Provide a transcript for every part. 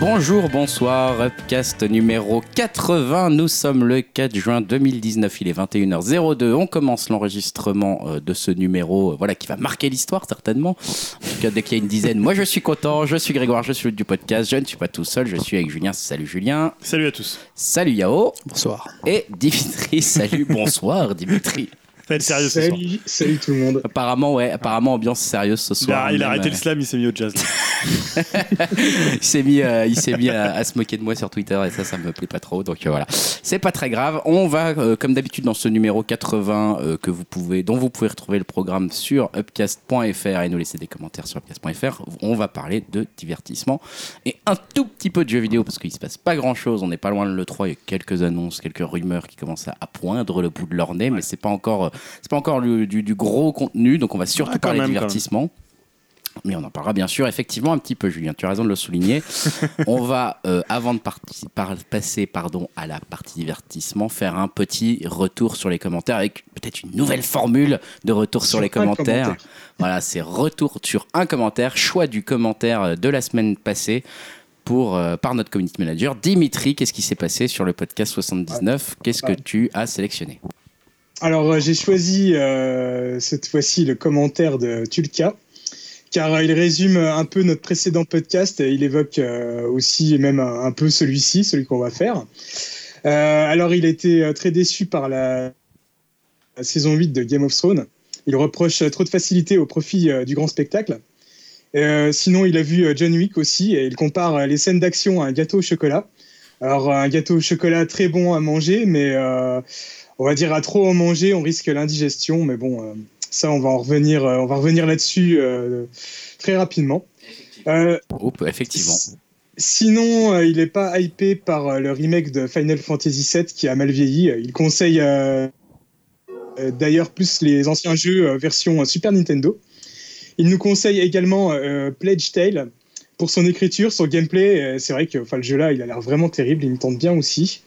Bonjour, bonsoir, Upcast numéro 80. Nous sommes le 4 juin 2019, il est 21h02. On commence l'enregistrement euh, de ce numéro euh, voilà, qui va marquer l'histoire, certainement. En tout cas, dès qu'il y a une dizaine, moi je suis content. Je suis Grégoire, je suis l'hôte du podcast. Je ne suis pas tout seul, je suis avec Julien. Salut Julien. Salut à tous. Salut Yao. Bonsoir. Et Dimitri. Salut, bonsoir Dimitri. Faut être sérieux ce soir. salut, salut tout le monde. Apparemment, ouais, apparemment, ambiance sérieuse ce Il soir. a, il a Même, arrêté euh, le slam, il s'est mis au jazz. il s'est mis, euh, il s'est mis à, à se moquer de moi sur Twitter et ça, ça me plaît pas trop. Donc euh, voilà, c'est pas très grave. On va, euh, comme d'habitude, dans ce numéro 80 euh, que vous pouvez, dont vous pouvez retrouver le programme sur upcast.fr et nous laisser des commentaires sur upcast.fr. On va parler de divertissement et un tout petit peu de jeux vidéo parce qu'il se passe pas grand chose. On n'est pas loin de l'E3. Il y a quelques annonces, quelques rumeurs qui commencent à, à poindre le bout de leur nez, mais c'est pas encore, euh, c'est pas encore le- du, du gros contenu. Donc on va surtout Ah, quand parler même, quand même. divertissement. Mais on en parlera bien sûr, effectivement, un petit peu, Julien. Tu as raison de le souligner. on va, euh, avant de parti- par- passer pardon, à la partie divertissement, faire un petit retour sur les commentaires avec peut-être une nouvelle formule de retour sur, Sur les un commentaires. commentaire. Voilà, c'est retour sur un commentaire, choix du commentaire euh, de la semaine passée. Pour, euh, par notre community manager Dimitri, qu'est-ce qui s'est passé sur le podcast 79 Qu'est-ce que tu as sélectionné Alors euh, j'ai choisi euh, cette fois-ci le commentaire de Tulka, car euh, il résume euh, un peu notre précédent podcast et il évoque euh, aussi et même un, un peu celui-ci, celui qu'on va faire. Euh, alors il était euh, très déçu par la, la saison 8 de Game of Thrones. Il reproche euh, trop de facilité au profit euh, du grand spectacle. Euh, sinon, il a vu euh, John Wick aussi et il compare euh, les scènes d'action à un gâteau au chocolat. Alors, un gâteau au chocolat très bon à manger, mais euh, on va dire à trop en manger, on risque l'indigestion, mais bon, euh, ça, on va en revenir, euh, on va revenir là-dessus euh, très rapidement. Euh, Oh, Effectivement. s- Sinon, euh, il n'est pas hypé par euh, le remake de Final Fantasy VII qui a mal vieilli. Euh, Il conseille euh, euh, d'ailleurs plus les anciens jeux euh, version euh, Super Nintendo. Il nous conseille également euh, Pledge Tale pour son écriture, son gameplay. Euh, C'est vrai que enfin, le jeu-là, il a l'air vraiment terrible, il me tente bien aussi.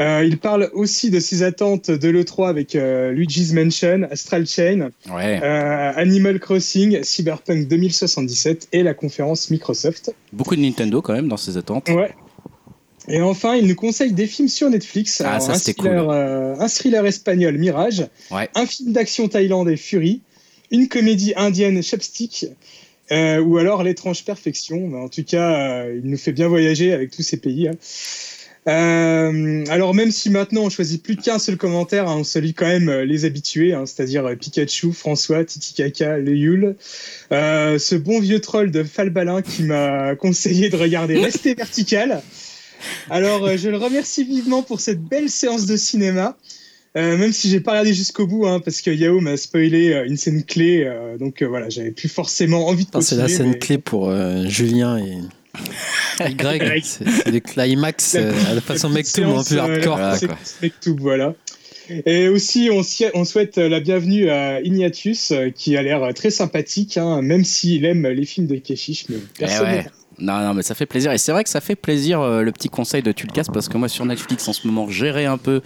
Euh, il parle aussi de ses attentes de l'E3 avec euh, Luigi's Mansion, Astral Chain, Ouais. euh, Animal Crossing, Cyberpunk 2077 et la conférence Microsoft. Beaucoup de Nintendo quand même dans ses attentes. Ouais. Et enfin, il nous conseille des films sur Netflix. Ah, ça, un, c'était thriller, cool. euh, un thriller espagnol, Mirage. Ouais. Un film d'action thaïlandais, Fury. Une comédie indienne, Chapstick. euh, ou alors L'étrange perfection. Mais en tout cas, euh, il nous fait bien voyager avec tous ces pays. hein. Euh, alors même si maintenant on choisit plus qu'un seul commentaire, hein, on se lit quand même euh, les habitués, hein, c'est-à-dire euh, Pikachu, François, Titi Kaka, le Yule, euh, ce bon vieux troll de Falbalin qui m'a conseillé de regarder Rester vertical. Alors euh, je le remercie vivement pour cette belle séance de cinéma. euh, même si j'ai pas regardé jusqu'au bout, hein, parce que Yao m'a spoilé euh, une scène clé, euh, donc euh, voilà, j'avais plus forcément envie de Putain, c'est continuer. la scène mais- clé pour euh, Julien et, et Greg. c'est c'est le climax euh, à la façon mec tout, mais en plus Séance, euh, hardcore. voilà, c'est- quoi. Mektoub, voilà. Et aussi, on, si- on souhaite euh, la bienvenue à Ignatius, euh, qui a l'air euh, très sympathique, hein, même s'il aime les films de Keshish. Mais Eh personne Eh ouais. n'est- Non, non, mais ça fait plaisir. Et c'est vrai que ça fait plaisir euh, le petit conseil de Tulkas parce que moi sur Netflix en ce moment, gérer un peu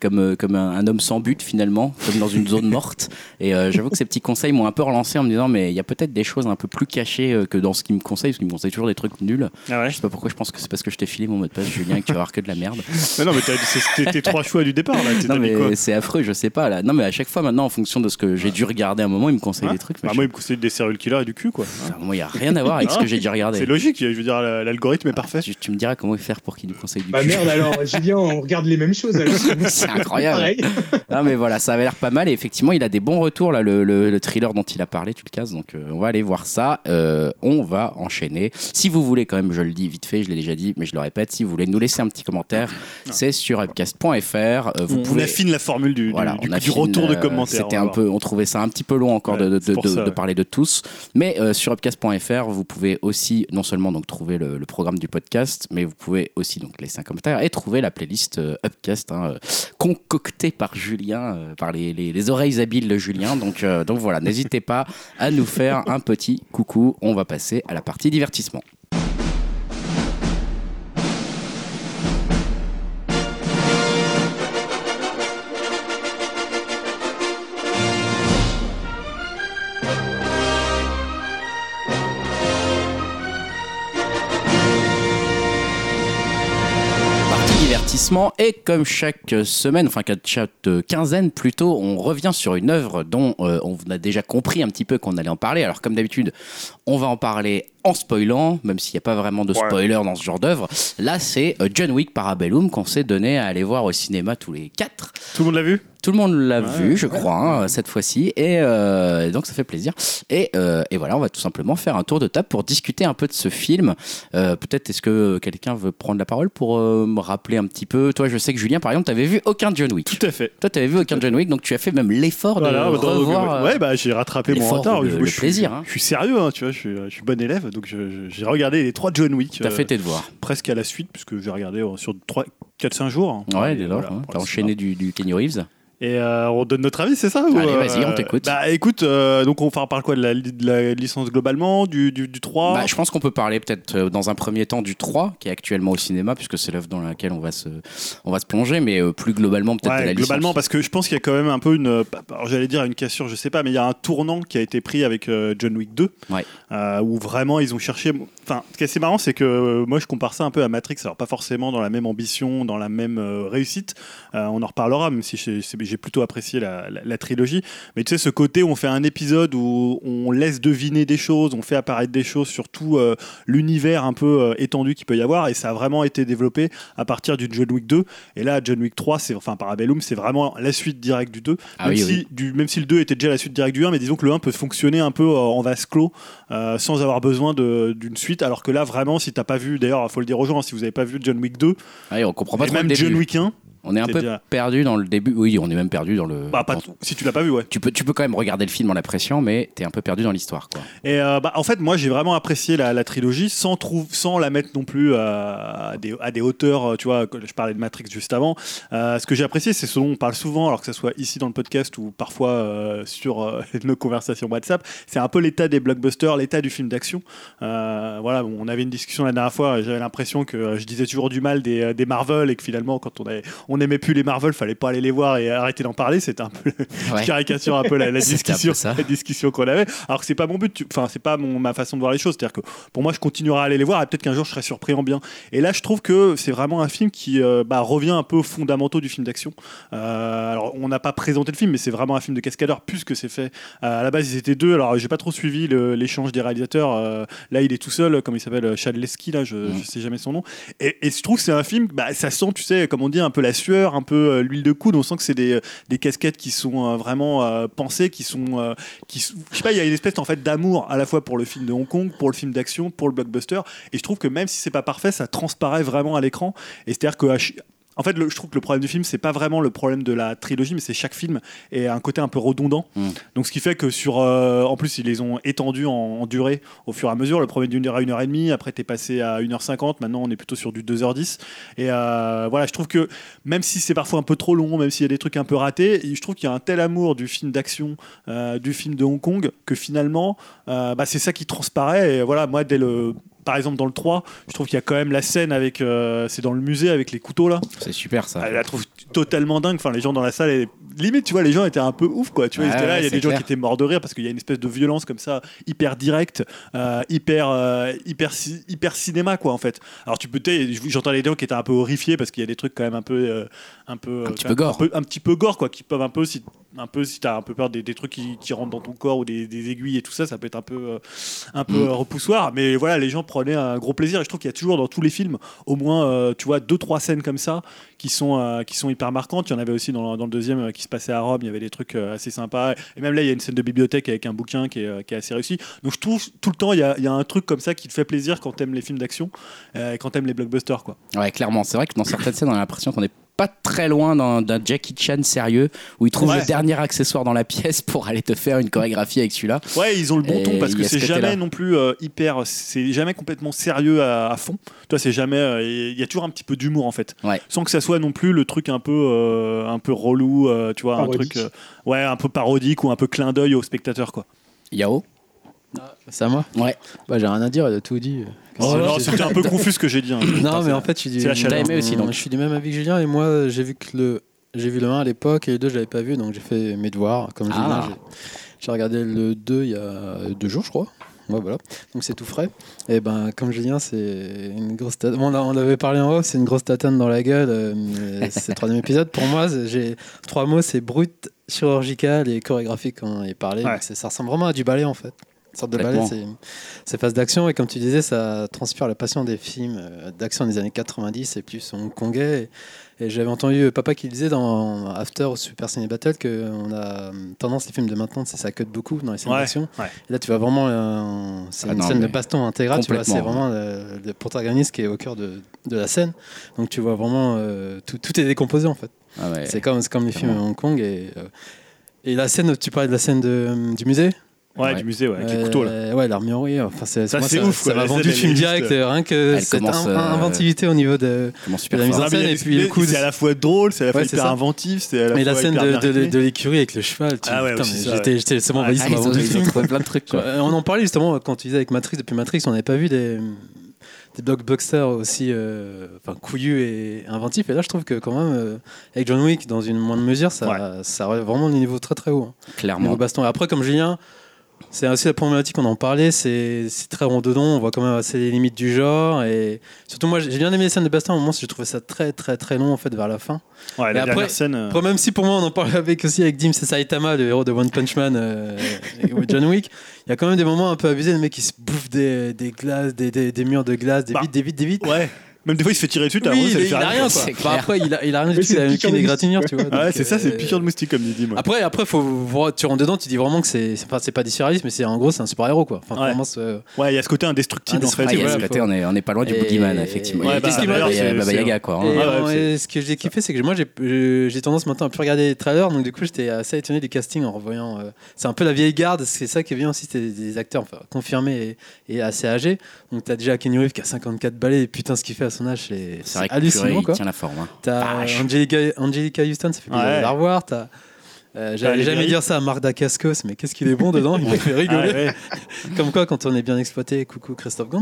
comme, euh, comme un, un homme sans but finalement, comme dans une zone morte. Et euh, j'avoue que ces petits conseils m'ont un peu relancé en me disant, mais il y a peut-être des choses un peu plus cachées euh, que dans ce qu'il me conseille, parce qu'il me conseille toujours des trucs nuls. Ah ouais Je sais pas pourquoi, je pense que c'est parce que je t'ai filé mon mot de passe, Julien, et que tu vas avoir que de la merde. mais Non, mais t'as- c'est- c'était tes trois choix du départ là. T'as Non, mis quoi mais c'est affreux, je sais pas là. Non, mais à chaque fois maintenant, en fonction de ce que j'ai dû regarder à un moment, il me conseille Hein des trucs. mais Bah, je- Moi, il me conseille des serial killers et du cul quoi. Enfin, moi, il y a rien à voir avec ce que j'ai dû C'est regarder. logique, je veux dire, la- l'algorithme est parfait. Tu, tu me diras comment faire pour qu'il nous conseille du Bah cul. merde, alors, Julien, on regarde les mêmes choses. Alors. C'est incroyable. Pareil. Non mais voilà, ça avait l'air pas mal et effectivement il a des bons retours là, le, le- le thriller dont il a parlé, tu le cases, donc euh, on va aller voir ça, Euh, on va enchaîner. Si vous voulez quand même, je le dis vite fait, je l'ai déjà dit, mais je le répète, si vous voulez nous laisser un petit commentaire, c'est sur upcast.fr, Euh, vous on pouvez... affine la formule du, du- Voilà, du- on du affine, retour de euh, commentaire. C'était on va un voir. peu, on trouvait ça un petit peu long encore Ouais, de, de- c'est pour de- ça, de ouais. parler de tous. Mais euh, sur upcast.fr, vous pouvez aussi non seulement donc trouver le, le programme du podcast, mais vous pouvez aussi donc laisser un commentaire et trouver la playlist euh, Upcast hein, euh, concoctée par Julien, euh, par les, les- les oreilles habiles de Julien. Donc, euh, donc voilà, n'hésitez pas à nous faire un petit coucou. On va passer à la partie divertissement. classement. Et comme chaque semaine, enfin chaque quinzaine plutôt, on revient sur une œuvre dont euh, on a déjà compris un petit peu qu'on allait en parler. Alors comme d'habitude, on va en parler en spoilant, même s'il n'y a pas vraiment de spoiler dans ce genre d'œuvre. Là, c'est euh, John Wick Parabellum qu'on s'est donné à aller voir au cinéma tous les quatre. Tout le monde l'a vu Tout le monde l'a Ouais. vu, je crois, hein, cette fois-ci. Et euh, donc, ça fait plaisir. Et, euh, et voilà, on va tout simplement faire un tour de table pour discuter un peu de ce film. Euh, Peut-être est-ce que quelqu'un veut prendre la parole pour euh, me rappeler un petit peu Toi, je sais que Julien, par exemple, t'avais vu aucun John Wick. Tout à fait. Toi, t'avais vu aucun John Wick, donc tu as fait même l'effort Voilà, de bah, dans- revoir. euh, ouais, bah j'ai rattrapé mon l'effort, retard. le- Moi, le je suis- plaisir, hein. Je suis sérieux, hein, tu vois, je suis, je suis bon élève, donc je- je- j'ai regardé les trois John Wick T'as euh, fait tes devoirs. presque à la suite, puisque j'ai regardé euh, sur 3, 4-5 jours. hein. Ouais, Et dès lors, voilà, hein. pour t'as le enchaîné du, du Kenny Reeves. Et euh, on donne notre avis, c'est ça Allez, euh, vas-y, on t'écoute. Bah écoute, euh, donc on enfin, on parle quoi de la, li- de la licence globalement, du, du, du 3 Bah, je pense qu'on peut parler peut-être euh, dans un premier temps du 3, qui est actuellement au cinéma, puisque c'est l'œuvre dans laquelle on va se, on va se plonger, mais euh, plus globalement peut-être de Ouais, la globalement, licence. parce que je pense qu'il y a quand même un peu une. euh, pas- alors, J'allais dire une cassure, je sais pas, mais il y a un tournant qui a été pris avec euh, John Wick 2. Ouais. euh, où vraiment ils ont cherché. Enfin, ce qui est assez marrant, c'est que euh, moi je compare ça un peu à Matrix. Alors, pas forcément dans la même ambition, dans la même euh, réussite. Euh, on en reparlera, même si j'ai c'est- j'ai plutôt apprécié la, la- la trilogie. Mais tu sais, ce côté où on fait un épisode où on laisse deviner des choses, on fait apparaître des choses, surtout euh, l'univers un peu euh, étendu qu'il peut y avoir. Et ça a vraiment été développé à partir du John Wick 2. Et là, John Wick 3, c'est enfin Parabellum, c'est vraiment la suite directe du 2. Ah Même, oui, si, oui. Du, même si le 2 était déjà la suite directe du 1, mais disons que le 1 peut fonctionner un peu euh, en vase clos euh, sans avoir besoin de- d'une suite. Alors que là, vraiment, si t'as pas vu, d'ailleurs, faut le dire aux gens, hein, si vous avez pas vu John Wick 2, Ouais, on comprend pas et trop le même début. John Wick 1, On est un t'es peu déjà- perdu dans le début. Oui, on est même perdu dans le. bah, pas dans- tout- si tu l'as pas vu, ouais. Tu peux, tu peux quand même regarder le film en l'appréciant, mais t'es un peu perdu dans l'histoire. quoi. Et euh, bah, en fait, moi, j'ai vraiment apprécié la, la trilogie sans, trouv- sans la mettre non plus euh, à, des, à des hauteurs. euh, Tu vois, que je parlais de Matrix juste avant. Euh, ce que j'ai apprécié, c'est ce dont on parle souvent, alors que ce soit ici dans le podcast ou parfois euh, sur euh, nos conversations WhatsApp, c'est un peu l'état des blockbusters, l'état du film d'action. Euh, voilà, bon, on avait une discussion la dernière fois. J'avais l'impression que euh, je disais toujours du mal des, euh, des Marvel et que finalement, quand on, avait, on aimait plus les Marvel, fallait pas aller les voir et arrêter d'en parler. C'était un peu Ouais. je caricature un peu la, la C'était un peu discussion, ça. la discussion qu'on avait. Alors que c'est pas mon but, tu- enfin c'est pas mon, ma façon de voir les choses. C'est-à-dire que pour moi, je continuerai à aller les voir et peut-être qu'un jour je serai surpris en bien. Et là, je trouve que c'est vraiment un film qui euh, bah, revient un peu aux fondamentaux du film d'action. Euh, alors on n'a pas présenté le film, mais c'est vraiment un film de cascadeur puisque c'est fait. Euh, à la base, ils étaient deux. Alors j'ai pas trop suivi le- l'échange des réalisateurs. Euh, là, il est tout seul, comme il s'appelle euh, Chad Lesky. Là, je, Mm. je sais jamais son nom. Et, et je trouve que c'est un film, bah, ça sent, tu sais, comme on dit, un peu la sueur, un peu euh, l'huile de coude. On sent que c'est des, euh, des casquettes qui sont euh, vraiment euh, pensées, qui sont, euh, qui, s- je sais pas, il y a une espèce en fait d'amour à la fois pour le film de Hong Kong, pour le film d'action, pour le blockbuster. Et je trouve que même si c'est pas parfait, ça transparaît vraiment à l'écran. Et c'est-à-dire que à ch- en fait, le- je trouve que le problème du film, c'est pas vraiment le problème de la trilogie, mais c'est chaque film et un côté un peu redondant. Mm. Donc, ce qui fait que sur, euh, en plus, ils les ont étendus en, en durée au fur et à mesure. Le premier d'une heure à une heure et demie, après t'es passé à 1h50, maintenant on est plutôt sur du 2h10. Et euh, voilà, je trouve que même si c'est parfois un peu trop long, même s'il y a des trucs un peu ratés, je trouve qu'il y a un tel amour du film d'action, euh, du film de Hong Kong, que finalement, euh, bah, c'est ça qui transparaît. Et voilà, moi, dès le. Par exemple, dans le 3, je trouve qu'il y a quand même la scène avec. euh, c'est dans le musée avec les couteaux là. C'est super ça. Elle la trouve totalement dingue. Enfin, les gens dans la salle, et- limite, tu vois, les gens étaient un peu ouf, quoi. Tu vois, ils Ouais, étaient là, ouais, il y a c'est des gens clair. qui étaient morts de rire parce qu'il y a une espèce de violence comme ça, hyper directe, euh, hyper, euh, hyper, ci- hyper cinéma, quoi, en fait. Alors, tu peux, t'es- j'entends les gens qui étaient un peu horrifiés parce qu'il y a des trucs quand même un peu, euh, un peu, euh, petit quand peu même gore. un peu, un petit peu gore, quoi, qui peuvent un peu, si, un peu, si t'as un peu peur des, des trucs qui, qui rentrent dans ton corps ou des, des aiguilles et tout ça, ça peut être un peu, euh, un peu Mm. euh, repoussoir. Mais voilà, les gens prenaient un gros plaisir. Et je trouve qu'il y a toujours dans tous les films, au moins, euh, tu vois, deux, trois scènes comme ça qui sont, euh, qui sont hyper marquantes. Il y en avait aussi dans, dans le deuxième euh, qui se passait à Rome, il y avait des trucs euh, assez sympas. Et même là, il y a une scène de bibliothèque avec un bouquin qui est, euh, qui est assez réussi. Donc je trouve tout le temps, il y a, il y a un truc comme ça qui te fait plaisir quand t'aimes les films d'action euh, et quand t'aimes les blockbusters. Quoi. Ouais, clairement. C'est vrai que dans certaines scènes, on a l'impression qu'on est pas très loin d'un d'un Jackie Chan sérieux où il trouve Ouais. le dernier accessoire dans la pièce pour aller te faire une chorégraphie avec celui-là. Ouais, ils ont le bon Et ton parce il que y a ce c'est côté-là. jamais non plus euh, hyper, c'est jamais complètement sérieux à, à fond. Toi, c'est jamais, euh, il y a toujours un petit peu d'humour en fait, Ouais. sans que ça soit non plus le truc un peu, euh, un peu relou, euh, tu vois, Parodique. un truc, euh, ouais, un peu parodique ou un peu clin d'œil au spectateur quoi. Yao C'est à moi Ouais. Bah, j'ai rien à dire, elle a tout dit. Qu'est-ce Oh que non, j'ai- c'était un peu confus ce que j'ai dit. hein. Non, mais c'est- en fait, je suis du, c'est la chaleur. T'as aimé aussi, donc. je suis du même avis que Julien et moi, euh, j'ai vu que le j'ai vu le 1 à l'époque et le 2 je l'avais pas vu donc j'ai fait mes devoirs comme Ah. Julien. j'ai- J'ai regardé le 2 il y a deux jours je crois. Ouais, voilà. Donc c'est tout frais. Et ben, comme Julien, c'est une grosse tatane. On, l'a- on avait parlé en off, c'est une grosse tatane dans la gueule. euh, mais c'est le troisième épisode. Pour moi, c'est- j'ai trois mots c'est brut, chirurgical et chorégraphique quand on est parlé. Ouais. Donc, c'est- Ça ressemble vraiment à du ballet en fait. Une sorte de ballet, c'est Complètement. c'est phase d'action. Et comme tu disais, ça transpire la passion des films euh, d'action des années 90 et plus hongkongais. Et j'avais entendu Papa qui disait dans After ou Super Ciné Battle qu'on a hum, tendance, les films de maintenant, c'est ça cut beaucoup dans les scènes Ouais, d'action. ouais. Et Là, tu vas vraiment. euh, c'est Ah une non, scène mais de baston intégrale, tu vois. C'est complètement, vraiment euh, le, protagoniste qui est au cœur de, de la scène. Donc tu vois vraiment. euh, tout, tout est décomposé en fait. Ah ouais. C'est comme, c'est comme les films à clairement. Hong Kong. Et, euh, et la scène, tu parlais de la scène de, hum, du musée Ouais, Ouais. du musée, ouais, avec les euh, couteaux là. Ouais, l'armurerie. Enfin, c'est, Ça, moi, c'est ouf, Ça, quoi. m'a La vendu scène, le film elle est direct. juste, euh, Rien que elle cette commence, in- euh, inventivité au niveau de. Comment super la mise en fort. Ah, mais scène, il y a et des- puis le coup, C'est à la fois drôle, c'est à la fois Ouais, c'est hyper ça. inventif, c'est à la Mais fois la scène hyper de, bien de- de- rythmée. de l'écurie avec le cheval. tu- Ah ouais, putain, aussi, mais ça, ouais. j'étais, j'étais- c'est bon, Ah, vas-y, Ah, ça ils m'a ont, vendu le ils ont film. trouvé plein de trucs, Tu quoi. vois, Euh, On en parlait justement quand tu disais avec Matrix, depuis Matrix, on n'avait pas vu des, des blockbusters aussi euh, enfin, couillus et inventifs. Et là, je trouve que quand même, euh, avec John Wick, dans une moindre mesure, ça, ça relève vraiment du niveau très très haut. hein, niveau bah, Clairement. baston. Et après, comme Julien, c'est aussi la problématique, on en parlait, c'est c'est très rondonnant, on voit quand même assez les limites du genre. Et surtout, moi, j'ai bien aimé les scènes de baston, au moment, j'ai trouvé ça très très très long en fait vers la fin. Ouais, la Et dernière après- scène. euh, Après, même si pour moi on en parlait avec aussi avec Dim c'est Saitama, le héros de One Punch Man euh, et John Wick, il y a quand même des moments un peu abusés, le mec qui se bouffe des, des glaces, des, des- des murs de glace, des Bah, vides, des vides, des vides. Ouais. Même des fois, il se fait tirer dessus, t'as Oui, l'impression que ça il, lui il fait rien. a rien quoi. quoi. C'est Bah, clair. après, il a, il a rien Oui, du tout, c'est il a le même piqueur qu'une de égratignure, tu vois. Ah ouais, donc, c'est ça, c'est euh, le piqueur de moustique, comme il dit. Moi. Après, après, faut voir, tu rentres dedans, tu dis vraiment que c'est, c'est, pas- c'est pas du surréalisme, mais c'est en gros, c'est un super héros quoi. Enfin, Ouais. vraiment, c'est- euh, Ouais, il y a ce côté indestructible en fait. Ah, il y a ce Ouais, côté, on est, on est pas loin du Et- Boogeyman, effectivement. Ouais, Il y a bah, Disney, d'ailleurs, il y a c'est- Baba c'est- Yaga, quoi. Et hein. ouais, en- c'est- et ce que j'ai kiffé, c'est que moi j'ai- je- j'ai tendance maintenant à plus regarder les trailers, donc du coup j'étais assez étonné du casting en revoyant. euh, c'est un peu la vieille garde, c'est ça qui est bien aussi, c'est des, des acteurs enfin, confirmés et, et assez âgés. Donc t'as déjà Kenny Reeves qui a 54 balais, et putain ce qu'il fait à son âge, c'est C'est c'est vrai que purée, hallucinant il quoi. tient la forme. hein. T'as Vache. Angelica, Angelica Houston, ça fait plaisir Ouais. de la revoir. T'as. euh, T'as J'allais les jamais vieilles. dire ça à Marc Dacascos, mais qu'est-ce qu'il est bon dedans, il me fait Ah rigoler. ouais. Comme quoi, quand on est bien exploité, coucou Christophe Gans.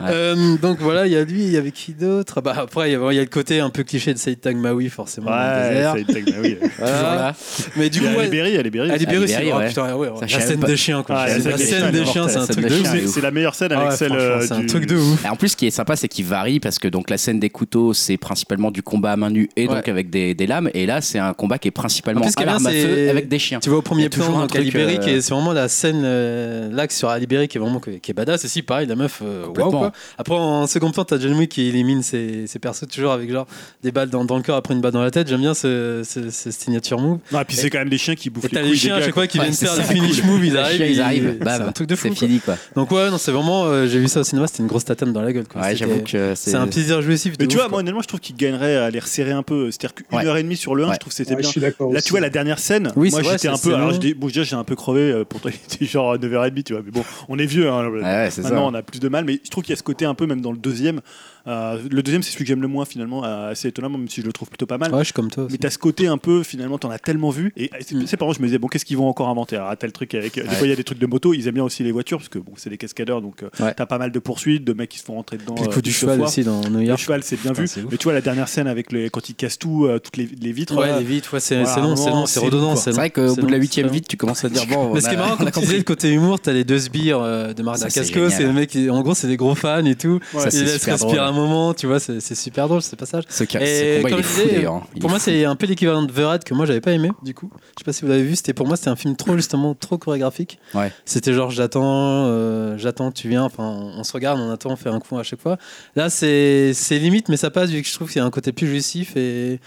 Ouais. Euh, donc voilà, il y a lui, il y avait qui d'autre Bah Après, il y, a- il y a le côté un peu cliché de Saïd Tagmaoui, forcément. dans le Ouais, désert. ça, il tag- bah oui. Voilà. Toujours là. Mais du Il coup, y a ouais, Alibéry, Alibéry. Ali Berry, Ali Berry, c'est oh, Ah, ouais. putain, ouais, ouais, Ça, je la savais scène pas. de chien. Quoi. Ah, la la scène, scène de de chien, chien, c'est un la scène truc de de ouf. chien. C'est ouf. c'est la meilleure scène Ah avec ouais, celle. franchement, euh, c'est un du- truc de ouf. Et Bah, en plus, ce qui est sympa, c'est qu'il varie parce que donc la scène des couteaux, c'est principalement du combat à main nue et donc Ouais. avec des, des lames. Et là, c'est un combat qui est principalement En plus, ce qui à est bien, l'arme à feu c'est- avec des chiens. Tu vois Il au y a premier plan toujours un donc truc, Ali Berry, euh, qui est- c'est vraiment la scène euh, l'axe sur Ali Berry qui est vraiment qui est badass aussi pareil la meuf euh, waouh Complètement. quoi. Après en second plan t'as John Wick qui élimine ses, ses persos toujours avec genre des balles dans, dans le corps après une balle dans la tête j'aime bien ce, ce- ce signature move Non, et puis c'est quand même des chiens qui bouffent et les t'as couilles. les chiens à des gars, chaque fois qui Ouais, viennent c'est faire ça, des c'est finish cool. moves ils Les arrivent chiens, ils arrivent. c'est Bam. un truc de C'est fou quoi. fini, quoi. donc ouais non c'est vraiment euh, j'ai vu ça au cinéma c'était une grosse tatane dans la gueule quoi. Ouais, C'était- j'avoue que c'est un plaisir joué Mais tu vois, moi, honnêtement, je trouve qu'ils gagneraient à les resserrer un peu. C'est-à-dire qu'une Ouais. heure et demie sur le 1, Ouais. je trouve que c'était Ouais, bien. je suis d'accord. Là, aussi. tu vois, la dernière scène, Oui, moi c'est vrai, j'étais un c'est- peu. c'est Alors, long. je dis- bon, déjà, j'ai un peu crevé. euh, Pour toi, il était genre à 9h30, tu vois. Mais bon, on est vieux. hein, Ouais, ouais, c'est ça. Ah Maintenant, on a plus de mal. Mais je trouve qu'il y a ce côté un peu, même dans le deuxième. euh, le deuxième, c'est celui que j'aime le moins, finalement, euh, assez étonnamment, même si je le trouve plutôt pas mal. ouais je suis comme toi aussi. Mais t'as ce côté un peu, finalement, t'en as tellement vu. Et euh, c'est Mm. tu sais, par exemple, je me disais, bon, qu'est-ce qu'ils vont encore inventer Alors, tel truc avec. euh, Des fois, il y a des trucs de moto, ils aiment bien aussi les voitures, parce que bon, c'est des cascadeurs, donc euh, Ouais. t'as pas mal de poursuites, de mecs qui se font rentrer dedans. Puis le euh, coup du plusieurs cheval fois. aussi dans New Le York cheval, c'est bien Putain, vu. c'est ouf. Mais tu vois, la dernière scène avec les, quand ils cassent tout, euh, toutes les, les vitres. là, ouais les vitres ouais, c'est Voilà, c'est à un long c'est moment, long c'est c'est long, redondant quoi. C'est long, vrai qu'au bout de la long, huitième c'est long. vite, tu commences à te dire bon. Mais on ce qui a- est marrant, on a quand tu disais compris. le côté humour, t'as les deux sbires euh, de Marc Ça, c'est Dacascos, génial. hein. et le mec, il- en gros, c'est des gros fans et tout. Ça, il c'est laisse super respirer drôle. un moment, tu vois, c'est c'est super drôle ce passage. Ce ca- Et ce combat, il comme est je fou disais, d'ailleurs. hein. Il Pour est moi, fou. c'est un peu l'équivalent de The Rat que moi, j'avais pas aimé, du coup. Je sais pas si vous l'avez vu, c'était pour moi, c'était un film trop, justement, trop chorégraphique. Ouais. C'était genre, j'attends, euh, j'attends, tu viens, enfin, on, on se regarde, on attend, on fait un coup à chaque fois. Là, c'est c'est limite, mais ça passe, vu que je trouve qu'il y a un côté plus jouissif et.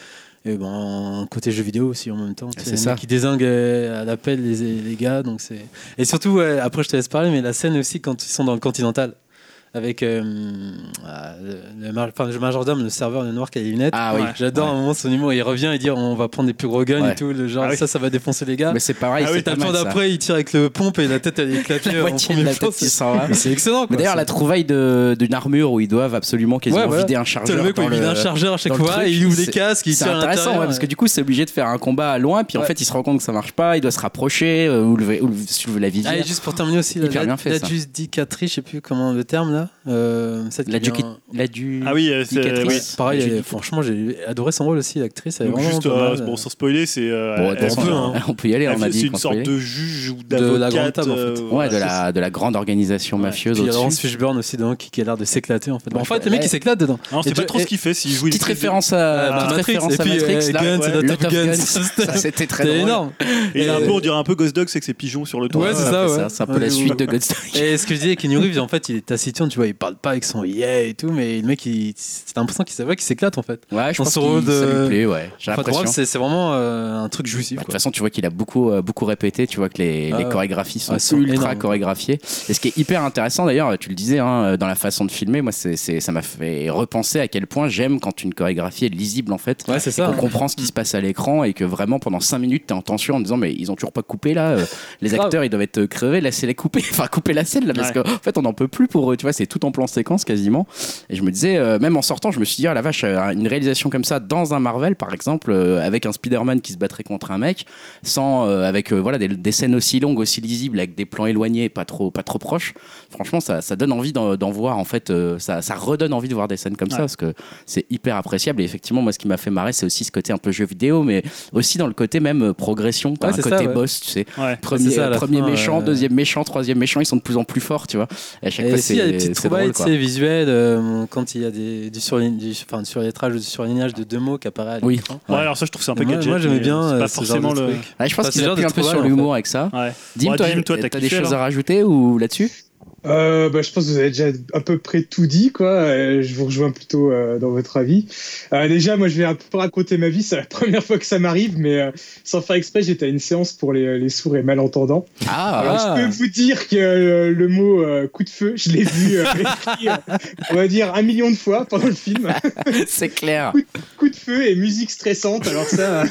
Et ben, un côté jeu vidéo aussi en même temps. Ah, tu sais, c'est les ça. mecs Qui désingue euh, à l'appel les, les gars. Donc c'est... Et surtout, ouais, après je te laisse parler, mais la scène aussi quand ils sont dans le Continental. Avec euh, ah, le, le mar- enfin, le majordome, le serveur, le noir qui a les lunettes. Ah oui. Ouais. J'adore à un moment son humour, il revient et dit on va prendre des plus gros guns Ouais. et tout, le genre Ah oui. ça, ça va défoncer les gars. Mais c'est pareil. Ah oui, c'est T'as pas le temps mal, ça. d'après, il tire avec le pompe et la tête elle est éclatée La en moitié de premier la plan. tête qui s'en va. Mais c'est excellent quoi. Mais d'ailleurs, C'est- la trouvaille de- d'une armure où ils doivent absolument quasiment Ouais, voilà. vider un T'as chargeur. le mec où dans il vide le- un chargeur à chaque dans le fois truc, et il ouvre les c'est- casques, il C'est tire à intéressant, ouais, l'intérieur, parce que ouais. du coup, c'est obligé de faire un combat à loin, puis en Ouais. fait, il se rend compte que ça marche pas, il doit se rapprocher euh, ou lever, ou lever- soulever la visière. Ah, et juste pour terminer aussi, la, Hyper bien fait, la ça. judicatrice, je sais plus comment le terme, là, nana. euh, celle qui La vient- Duc. La du... Ah oui, euh, c'est. Cicatrice. oui. Duc- Pareil, Duc- euh, franchement, j'ai adoré son rôle aussi, l'actrice. Elle est Donc vraiment juste, pas euh, mal. bon, sans spoiler, c'est. euh, Bon, elle- attends, on peut, hein. on peut y aller, on a dit C'est une qu'on sorte spoilait. de juge ou la d'avocat. grande table, en fait. euh, Ouais, voilà, de c'est la, de la grande organisation mafieuse Puis il y a Laurence au-dessus. Fishburne aussi dedans qui, qui a l'air de s'éclater en fait. Bon, en Ouais, fait, le mec ouais. il s'éclate dedans. Non, c'est Et pas Dieu- trop ce qu'il fait. S'il joue une Petite prise de- référence à, Ah, petite Matrix, référence et à puis, Matrix. euh, là, Guns, ouais, c'est le Top Top Guns. Guns. Ça, c'était très C'était drôle. énorme. Et il a un Euh, peu, on dirait un peu Ghost Dog, c'est que ses pigeons sur le toit. Euh, Ouais, c'est ça. ouais. C'est un peu Ouais, la je- suite de Godstock. Et ce que je disais, Kenny Reeves, en fait, il est taciturne, tu vois, il parle pas avec son yeah et tout, mais le mec, il- c'est l'impression qu'il s'avoue qu'il s'éclate en fait. Ouais, je Dans pense son que rôle ça de- lui plaît, ouais. J'ai Enfin, drôle, l'impression. c'est c'est vraiment euh, un truc jouissif. Bah, de toute quoi. façon, tu vois qu'il a beaucoup, euh, beaucoup répété, tu vois que les, Ah les ouais. chorégraphies sont Ah, elles sont ultra énormes. chorégraphiées. Et ce qui est hyper intéressant d'ailleurs, tu le disais, hein, dans la façon de filmer, moi c'est, c'est- ça m'a fait repenser à quel point j'aime quand une chorégraphie est lisible en fait. Ouais, c'est On ça. hein. comprend ce qui se passe à l'écran et que vraiment pendant 5 minutes t'es en tension en disant mais ils ont toujours pas coupé là euh, les Grave. acteurs ils doivent être euh, crevés laissez les couper enfin couper la scène là parce Ouais. qu'en fait on n'en peut plus pour eux tu vois c'est tout en plan séquence quasiment et je me disais euh, même en sortant je me suis dit ah la vache euh, une réalisation comme ça dans un Marvel par exemple euh, avec un Spider-Man qui se battrait contre un mec sans euh, avec euh, voilà des, des scènes aussi longues aussi lisibles avec des plans éloignés pas trop pas trop proches franchement ça, ça donne envie d'en, d'en voir en fait euh, ça, ça redonne envie de voir des scènes comme ça Ouais. parce que c'est hyper appréciable et effectivement moi ce qui m'a fait marrer c'est aussi ce côté un peu jeu vidéo mais aussi dans le côté même euh, progression t'as Ouais, un c'est côté ça, ouais. boss tu sais Ouais. premier, ça, à la premier fin, méchant euh, deuxième méchant troisième méchant ils sont de plus en plus forts tu vois et à chaque Et fois aussi, il y a des c'est petites c'est drôle trouvailles tu quoi sais, visuelles euh, quand il y a des, du, surlign- du- enfin, du surlettrage ou du surlignage de deux mots qui apparaît à Oui. l'écran. Ouais, alors ça, je trouve c'est un peu Moi- gadget. Moi, j'aimais mais bien C'est euh, pas ce genre de forcément le. truc. Ouais, je pense Enfin, c'est qu'ils le genre appuient de un peu sur trouvailles, en Bah, l'humour avec ça Ouais. Dim, Bon, toi, Dim, toi, t'as, t'as des kiffé, choses hein. à alors rajouter ou là-dessus Euh, bah, je pense que vous avez déjà à peu près tout dit, quoi. Euh, Je vous rejoins plutôt euh, dans votre avis. Euh, déjà, moi, je vais un peu raconter ma vie. C'est la première fois que ça m'arrive, mais euh, sans faire exprès, j'étais à une séance pour les, les sourds et malentendants. Ah, Je peux vous dire que euh, le mot euh, coup de feu, je l'ai vu euh, écrit, euh, on va dire, un million de fois pendant le film. c'est clair. coup de feu et musique stressante. Alors ça,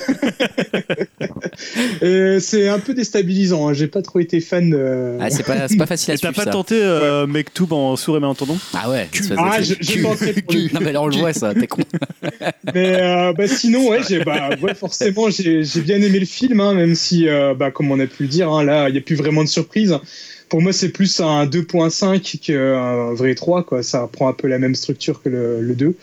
euh, c'est un peu déstabilisant. hein. J'ai pas trop été fan. euh, De... Ah, c'est, pas, c'est pas facile à Et t'as suivre. pas ça. tenté euh, MakeTube en sourd et malentendant Ah ouais. Cul. ça, ça, Ah, c'est- je, je cul. tentais pour le Cul. Non, mais là, on le voit, ça. T'es con. Mais euh, bah, sinon, ouais, j'ai, bah, ouais, forcément, j'ai, j'ai bien aimé le film, hein, même si, euh, bah, comme on a pu le dire, hein, là, il n'y a plus vraiment de surprise. Pour moi, c'est plus un 2.5 qu'un vrai 3, quoi. Ça reprend un peu la même structure que le, le 2.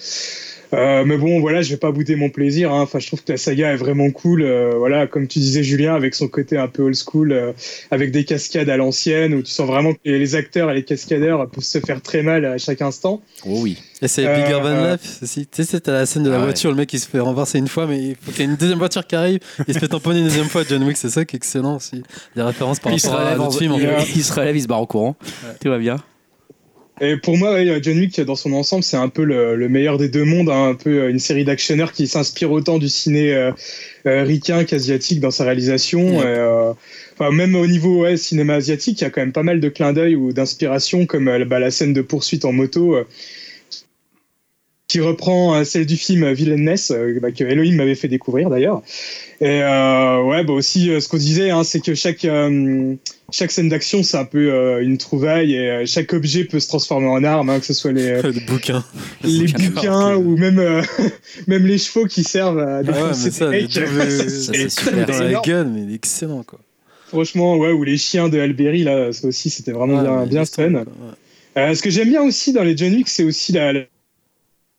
Euh, mais bon, voilà, je vais pas bouder mon plaisir. hein. Enfin, je trouve que la saga est vraiment cool. euh, voilà, comme tu disais, Julien, avec son côté un peu old school, euh, avec des cascades à l'ancienne, où tu sens vraiment que les- les acteurs et les cascadeurs peuvent se faire très mal à chaque instant. Oh oui. Et c'est Euh, Bigger Than euh, Life aussi. Tu sais, c'est à la scène de la Ah ouais. voiture, le mec il se fait renverser une fois, mais il faut qu'il y ait une deuxième voiture qui arrive. Il se fait tamponner une deuxième fois. John Wick, c'est ça qui est excellent aussi. Des références par Il se rapport à relève, en- d'autres films. en il- fait. il se relève, il se barre au courant. Tout va bien. Et pour moi, ouais, John Wick, dans son ensemble, c'est un peu le, le meilleur des deux mondes, hein, un peu euh, une série d'actionneurs qui s'inspire autant du ciné euh, euh, ricain qu'asiatique dans sa réalisation. Ouais. Et, euh, enfin, même au niveau ouais, cinéma asiatique, il y a quand même pas mal de clins d'œil ou d'inspiration, comme euh, bah, la scène de poursuite en moto. euh, qui reprend euh, celle du film Villainess, euh, bah, que Elohim m'avait fait découvrir d'ailleurs. Et euh, ouais, bah aussi, euh, ce qu'on disait, hein, c'est que chaque, euh, chaque scène d'action, c'est un peu euh, une trouvaille et euh, chaque objet peut se transformer en arme, hein, que ce soit les, le bouquin. les bouquins, bouquins ou même, euh, même les chevaux qui servent à Ah ouais, défoncer mais ça, le des mecs. double- Ça, c'est C'est super. dans la énorme. gueule, mais il est excellent quoi. Franchement, ouais, ou les chiens de Alberi, là, ça aussi, c'était vraiment Ouais, bien, mais bien il est fun. excellent, quoi. Ouais. Euh, ce que j'aime bien aussi dans les John Wick, c'est aussi la, la-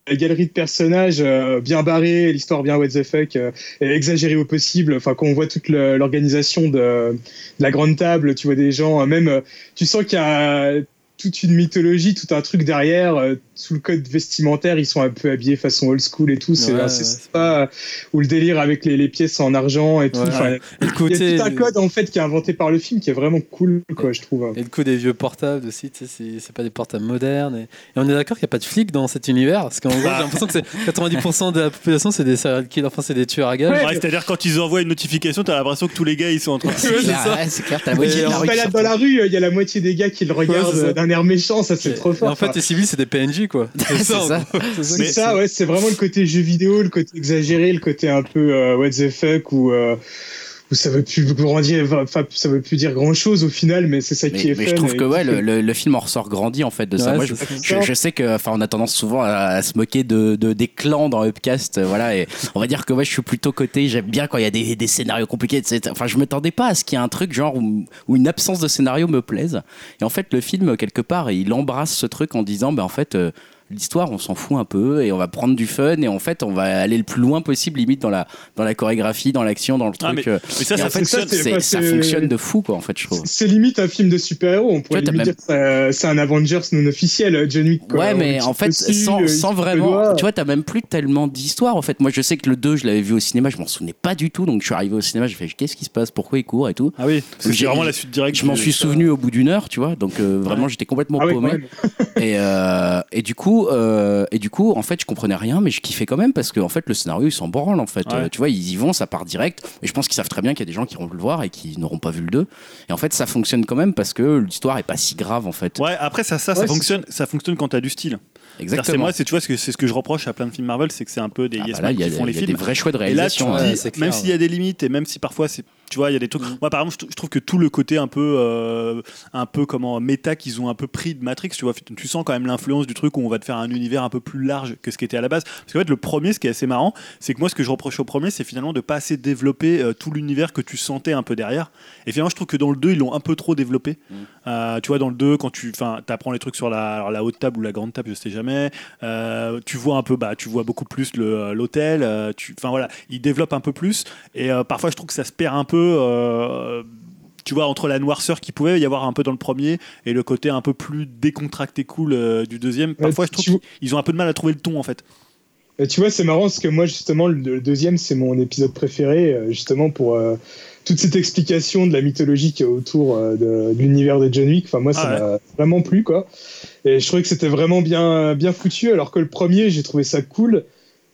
la galerie de personnages euh, bien barrés, l'histoire bien what the fuck, euh, et exagérée au possible. Enfin, quand on voit toute le- l'organisation de, de la grande table, tu vois des gens, euh, même, euh, tu sens qu'il y a toute une mythologie, tout un truc derrière, euh, sous le code vestimentaire, ils sont un peu habillés façon old school et tout, c'est Ouais, assez ouais, sympa, euh, ou le délire avec les, les pièces en argent et tout. Ouais. Enfin, Et le il y côté. a tout un code en fait qui est inventé par le film qui est vraiment cool, quoi, je trouve. Et le coup des vieux portables aussi, tu sais, c'est- c'est pas des portables modernes. Et, et on est d'accord qu'il n'y a pas de flics dans cet univers, parce qu'en gros, j'ai l'impression que c'est 90% de la population, c'est des serial killers, enfin, c'est des tueurs à gages. Ouais, Ouais, C'est-à-dire, quand ils envoient une notification, t'as l'impression que tous les gars, ils sont en train de. C'est Ouais, c'est clair, ça. ouais, c'est clair, t'as la moitié Mais de la on rue se qui balade dans sort. la rue, il y a la moitié des gars qui le regardent Ouais, c'est ça. euh, d'un air méchant, ça c'est trop fort. Et En fait, quoi. les civils, c'est des PNJ, quoi. C'est en ça. gros. C'est ça c'est qui- ça, ouais, c'est vraiment le côté jeu vidéo, le côté exagéré, le côté un peu euh, what the fuck ou euh, où ça veut plus grandir, enfin, ça veut plus dire grand chose au final, mais c'est ça Mais, qui est mais fun je trouve et que qui ouais, fait- le, le- le film en ressort grandi en fait de ça. Ouais, Moi, je, c'est ça. je- je sais que, enfin, on a tendance souvent à, à se moquer de, de- des clans dans Upcast, euh, voilà. Et on va dire que ouais, je suis plutôt côté. J'aime bien quand il y a des, des scénarios compliqués. etc. Enfin, je m'attendais pas à ce qu'il y ait un truc genre où, où une absence de scénario me plaise. Et en fait, le film quelque part, il embrasse ce truc en disant, ben en fait. euh, L'histoire, on s'en fout un peu et on va prendre du fun et en fait, on va aller le plus loin possible, limite dans la dans la chorégraphie, dans l'action, dans le Ah, truc. euh. Mais ça, Et ça en fait, fonctionne, c'est- c'est pas- ça c'est- fonctionne de fou, quoi. En fait, je trouve. C'est limite un film de super-héros. On pourrait t'as limite même- dire que euh, c'est un Avengers non officiel, euh, John Wick. quoi. Ouais, On mais le en tire fait, dessus, sans, euh, il sans se vraiment. doit. Tu vois, t'as même plus tellement d'histoire. En fait, moi, je sais que le 2, je l'avais vu au cinéma, je m'en souvenais pas du tout. Donc, je suis arrivé au cinéma, j'ai fait qu'est-ce qui se passe, pourquoi il court et tout. Ah oui, parce que J'ai- c'est vraiment la suite directe. Je m'en du- suis souvenu au bout d'une heure, tu vois. Donc, euh, vraiment, j'étais complètement Ah ouais, quand paumé. même. et, euh, et du coup, euh, et du coup, en fait, je comprenais rien, mais je kiffais quand même parce que, en fait, le scénario, ils s'en branlent, en fait. Ouais. Euh, tu vois, ils y vont, ça part direct. Et je pense qu'ils savent très bien qu'il y a des gens qui vont le voir et qui n'auront pas vu le 2. Et en fait, ça fonctionne quand même parce que l'histoire est pas si grave, en fait. Ouais, après ça, ça, ça Ouais, fonctionne, ça fonctionne quand t'as du style. C'est-à-dire, C'est Exactement. moi, c'est tu vois, ce que- c'est ce que je reproche à plein de films Marvel, c'est que c'est un peu des Ah, yes bah là, men il y a, qui font les il y a des films. vrais choix de Et là, réalisation. hein. tu te ouais. dis, ouais, euh, Mm. c'est clair, même s'il y a des limites et même si parfois c'est tu vois, il y a des trucs. Moi, par exemple, je trou- je trouve que tout le côté un peu, euh, un peu comment méta qu'ils ont un peu pris de Matrix, tu vois, tu sens quand même l'influence du truc où on va te faire un univers un peu plus large que ce qui était à la base. Parce qu'en fait, le premier, ce qui est assez marrant, c'est que moi, ce que je reproche au premier, c'est finalement de pas assez développer euh, tout l'univers que tu sentais un peu derrière. Et finalement, je trouve que dans le 2, ils l'ont un peu trop développé. Euh, tu vois, dans le 2, quand tu apprends les trucs sur la, alors, la haute table ou la grande table, je sais jamais, euh, tu vois un peu, bah, tu vois beaucoup plus le, euh, l'hôtel. euh, tu- Enfin voilà, ils développent un peu plus. Et euh, parfois, je trouve que ça se perd un peu. euh, tu vois, entre la noirceur qui pouvait y avoir un peu dans le premier et le côté un peu plus décontracté cool euh, du deuxième, parfois je tu- trouve qu'ils ont un peu de mal à trouver le ton en fait. Et Euh, tu vois, c'est marrant parce que moi, justement, le, le deuxième, c'est mon épisode préféré, euh, justement, pour euh, toute cette explication de la mythologie qui est autour euh, de, de l'univers de John Wick. Enfin, moi, ça Ah ouais. m'a vraiment plu, quoi. Et je trouvais que c'était vraiment bien, bien foutu, alors que le premier, j'ai trouvé ça cool.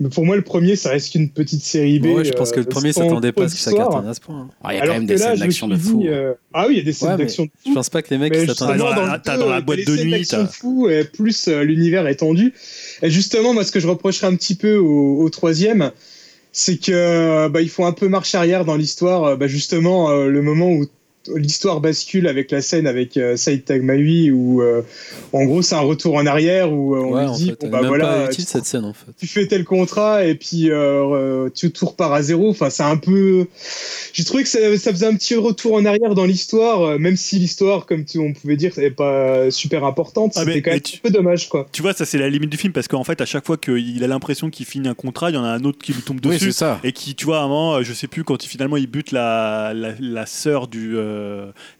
Mais pour moi, le premier, ça reste qu'une petite série B. Ouais, je pense que le euh, premier sans s'attendait trop pas à ce que ça d'histoire. cartonne à ce point. hein. Ah, Il y a Alors quand même que des là, scènes je me d'action suis de fou. dit, euh, Ah oui, il y a des scènes Ouais, mais d'action de Je fou. pense pas que les mecs Mais ils s'attendaient à justement, ça. dans justement, dans, la- le t'as deux, dans la t'as boîte les de scènes nuit, d'action t'as- fou, et plus euh, l'univers est tendu. Et justement, moi, ce que je reprocherais un petit peu au, au troisième, c'est que euh, bah, ils font un peu marche arrière dans l'histoire. Euh, Bah, justement, euh, le moment où t- l'histoire bascule avec la scène avec euh, Saïd Tagmaoui, où euh, en gros, c'est un retour en arrière où euh, on Ouais, lui en dit, fait, bon, elle est bah même voilà, pas utile cette scène en fait. tu fais tel contrat et puis euh, euh, tu tout repars à zéro. Enfin, c'est un peu. J'ai trouvé que ça, ça faisait un petit retour en arrière dans l'histoire, euh, même si l'histoire, comme tu- on pouvait dire, n'est pas super importante. Ah, C'était mais- quand mais même tu- un peu dommage, quoi. Tu vois, ça c'est la limite du film parce qu'en fait, à chaque fois qu'il a l'impression qu'il finit un contrat, il y en a un autre qui lui tombe Oui, dessus. c'est ça. et qui, tu vois, à un moment, euh, je sais plus quand il, finalement il bute la, la, la sœur du euh,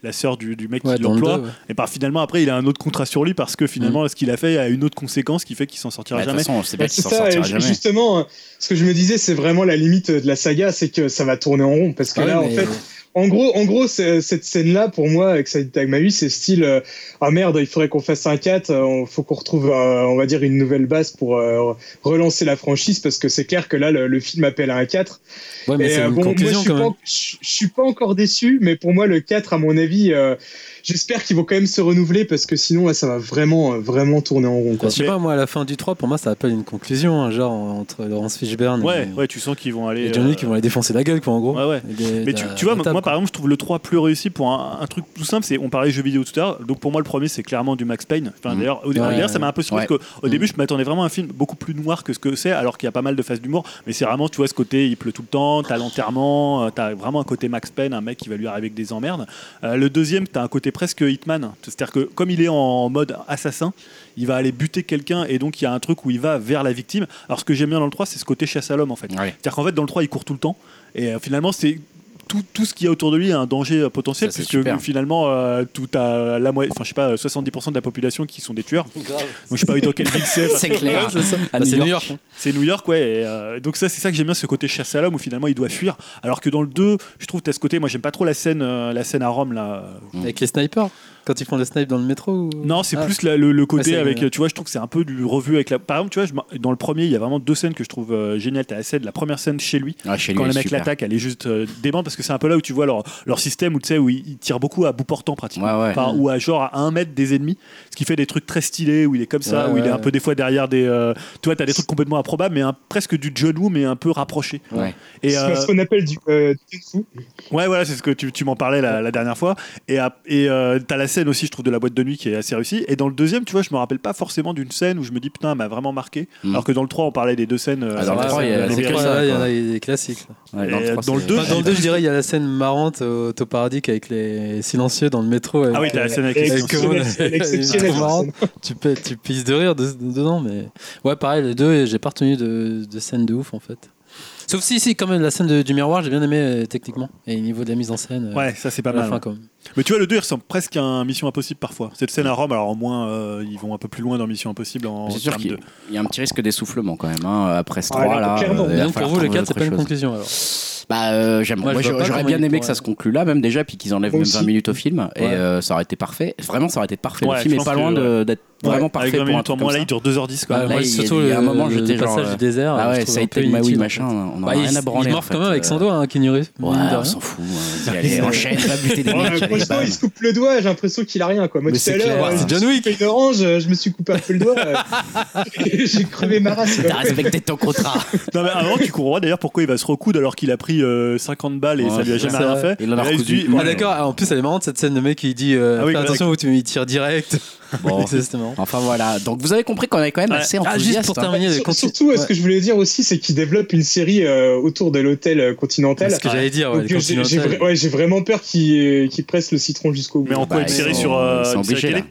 la sœur du, du mec Ouais, qui dans le Mm. l'emploie. deux, ouais. Et bah finalement après, il a un autre contrat sur lui parce que finalement ce qu'il a fait a une autre conséquence qui fait qu'il s'en sortira Bah, De toute jamais. façon, on sait bien Ouais, qu'il c'est s'en ça, et sortira ju- jamais. justement, euh, ce que je me disais, c'est vraiment la limite de la saga, c'est que ça va tourner en rond. Parce que Ah ouais, là, en mais- fait, En gros, en gros c'est- cette scène-là, pour moi, avec Saïd Tagmaoui, c'est style euh, Ah merde, il faudrait qu'on fasse un 4, il faut qu'on retrouve, euh, on va dire, une nouvelle base pour euh, relancer la franchise, parce que c'est clair que là, le, le film appelle à un 4. ouais, Ah, mais Et, c'est euh, une bon, moi, je conclusion suis, quand pas, même. en- je, je suis pas encore déçu, mais pour moi, le 4, à mon avis, euh, j'espère qu'ils vont quand même se renouveler, parce que sinon, là, ça va vraiment, euh, vraiment tourner en rond. Je Quoi. sais pas, moi à la fin du 3, pour moi ça appelle une conclusion, hein, genre entre Laurence Fishburne Ouais, et, ouais, tu sens qu'ils vont aller. et Johnny qui euh, vont aller défoncer la gueule quoi en gros. Ouais, ouais. Et des- Mais de tu, la- tu vois, la moi, table, moi, quoi. par exemple, je trouve le 3 plus réussi pour un, un truc tout simple. C'est on parlait jeux vidéo tout à l'heure. Donc pour moi, le premier, c'est clairement du Max Payne. Enfin, Mhm. D'ailleurs, au Mmh. Ouais, d'ailleurs, ça ouais. m'a un peu surpris. Ouais. parce que, au Mhm. début, je m'attendais vraiment à un film beaucoup plus noir que ce que c'est, alors qu'il y a pas mal de phases d'humour. Mais c'est vraiment, tu vois, ce côté, il pleut tout le temps, t'as l'enterrement, euh, t'as vraiment un côté Max Payne, un mec qui va lui arriver avec des emmerdes. Euh, le deuxième, t'as un côté presque Hitman. C'est-à-dire que comme il est en mode assassin, il va aller buter quelqu'un et donc il y a un truc où il va vers la victime. Alors ce que j'aime bien dans le 3, c'est ce côté chasse à l'homme en fait. Ouais. C'est-à-dire qu'en fait, dans le 3, il court tout le temps. Et euh, finalement, c'est tout, tout ce qu'il y a autour de lui a un danger euh, potentiel, Ça, c'est puisque super. euh, finalement, euh, tout à la moitié, enfin, je sais pas, euh, 70% de la population qui sont des tueurs. Donc, je sais pas dans quelle ville c'est. C'est clair. Ouais, c'est ça. À Bah, New c'est York. New York. C'est New York, ouais. et, euh, donc, ça, c'est ça que j'aime bien, ce côté chasse à l'homme où finalement il doit fuir. Alors que dans le 2, je trouve, tu as ce côté, moi, j'aime pas trop la scène, euh, la scène à Rome, là. Avec les snipers. quand ils font le snipe dans le métro ou... Non, c'est Ah. plus la- le, le côté Ouais, c'est, avec. euh, Tu vois, je trouve que c'est un peu du revu avec la. Par exemple, tu vois, je m'en- dans le premier, il y a vraiment deux scènes que je trouve euh, géniales. T'as la scène, la première scène chez lui, Ah, chez lui, quand le elle est mec super. l'attaque, elle est juste euh, dément parce que c'est un peu là où tu vois leur, leur système où tu sais où ils, ils tirent beaucoup à bout portant pratiquement. Ouais, ouais. Enfin, ou à genre à un mètre des ennemis, ce qui fait des trucs très stylés où il est comme ça, Ouais, où il est ouais. un peu des fois derrière des. euh, tu vois, t'as des trucs complètement improbables, mais un- presque du John Woo, mais un peu rapproché. Ouais. Et, C'est euh, ce qu'on appelle du euh, kung fu. Ouais, voilà, c'est ce que tu, tu m'en parlais la, la dernière fois. Et, à- et euh, t'as la scène aussi, je trouve, de la boîte de nuit qui est assez réussie. Et dans le deuxième, tu vois, je me rappelle pas forcément d'une scène où je me dis putain, elle m'a vraiment marqué. Mm. Alors que dans le 3, on parlait des deux scènes. euh, Ah, dans le euh, trois, il y a- euh, c'est des- que Ouais, ça, ouais, il y quoi. en a des classiques. là. Ouais, Et trois, dans le c'est- deux, Enfin, dans le 2, je dirais, il y a la scène marrante au Toparadik avec les silencieux dans le métro. avec, Ah oui, t'as la scène avec Et- les et questions. comment- exceptionnelle, exceptionnelle, Trop marrant. tu, peux, tu pisses de rire de- dedans, mais ouais, pareil, les deux, et j'ai pas retenu de, de scène de ouf en fait. Sauf si, si, quand même, la scène de- du miroir, j'ai bien aimé euh, techniquement et au niveau de la mise en scène. euh, Ouais, ça c'est pas à la mal. fin, ouais. quand même. Mais tu vois, le 2 il ressemble presque à un Mission Impossible parfois. Cette scène à Rome, alors au moins euh, ils vont un peu plus loin dans Mission Impossible en C'est sûr termes qu'il de. il y a un petit risque d'essoufflement quand même hein, après ce Ah, là, 3 là. euh, clairement. il va Et donc pour falloir vous, le trouver 4, c'est autre pas une chose. conclusion alors. Bah, euh, j'aime- Moi, moi, je vois j'aurais pas j'aurais comment bien il aimé que pourrait- ça se conclue là, même déjà, puis qu'ils enlèvent Moi même 20 aussi. minutes au film. Et Ouais. euh, ça aurait été parfait. Vraiment, ça aurait été parfait. le Ouais, je film est pense pas que, loin de- d'être vraiment Ouais, avec parfait 20 pour un minutes en truc moins, comme là ça. il dure 2h10 quoi. Bah, Bah, moi, il y a- surtout il y a un le- moment, le j'étais passage genre, du désert. Ah je ouais, trouve ça a un été peu de Maui inutile. machin. On en a Bah, rien il, à branler. il en morfe fait, quand même avec euh, son doigt, hein, Keanu Reeves. Ouais, mine de on rien. s'en fout. hein. Vas-y, allez, enchaîne, va buter des mecs. Ouais, allez, Franchement, bam. il se coupe le doigt, j'ai l'impression qu'il a rien quoi. Moi Mais tout c'est à l'heure, clair, euh, c'est John je me Wick. suis coupé une orange, euh, je me suis coupé un peu le doigt. euh, j'ai crevé ma race. quoi. T'as respecté ton contrat. Non, mais avant, tu comprends d'ailleurs pourquoi il va se recoudre alors qu'il a pris euh, 50 balles et Ouais, ça lui a c'est jamais ça. rien fait. Il en a Et là, se recousu dit, une. Ah, ouais, d'accord, Ah, en plus elle est marrante cette scène, le mec il dit euh, Ah oui, fais bah, Ah attention où tu il tire direct. Bon. C'est justement. Enfin voilà, donc vous avez compris qu'on est quand même Ouais. assez Ah, juste pour enthousiaste. hein. terminer, Sur- quand il- surtout, euh, ce ouais. que je voulais dire aussi, c'est qu'il développe une série euh, autour de l'hôtel euh, continental. C'est ce que j'allais dire, ouais, Donc, le euh, j'ai j'ai Continental. vra- ouais, j'ai vraiment peur qu'il qu'il presse le citron jusqu'au bout. Mais en quoi Bah, une ils série sont- sur. euh, ils sont une série obligés, télé là.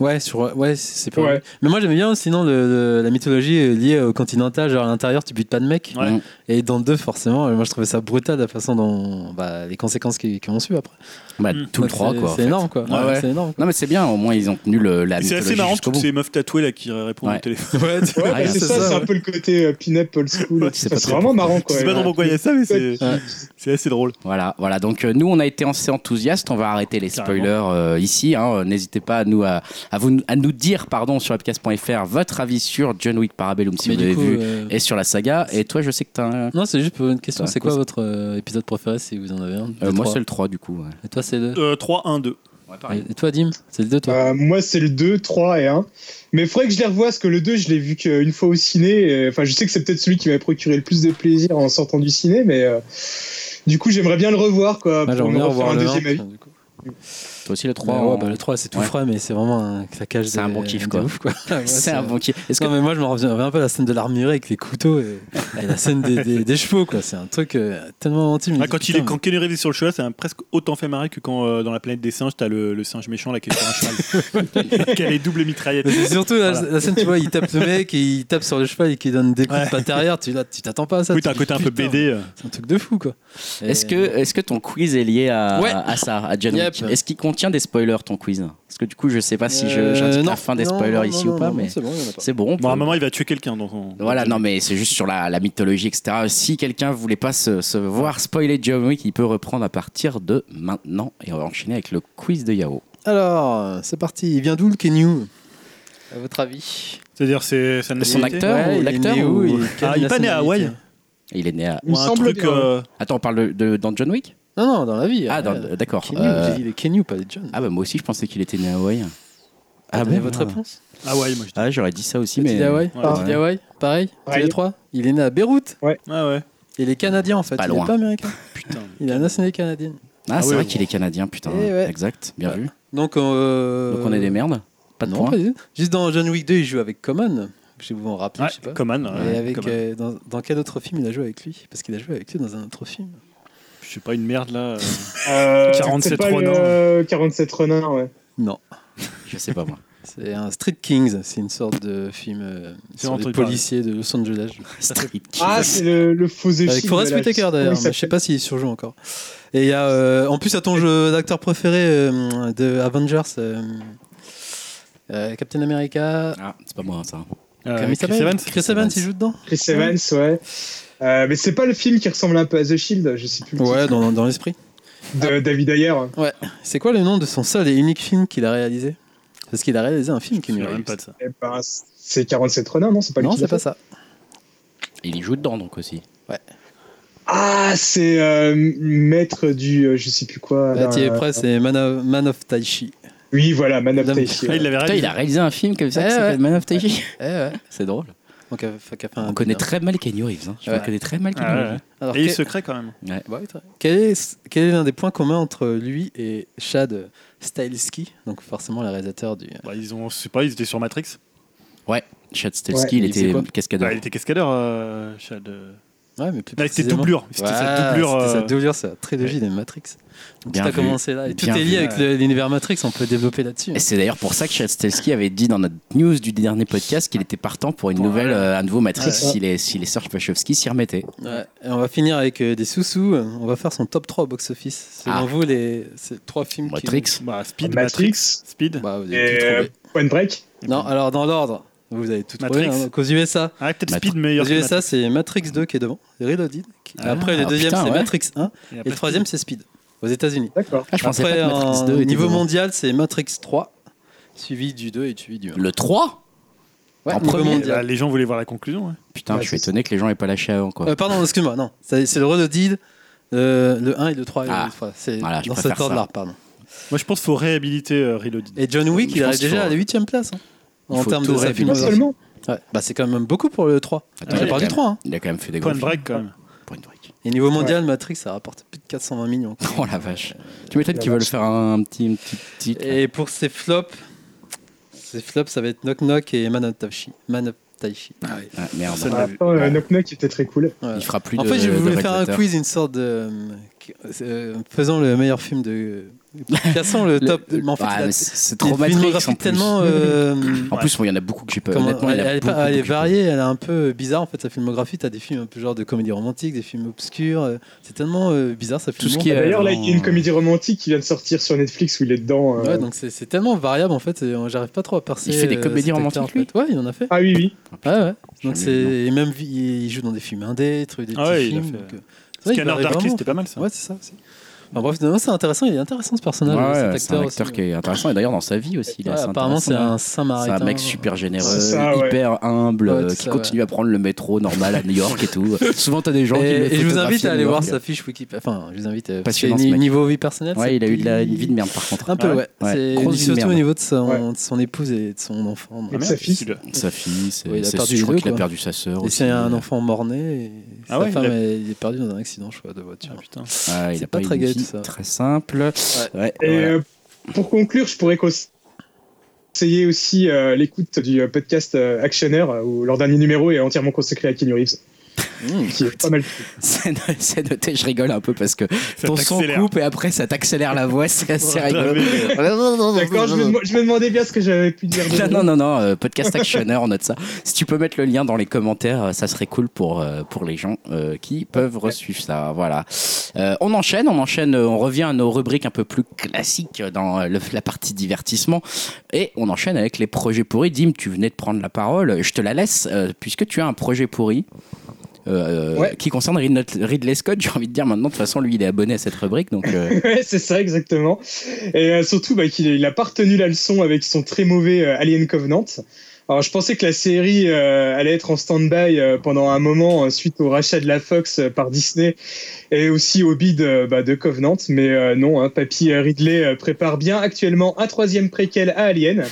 Ouais, sur, ouais, c'est pas Ouais. mal. Mais moi j'aimais bien sinon le- le- la mythologie euh, liée au continental, genre à l'intérieur tu butes pas de mec. Ouais. Et dans le 2 forcément, euh, moi je trouvais ça brutal la façon dont bah, les conséquences qui, qui ont su après. Bah, Mm. tout le Donc, 3 c'est- quoi. en C'est fait. énorme quoi. Ouais, ouais. C'est énorme. Non mais c'est bien, au moins ils ont tenu le, la Et C'est assez mythologie marrant jusqu'au toutes bout. ces meufs tatouées là qui répondent Ouais. au téléphone. Ouais, tu- Ouais, bah, Ouais, c'est c'est ça, ça, c'est ouais. un peu le côté euh, pin-up old school. c'est Enfin, pas c'est très vraiment marrant Je quoi. sais pas trop pourquoi il y a ça, mais c'est Ouais. c'est assez drôle. Voilà, voilà. Donc euh, nous, on a été assez enthousiastes. On va arrêter les Carrément. spoilers euh, ici. hein. Euh, N'hésitez pas à nous à, à vous à nous dire pardon sur webcast.fr votre avis sur John Wick Parabellum si Mais vous du l'avez coup, vu euh, et sur la saga. Et toi, je sais que t'as un... non, c'est juste pour une question. Ouais, C'est quoi votre euh, épisode préféré si vous en avez un Euh, Des moi trois. c'est le 3 du coup. ouais. Et toi c'est le. 3, 1, 2. Et toi Dim, c'est le 2 toi. Euh, moi, c'est le 2, 3 et 1. Mais il faudrait que je les revoie, parce que le 2, je l'ai vu qu'une fois au ciné. et, Enfin, je sais que c'est peut-être celui qui m'a procuré le plus de plaisir en sortant du ciné, mais euh, du coup, j'aimerais bien le revoir, Bah, quoi, Ah, pour j'aimerais me bien refaire revoir un le deuxième 1, avis. du coup. Toi aussi le hein. 3. Bah on- ouais, bah, le 3 c'est tout Ouais. frais mais c'est vraiment un claquage C'est un de- bon kiff, de quoi. ouf, quoi. Ouais, c'est un bon kiff. Est-ce que Non mais moi je me reviens un peu à la scène de l'armurier avec les couteaux et, et la scène des, des- des chevaux quoi. C'est un truc euh, tellement intime. Ah, quand il est quand Kenny Reeves est sur le cheval, ça m'a presque autant fait marrer que quand euh, dans la planète des singes, t'as le, le singe méchant là qui est sur un cheval. qui a les doubles mitraillettes. Mais c'est surtout la, Voilà. la scène tu vois il tape le mec et il tape sur le cheval et qui donne des coups Ouais. de patte arrière. Tu là, tu t'attends pas à ça. Oui, Tu t'as un dis, côté un peu putain, BD. euh. C'est un truc de fou quoi. Et- Est-ce que, est que ton quiz est lié à, Euh, Ouais. à ça, à John Yep. Wick Est-ce qu'il contient des spoilers, ton quiz Parce que du coup, je sais pas ah, si je- Euh, j'indique non, la fin des non, spoilers non, ici non, ou pas, non, mais c'est bon, il y en a pas. c'est bon. on Bon, à un peut- moment, il va tuer quelqu'un. Donc on- Voilà, donc, non, mais c'est juste sur la, la mythologie, etc. Si quelqu'un voulait pas se, se voir spoiler John Wick, il peut reprendre à partir de maintenant. Et on va enchaîner avec le quiz de Yao. Alors c'est parti. Il vient d'où le Kenyu À votre avis C'est-à-dire, c'est sa Son nationalité. acteur Ouais, ou il est l'acteur né ou- où et quelle Ah, il est pas né à nationalité Hawaï Il est né à. Il me Ou un semble truc, bien, ouais. euh, Attends, on parle de, de- dans John Wick Non non dans la vie. Ah, ouais. dans- d'accord. Kenyu, Euh, j'ai dit les Kenyu pas les John. Ah, bah moi aussi, je pensais qu'il était né à Hawaï. Vous avez bon, votre ah. réponse Hawaï, moi je dis. Ah, j'aurais dit ça aussi, Petit mais. Hawaï, Ouais. Petit Ouais. Hawaï, pareil, tous Ouais. les trois. Il est né à Beyrouth. Ah ouais, Il est canadien en fait, Pas il loin. est pas américain. putain. Il a la nationalité canadienne. Ah, Ah c'est ouais, vrai bon. qu'il est canadien, putain. Eh ouais. Exact, bien Ouais. vu. Donc, euh, Donc on est des merdes. Pas de non, points. pas du tout. Juste dans John Wick 2, il joue avec Common. Je vous en rappelle, Ouais, je sais pas. Coman. ouais, Et avec, Coman. euh, dans, dans quel autre film il a joué avec lui Parce qu'il a joué avec lui dans un autre film. Je suis pas une merde là. euh. Euh, 47 c'est pas le, renards. euh, 47 renards, ouais. Non. Je sais pas moi. C'est un Street Kings, c'est une sorte de film euh, C'est un sur les truc policiers de Los Angeles. je crois. Street Ah, Kids. c'est le, le faux échec. Avec Forrest Whitaker d'ailleurs, mais je sais pas s'il surjoue encore. Et il y a, euh, en plus, à ton jeu d'acteur préféré euh, de Avengers, euh, euh, Captain America. Ah, c'est pas moi ça. Euh, Comment il Chris s'appelle Evans. Chris Evans, il joue dedans Chris Evans, ouais. Euh, mais c'est pas le film qui ressemble un peu à The Shield, je sais plus. le Ouais, titre. dans, dans l'esprit. de David Ayer. hein. C'est quoi le nom de son seul et unique film qu'il a réalisé Parce qu'il a réalisé un film Je qu'il me ne souviens réalise même pas de ça. Eh ben, c'est 47 renards, non C'est pas lui Non, qui l'a c'est pas fait ça. Il y joue dedans donc aussi. Ah, c'est euh, maître du, euh, je sais plus quoi. Là, là, tu Bah, es euh, prêt, c'est Man of, Man of Tai Chi. Oui, voilà, Man of euh, Madame- Tahiti, Ah, ouais. il l'avait Putain, il réalisé. a réalisé un film comme ça Ouais, qui s'appelle Man of Taiji. Eh ouais. C'est drôle. Donc, euh, faut qu'elle fasse un On connaît bilan. très mal Kenny Reeves. hein. Je Ouais. me connais très mal Kenny Ah, ouais, Reeves. hein. ouais. Alors, Et il quel- est secret quand même. Bah oui, très bien. quel est, quel est l'un des points communs entre lui et Chad Stahelski, donc forcément le réalisateur du. Bah, ils ont, je sais pas, ils étaient sur Matrix. Chad Stahelski, Ouais, il il faisait était quoi cascadeur. Bah, il était cascadeur, euh, Chad. euh. Ouais, Là, mais plus c'était précisément- doublure. C'était sa Voilà, doublure. C'était sa euh, doublure, c'est la trilogie des Matrix. Donc, Bien tout a vu. commencé là. Et tout Bien est vu. lié avec le- l'univers Matrix, on peut développer là-dessus. hein. Et c'est d'ailleurs pour ça que Chad Stahelski avait dit dans notre news du dernier podcast qu'il était partant pour une nouvelle, euh, un nouveau Matrix Ouais. si, les, si les Serge Pachowski s'y remettaient. Ouais. Et on va finir avec euh, des sous-sous. On va faire son top 3 au box-office. Selon Ah. vous, les ces trois films qui- Matrix. bah, Speed, Matrix. Matrix Speed. Bah, vous avez tout et euh, trouvé. Point Break. Non, alors dans l'ordre, vous avez tout trouvé. Matrix. hein. donc, aux USA, Ah, peut-être Matrix. Speed meilleur. Aux que USA, c'est Matrix 2 qui est devant, Reloaded. qui- Ah, Après, le ah, deuxième, putain, c'est ouais. Matrix 1. Matrix. Et le troisième, c'est Speed, aux États-Unis. D'accord. Ah, je pensais Après, pas que Matrix en 2 était niveau devant. mondial, c'est Matrix 3, suivi du 2 et suivi du 1. Le 3 Ouais, en niveau premier. Eh bah, mondial. les gens voulaient voir la conclusion. ouais. Putain, Ouais, je suis c'est ça. étonné que les gens aient pas lâché avant quoi. Euh, pardon, excuse-moi, non. C'est c'est le Reloaded, euh, le 1 et le 3. et le Ah. 3. C'est Voilà, je dans préfère cet ordre-là, pardon. Moi, je pense qu'il faut réhabiliter euh, Reloaded. Et John Wick, Je il pense arrive qu'il déjà faut- à la 8ème place. hein, Il en faut termes tout Ah, de sa réhabiliter. Pas filmographie. seulement. Ouais. Bah, c'est quand même beaucoup pour le 3. Attends, J'ai il, a parlé quand du 3. hein. même- il a quand même fait des gros Point Break quand même. films. Point Break. Et niveau mondial, Matrix, ça rapporte plus de 420 millions. Oh la vache. Tu m'étonnes la qu'ils veulent vache. faire un, un petit, un petit titre. Et pour ces flops, ces flops, ça va être Knock Knock et Man of Taichi. Man of Taichi. Ah, merde. Ça, On l'a Ah, vu. oh, euh, Knock Knock était très cool. Voilà. Il fera plus En de. fait, je de voulais faire un réalisateur. quiz, une sorte de. euh, faisant le meilleur film de. Cassons le Le- top. le- mais en fait, Ah, la- mais c'est c'est la trop Matrix filmographie en plus. tellement. euh, En plus, bon, il y en a beaucoup que j'ai pas. comment- Honnêtement, il elle, y en a elle est pas- beaucoup elle est que j'ai pas- variée, elle est un peu bizarre en fait sa filmographie. T'as des films un peu genre de comédie romantique, des films obscurs. euh, C'est tellement euh, bizarre sa Tout ce filmographie. qui est, D'ailleurs, là, il y a une vraiment- comédie romantique qui vient de sortir sur Netflix où il est dedans. euh, Ouais, donc c'est c'est tellement variable en fait, et, euh, j'arrive pas trop à percer. Il fait des euh, comédies cet acteur, romantiques, en fait. Ouais, il en a fait. Ah oui, oui. ouais, ouais. Donc Jamais c'est vu, non. et même vi- il joue dans des films indés, des trucs des Ah petits ouais, il a films. fait- donc, euh, c'est vrai, il Scanner varie Darkly, vraiment. c'était pas mal ça. Ouais, c'est ça. Aussi. Enfin, bref, non, c'est intéressant. Il est intéressant ce personnage, Ouais, cet ouais, c'est acteur. un acteur aussi. qui est intéressant et d'ailleurs dans sa vie aussi. il est Ouais, assez apparemment, c'est intéressant. un Saint-Marin. C'est un mec super généreux, C'est ça, ouais. hyper humble, Ouais, euh, c'est qui ça, continue à prendre le métro normal à New York et tout. Souvent, t'as des gens Et, qui. le et je vous photographient invite à aller New voir York. sa fiche Wikipédia. Enfin, je vous invite. euh, parce que Passionnant, ce ni- mec. niveau vie personnelle. Ouais, c'est il a eu de la, une plus- vie de merde par contre. Un peu, Ah ouais. ouais. Ouais, C'est grosse vie de surtout merde. au niveau de son, Ouais. de son épouse et de son enfant. Ah, Et de merde, sa fille. celui-là. Sa fille, c'est- Ouais, il a c'est- perdu je crois les qu'il a deux, perdu sa sœur. Et aussi. c'est un enfant mort-né. et Ah sa ouais, il femme, a- elle est perdue dans un accident, je crois, de voiture. Ah, putain. Ah, il C'est a pas eu très une gay, vie tout ça. Très simple. Ouais, Et voilà. euh, pour conclure, je pourrais conseiller aussi euh, l'écoute du euh, podcast euh, Actioner euh, où leur dernier numéro est entièrement consacré à Keanu Reeves, Mmh. qui est pas mal. C'est no- c'est noté, je rigole un peu parce que Ça ton son t'accélère. coupe et après ça t'accélère la voix, c'est assez Putain, rigolo. mais- D'accord, je, me dem- je me demandais bien ce que j'avais pu dire. de Non, non, vous. non, non, euh, podcast actionneur, on note ça. Si tu peux mettre le lien dans les commentaires, euh, ça serait cool pour, euh, pour les gens euh, qui peuvent resuivre ça. Voilà. Euh, on enchaîne, on enchaîne, euh, on revient à nos rubriques un peu plus classiques euh, dans euh, le- la partie divertissement. Et on enchaîne avec les projets pourris. Dim, tu venais de prendre la parole, je te la laisse, euh, puisque tu as un projet pourri. euh, Ouais. Qui concerne Rid- Ridley Scott, j'ai envie de dire maintenant, de toute façon, lui il est abonné à cette rubrique, donc euh, Ouais, c'est ça, exactement. Et euh, surtout bah, qu'il n'a pas retenu la leçon avec son très mauvais euh, Alien Covenant. Alors, je pensais que la série euh, allait être en stand-by euh, pendant un moment euh, suite au rachat de la Fox euh, par Disney et aussi au bid euh, bah, de Covenant. Mais euh, non, hein, Papy euh, Ridley euh, prépare bien actuellement un troisième préquel à Alien.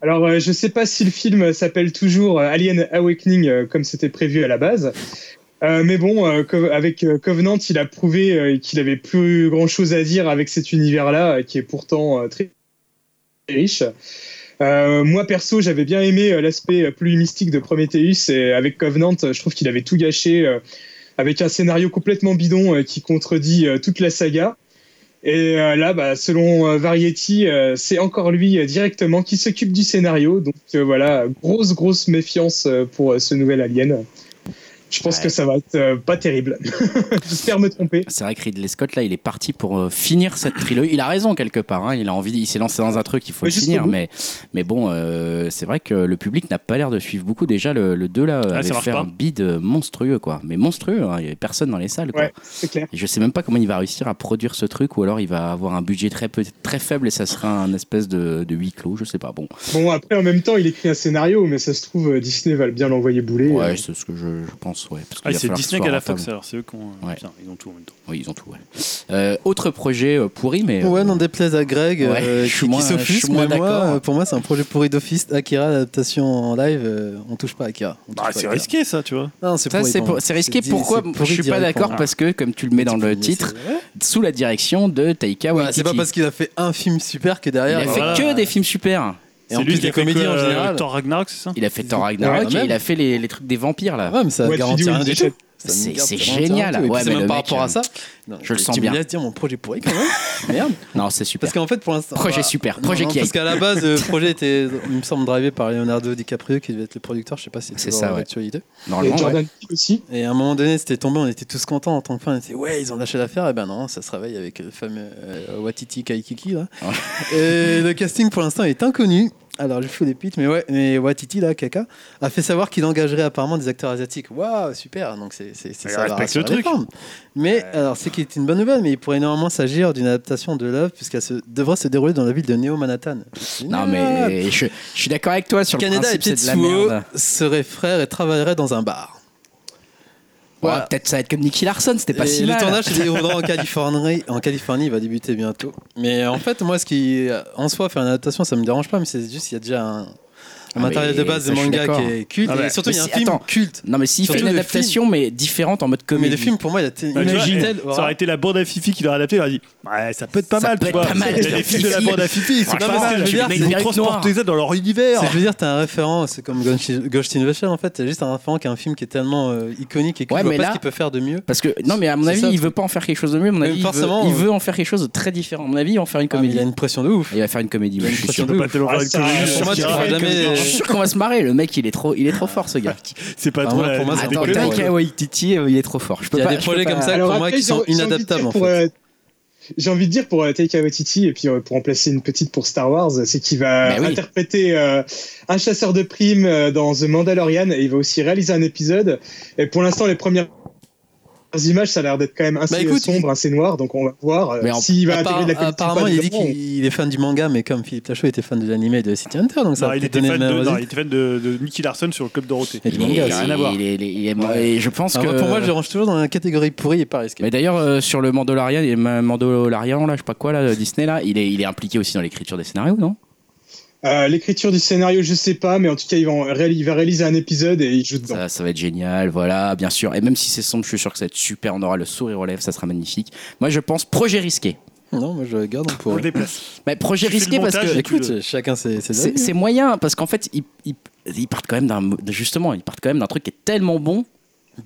Alors, euh, je ne sais pas si le film s'appelle toujours euh, Alien Awakening euh, comme c'était prévu à la base. Euh, mais bon, euh, Co- avec euh, Covenant, il a prouvé euh, qu'il avait plus grand chose à dire avec cet univers-là, euh, qui est pourtant euh, très riche. Euh, moi perso, j'avais bien aimé euh, l'aspect euh, plus mystique de Prometheus et avec Covenant, euh, je trouve qu'il avait tout gâché euh, avec un scénario complètement bidon euh, qui contredit euh, toute la saga. Et euh, là, bah, selon euh, Variety, euh, c'est encore lui euh, directement qui s'occupe du scénario. Donc euh, voilà, grosse grosse méfiance euh, pour euh, ce nouvel alien. Je pense Ouais. que ça va être euh, pas terrible. J'espère me tromper. C'est vrai que Ridley Scott, là, il est parti pour euh, finir cette trilogie. Il a raison quelque part. hein. Il a envie, il s'est lancé dans un truc, il faut Oui, le jusqu'au finir. bout. Mais, mais bon, euh, c'est vrai que le public n'a pas l'air de suivre beaucoup. Déjà, le, 2 là avait Ah, ça marche fait pas. un bid euh, monstrueux, quoi. Mais monstrueux, hein. il n'y avait personne dans les salles, quoi. Ouais, c'est clair. Et Je sais même pas comment il va réussir à produire ce truc, ou alors il va avoir un budget très, peu- très faible et ça sera un espèce de, de huis clos, je sais pas. Bon, Bon, après, en même temps, il écrit un scénario, mais ça se trouve, euh, Disney va bien l'envoyer bouler. ouais, Euh, c'est ce que je, je pense, ouais. parce qu'il Ah, va c'est falloir que ce Disney soit qui a la rentable. Fox alors, c'est eux qui ont. Ouais. Putain, ils ont tout en même temps. Oui, ils ont tout, ouais. Euh, autre projet euh, pourri, mais. euh, Ouais, n'en déplaise à Greg, Ouais, euh, je suis qui, moins- qui s'offusque, je suis moins mais moi, d'accord. euh, pour moi, c'est un projet pourri d'office. Akira, adaptation en live, euh, on touche pas à Akira. On touche pas Bah, à c'est Akira. risqué ça, tu vois. Non, c'est Ça, pourri c'est pour moi. pour- c'est risqué. C'est- Pourquoi c'est pourri Je suis pas direct pour d'accord moi. parce que, comme tu le mets dans le C'est- titre, c'est- ouais. sous la direction de Taika Ouais, Waititi. c'est pas parce qu'il a fait un film super que il derrière. a fait Voilà. que des films super. Et en plus, des comédies euh, en général. Thor Ragnarok, c'est ça Il a fait Thor Ragnarok, Ouais, et il a fait les, les trucs des vampires là. Ah Ouais, mais ça What garantit you do rien is du the tout. C'est- Ça ne garantit c'est rien du génial, tout. ouais, Et puis, c'est mais même le par mec, rapport euh, à ça. non, je le tu sens me bien. dis, ah, tiens, mon projet pourri quand même. Merde. Non, c'est super. Parce qu'en fait, pour l'instant. Projet bah, super, non, projet non, qui Parce aille. qu'à la base, le projet était, il me semble, drivé par Leonardo DiCaprio, qui devait être le producteur. Je sais pas si C'est c'est ça, ça ouais. l'actualité. Normalement, Et ouais. Jordan Peele aussi. Et à un moment donné, c'était tombé, on était tous contents en tant que fans. On était, ouais, ils ont lâché l'affaire. Et ben non, ça se réveille avec le fameux euh, Watiti Kaikiki. Là. Et le casting pour l'instant est inconnu. Alors, je fous des pites, mais ouais, mais Watiti, là, caca, a fait savoir qu'il engagerait apparemment des acteurs asiatiques. Waouh, super! Donc, c'est c'est- c'est Il ça. va respecte rassurer le les truc. femmes. Mais alors, c'est qui est une bonne nouvelle, mais il pourrait énormément s'agir d'une adaptation de l'œuvre, puisqu'elle se, devrait se dérouler dans la ville de Neo Manhattan. Non, mais je, je suis d'accord avec toi sur Canada le et principe, c'est de la Tetsuo merde. seraient frères et travailleraient dans un bar. Ouais, Voilà. Peut-être ça va être comme Nicky Larson, c'était pas Et si le mal. tournage se déroulera en Californie. En Californie, il va débuter bientôt. Mais en fait, moi, ce qui, en soi, faire une adaptation, ça me dérange pas, mais c'est juste qu'il y a déjà un, un Ah, matériel mais de base ça, de je suis manga d'accord. qui est culte. Ah, et ouais. surtout, il y a un Mais si- film attends. culte. Non, mais s'il fait Surtout une le adaptation, mais différente en mode Mais comédie. le film, pour moi, il a été Bah, tu vois, imagine eh, telle ça horreur. aurait été la bande à Fifi qui l'aurait adapté. Il aurait dit Ouais, ça peut être pas Ça mal, peut tu être vois. pas mal, Il y a la des films de la Fifi. bande à Fifi, c'est Franchement, pas ce mal. que je veux dire, Mais c'est ils vont Mérite Noir. transporter ça dans leur univers. C'est- Je veux dire, t'as un référent, c'est comme Ghost Ghost in the Shell en fait, t'as juste un référent qui a un film qui est tellement euh, iconique et que Ouais, tu vois mais pas là- ce qu'il peut faire de mieux. Parce que, non, mais à mon C'est avis, ça, le il veut pas en faire quelque chose de mieux. À mon Mais avis, il veut, forcément, il euh, veut en faire quelque chose de très différent. À mon avis, il va en faire une Ah, mais il comédie. a une pression de ouf. Il va faire une comédie, moi, je suis sûr. On peut pas tellement Ah, faire une ça, comédie. euh, Pour moi, tu Akira, pourras jamais. Je suis sûr qu'on va se marrer. Le mec, il est trop, il est trop fort, ce gars. C'est pas Ah, trop moi, la- pour moi, la c'est Attends, incroyable. déconnerie. Taika Waititi, euh, il est trop fort. Je peux Il y a pas, des je projets peux comme pas- ça. pour moi, qui j'ai- sont j'ai envie de dire inadaptables, en pour, fait. euh, J'ai envie de dire pour euh, Taika Waititi et puis euh, pour en placer une petite pour Star Wars, c'est qu'il va Bah oui. interpréter euh, un chasseur de primes euh, dans The Mandalorian et il va aussi réaliser un épisode. Et pour l'instant, les premières images, ça a l'air d'être quand même assez Bah écoute, sombre, assez noir, donc on va voir euh, Mais en- s'il va Appara- intégrer de la politique ou pas apparemment, Ah, il dit dedans. qu'il est fan du manga, mais comme Philippe Lachaud était fan de l'anime et de City Hunter, donc ça Non, va il peut-être était donner le fan même de- non, il résultat. était fan de de Nicky Larson sur le Club Dorothée. Et Il est- du manga, il est- rien à voir. il est- il est- il est- Ouais. Et je pense Alors, que. Pour moi, je le range toujours dans la catégorie pourri et pas risqué. Mais d'ailleurs, euh, sur le Mandalorian, et Ma- Mandalorian, là, je sais pas quoi, là, euh, Disney, là, il est, il est impliqué aussi dans l'écriture des scénarios, non Euh, L'écriture du scénario, je sais pas, mais en tout cas, il va, en réal- il va réaliser un épisode et il joue dedans. ça, ça va être génial, voilà, bien sûr. Et même si c'est sombre, je suis sûr que ça va être super. On aura le sourire aux lèvres, ça sera magnifique. Moi, je pense projet risqué. Non, moi je le garde en On le pourri. déplace. Mais projet Tu fais le risqué parce montage que. et tu Écoute, le- chacun ses, ses C'est avis. c'est moyen parce qu'en fait, ils, ils- ils partent quand même d'un justement, ils partent quand même d'un truc qui est tellement bon.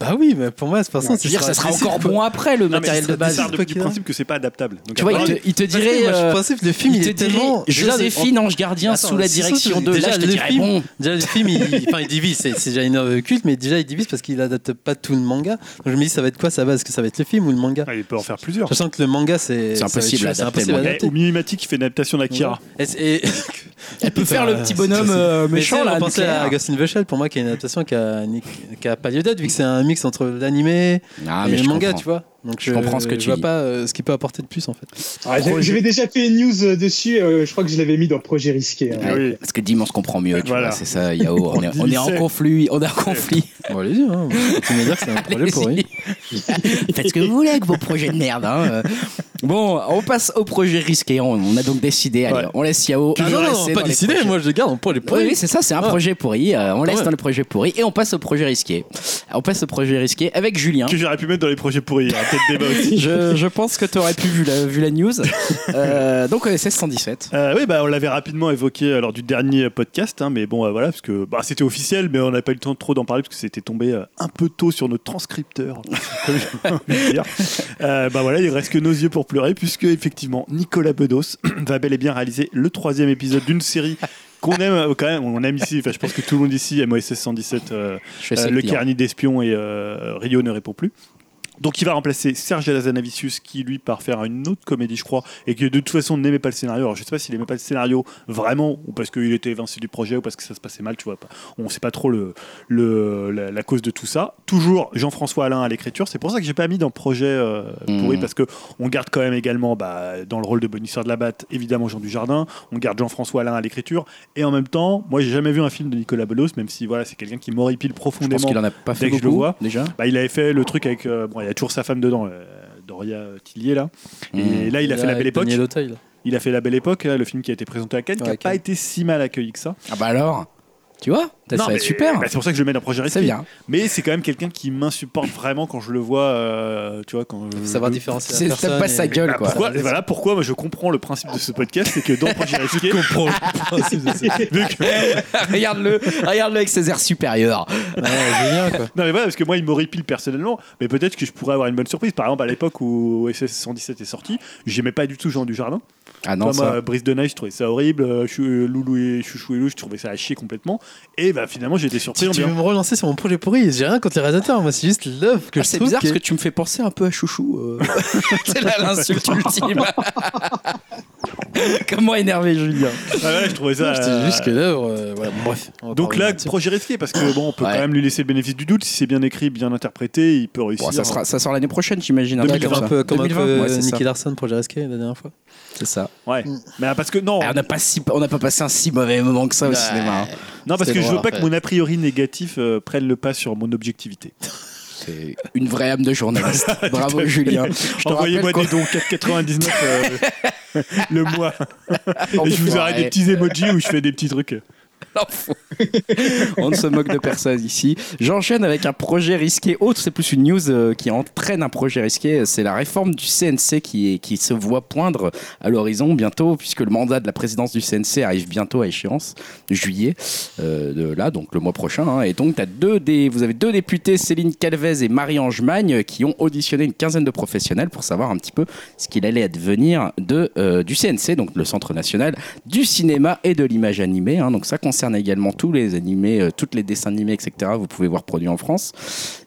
Bah oui, mais pour moi, c'est pour Je ça. veux dire, ça sera encore bon bon après le Non, mais matériel c'est de base. bizarre de- quoi du qu'il en- principe que c'est pas adaptable. Donc, Tu vois, apparemment, il te, il te dirait. Moi, je euh, pensais que le film, il il te est dirait tellement. déjà, Joséphine Ange Gardien Attends, sous la c'est surtout, direction c'est de. déjà Là, je te le dirais film. bon. Déjà, le film, il, enfin, il divise, c'est c'est déjà une œuvre culte, mais déjà, il divise parce qu'il adapte pas tout le manga. Donc, je me dis, ça va être quoi sa base Est-ce que ça va être le film ou le manga ah, Il peut en faire plusieurs. Sachant que le manga, C'est c'est. ça va être impossible chaud, à c'est adapter, le impossible à manga. Eh, adapter. Ou Minimati qui fait une adaptation d'Akira. Et c'est- et- Elle peut Putain, faire le petit bonhomme c'est- c'est- euh, Mais méchant tu sais, là. on pensait nucléaire. à Ghost in the Shell, pour moi, qui est une adaptation qui a, ni- qui a pas lieu d'être, vu que c'est un mix entre l'animé Ah, et mais le je manga, comprends. tu vois. Donc Je comprends ce que je tu vois dis. pas euh, ce qu'il peut apporter de plus, en fait. Ah, j'ai- J'avais déjà fait une news euh, dessus, euh, je crois que je l'avais mis dans Projet Risqué. hein. Ah Ouais, Oui. Parce que dimanche, on comprend mieux, tu Voilà. vois, c'est ça, Yao. On, est, On on est en dissèque. conflit, on est en conflit. Bon, allez-y, hein. tu me dire que c'est un projet pour Allez-y. Faites ce que vous voulez avec vos projets de merde. hein. Euh, Bon, on passe au projet risqué. On, on a donc décidé, allez, Ouais. on laisse Yao. Ah on non, va non, rester non, pas dans les décidé, projets. moi je le garde en projet pour Oui, oui, c'est ça, c'est un Ah. projet pourri. euh, on laisse ouais. dans le projet pourri et on passe au projet risqué. Euh, On passe au projet risqué avec Julien. Que j'aurais pu mettre dans les projets pourris. Il y aura peut-être débat aussi. Je, je pense que tu aurais pu vu la, vu la news. Euh, donc, euh, 1617. Euh, oui, bah, on l'avait rapidement évoqué euh, lors du dernier podcast, hein, mais bon, euh, voilà, parce que bah, c'était officiel, mais on n'a pas eu le temps de trop d'en parler, parce que c'était tombé euh, un peu tôt sur nos transcripteurs. comme j'ai envie de dire. Euh, bah voilà, il reste que nos yeux pour pleurer, puisque effectivement, Nicolas Bedos va bel et bien réaliser le troisième épisode d'une série qu'on aime euh, quand même, on aime ici, enfin, je pense que tout le monde ici aime OSS 117, euh, Je suis euh, assez le client. Carni d'espions et euh, Rio ne répond plus. Donc il va remplacer Serge Lazanavicius qui lui part faire une autre comédie je crois et qui de toute façon n'aimait pas le scénario. Alors je sais pas s'il aimait pas le scénario vraiment ou parce qu'il était évincé du projet ou parce que ça se passait mal, tu vois. pas- On sait pas trop le, le- la, la cause de tout ça. Toujours Jean-François Alain à l'écriture. C'est pour ça que j'ai pas mis dans projet euh, pourri Mm. parce que on garde quand même également bah, dans le rôle de bonisseur de la batte évidemment Jean Dujardin. On garde Jean-François Alain à l'écriture et en même temps moi j'ai jamais vu un film de Nicolas Bedos même si voilà c'est quelqu'un qui m'horripile Je pense profondément qu'il en a pas fait Dès que je beaucoup le vois. déjà. bah, il avait fait le truc avec. euh, bon, il y a toujours sa femme dedans, euh, Doria Tillier, là. Mm. Et là, il a fait La Belle Époque. Daniel Auteuil, Euh, là. Il a fait La Belle Époque, là, le film qui a été présenté à Cannes, qui Ouais, n'a pas Cannes. été si mal accueilli que ça. Ah bah alors, tu vois, ça Non, va mais- être super. bah, c'est pour ça que je le mets dans Projet C'est Risqué. bien. Mais c'est quand même quelqu'un qui m'insupporte vraiment quand je le vois, euh, tu vois, quand. Faut je- savoir différencier la C'est personne tape pas sa et- gueule Bah, quoi. pourquoi, et voilà pourquoi moi, je comprends le principe de ce podcast, c'est que dans Projet Risqué, vu que- regarde-le, regarde-le avec ses airs supérieurs. Ouais, génial, quoi. Non mais voilà, parce que moi il m'horripile personnellement, mais peut-être que je pourrais avoir une bonne surprise. Par exemple, à l'époque où SS 117 est sorti, j'aimais pas du tout Jean Dujardin. Ah Toi, non ça. moi, Brise de Neige, je trouvais ça horrible. Euh, Chou- euh, Loulou et Chouchou et Lou, je trouvais ça à chier complètement. Et bah, finalement, j'ai été surpris. Tu, en tu veux disant, me relancer sur mon projet pourri J'ai rien contre les réalisateurs, moi c'est juste l'œuvre que Ah, je c'est trouve. bizarre qui parce que est- tu me fais penser un peu à Chouchou. euh. c'est là l'insulte ultime. Comment énerver Julien Ah, voilà, je trouvais ça. Je te euh, dis juste que l'œuvre. euh, voilà, bon, bref. on va Donc pas là, revenir là-dessus. projet risqué, parce que bon, on peut Ouais. quand même lui laisser le bénéfice du doute. Si c'est bien écrit, bien interprété, il peut réussir. Bon, ça, sera- ça sort l'année prochaine, j'imagine. un Ouais, truc comme un ça. peu, comme un 2020, peu ouais, c'est ça. Nicky Larson, projet risqué la dernière fois. C'est ça. Ouais. Mais ah, parce que non, Ah, on n'a pas, si, on n'a pas passé un si mauvais moment que ça au cinéma. hein. non parce c'est que je veux noir, pas que ouais. mon a priori négatif euh, prenne le pas sur mon objectivité. C'est une vraie âme de journaliste. Bravo Julien. Je te Envoyez-moi rappelle qu'on des dons 4,99 euh, le mois. Et je vous arrête des Enfoiré. petits emojis où je fais des petits trucs. On ne se moque de personne ici. J'enchaîne avec un projet risqué. Autre, c'est plus une news euh, qui entraîne un projet risqué. C'est la réforme du CNC qui, est, qui se voit poindre à l'horizon bientôt, puisque le mandat de la présidence du CNC arrive bientôt à échéance, juillet, euh, de là, donc le mois prochain. hein. Et donc, as deux des, vous avez deux députés, Céline Calvez et Marie-Ange Magne, qui ont auditionné une quinzaine de professionnels pour savoir un petit peu ce qu'il allait advenir de, euh, du CNC, donc le Centre national du cinéma et de l'image animée. hein. donc ça concerne également tous les animés, euh, toutes les dessins animés, etc. Vous pouvez voir produits en France.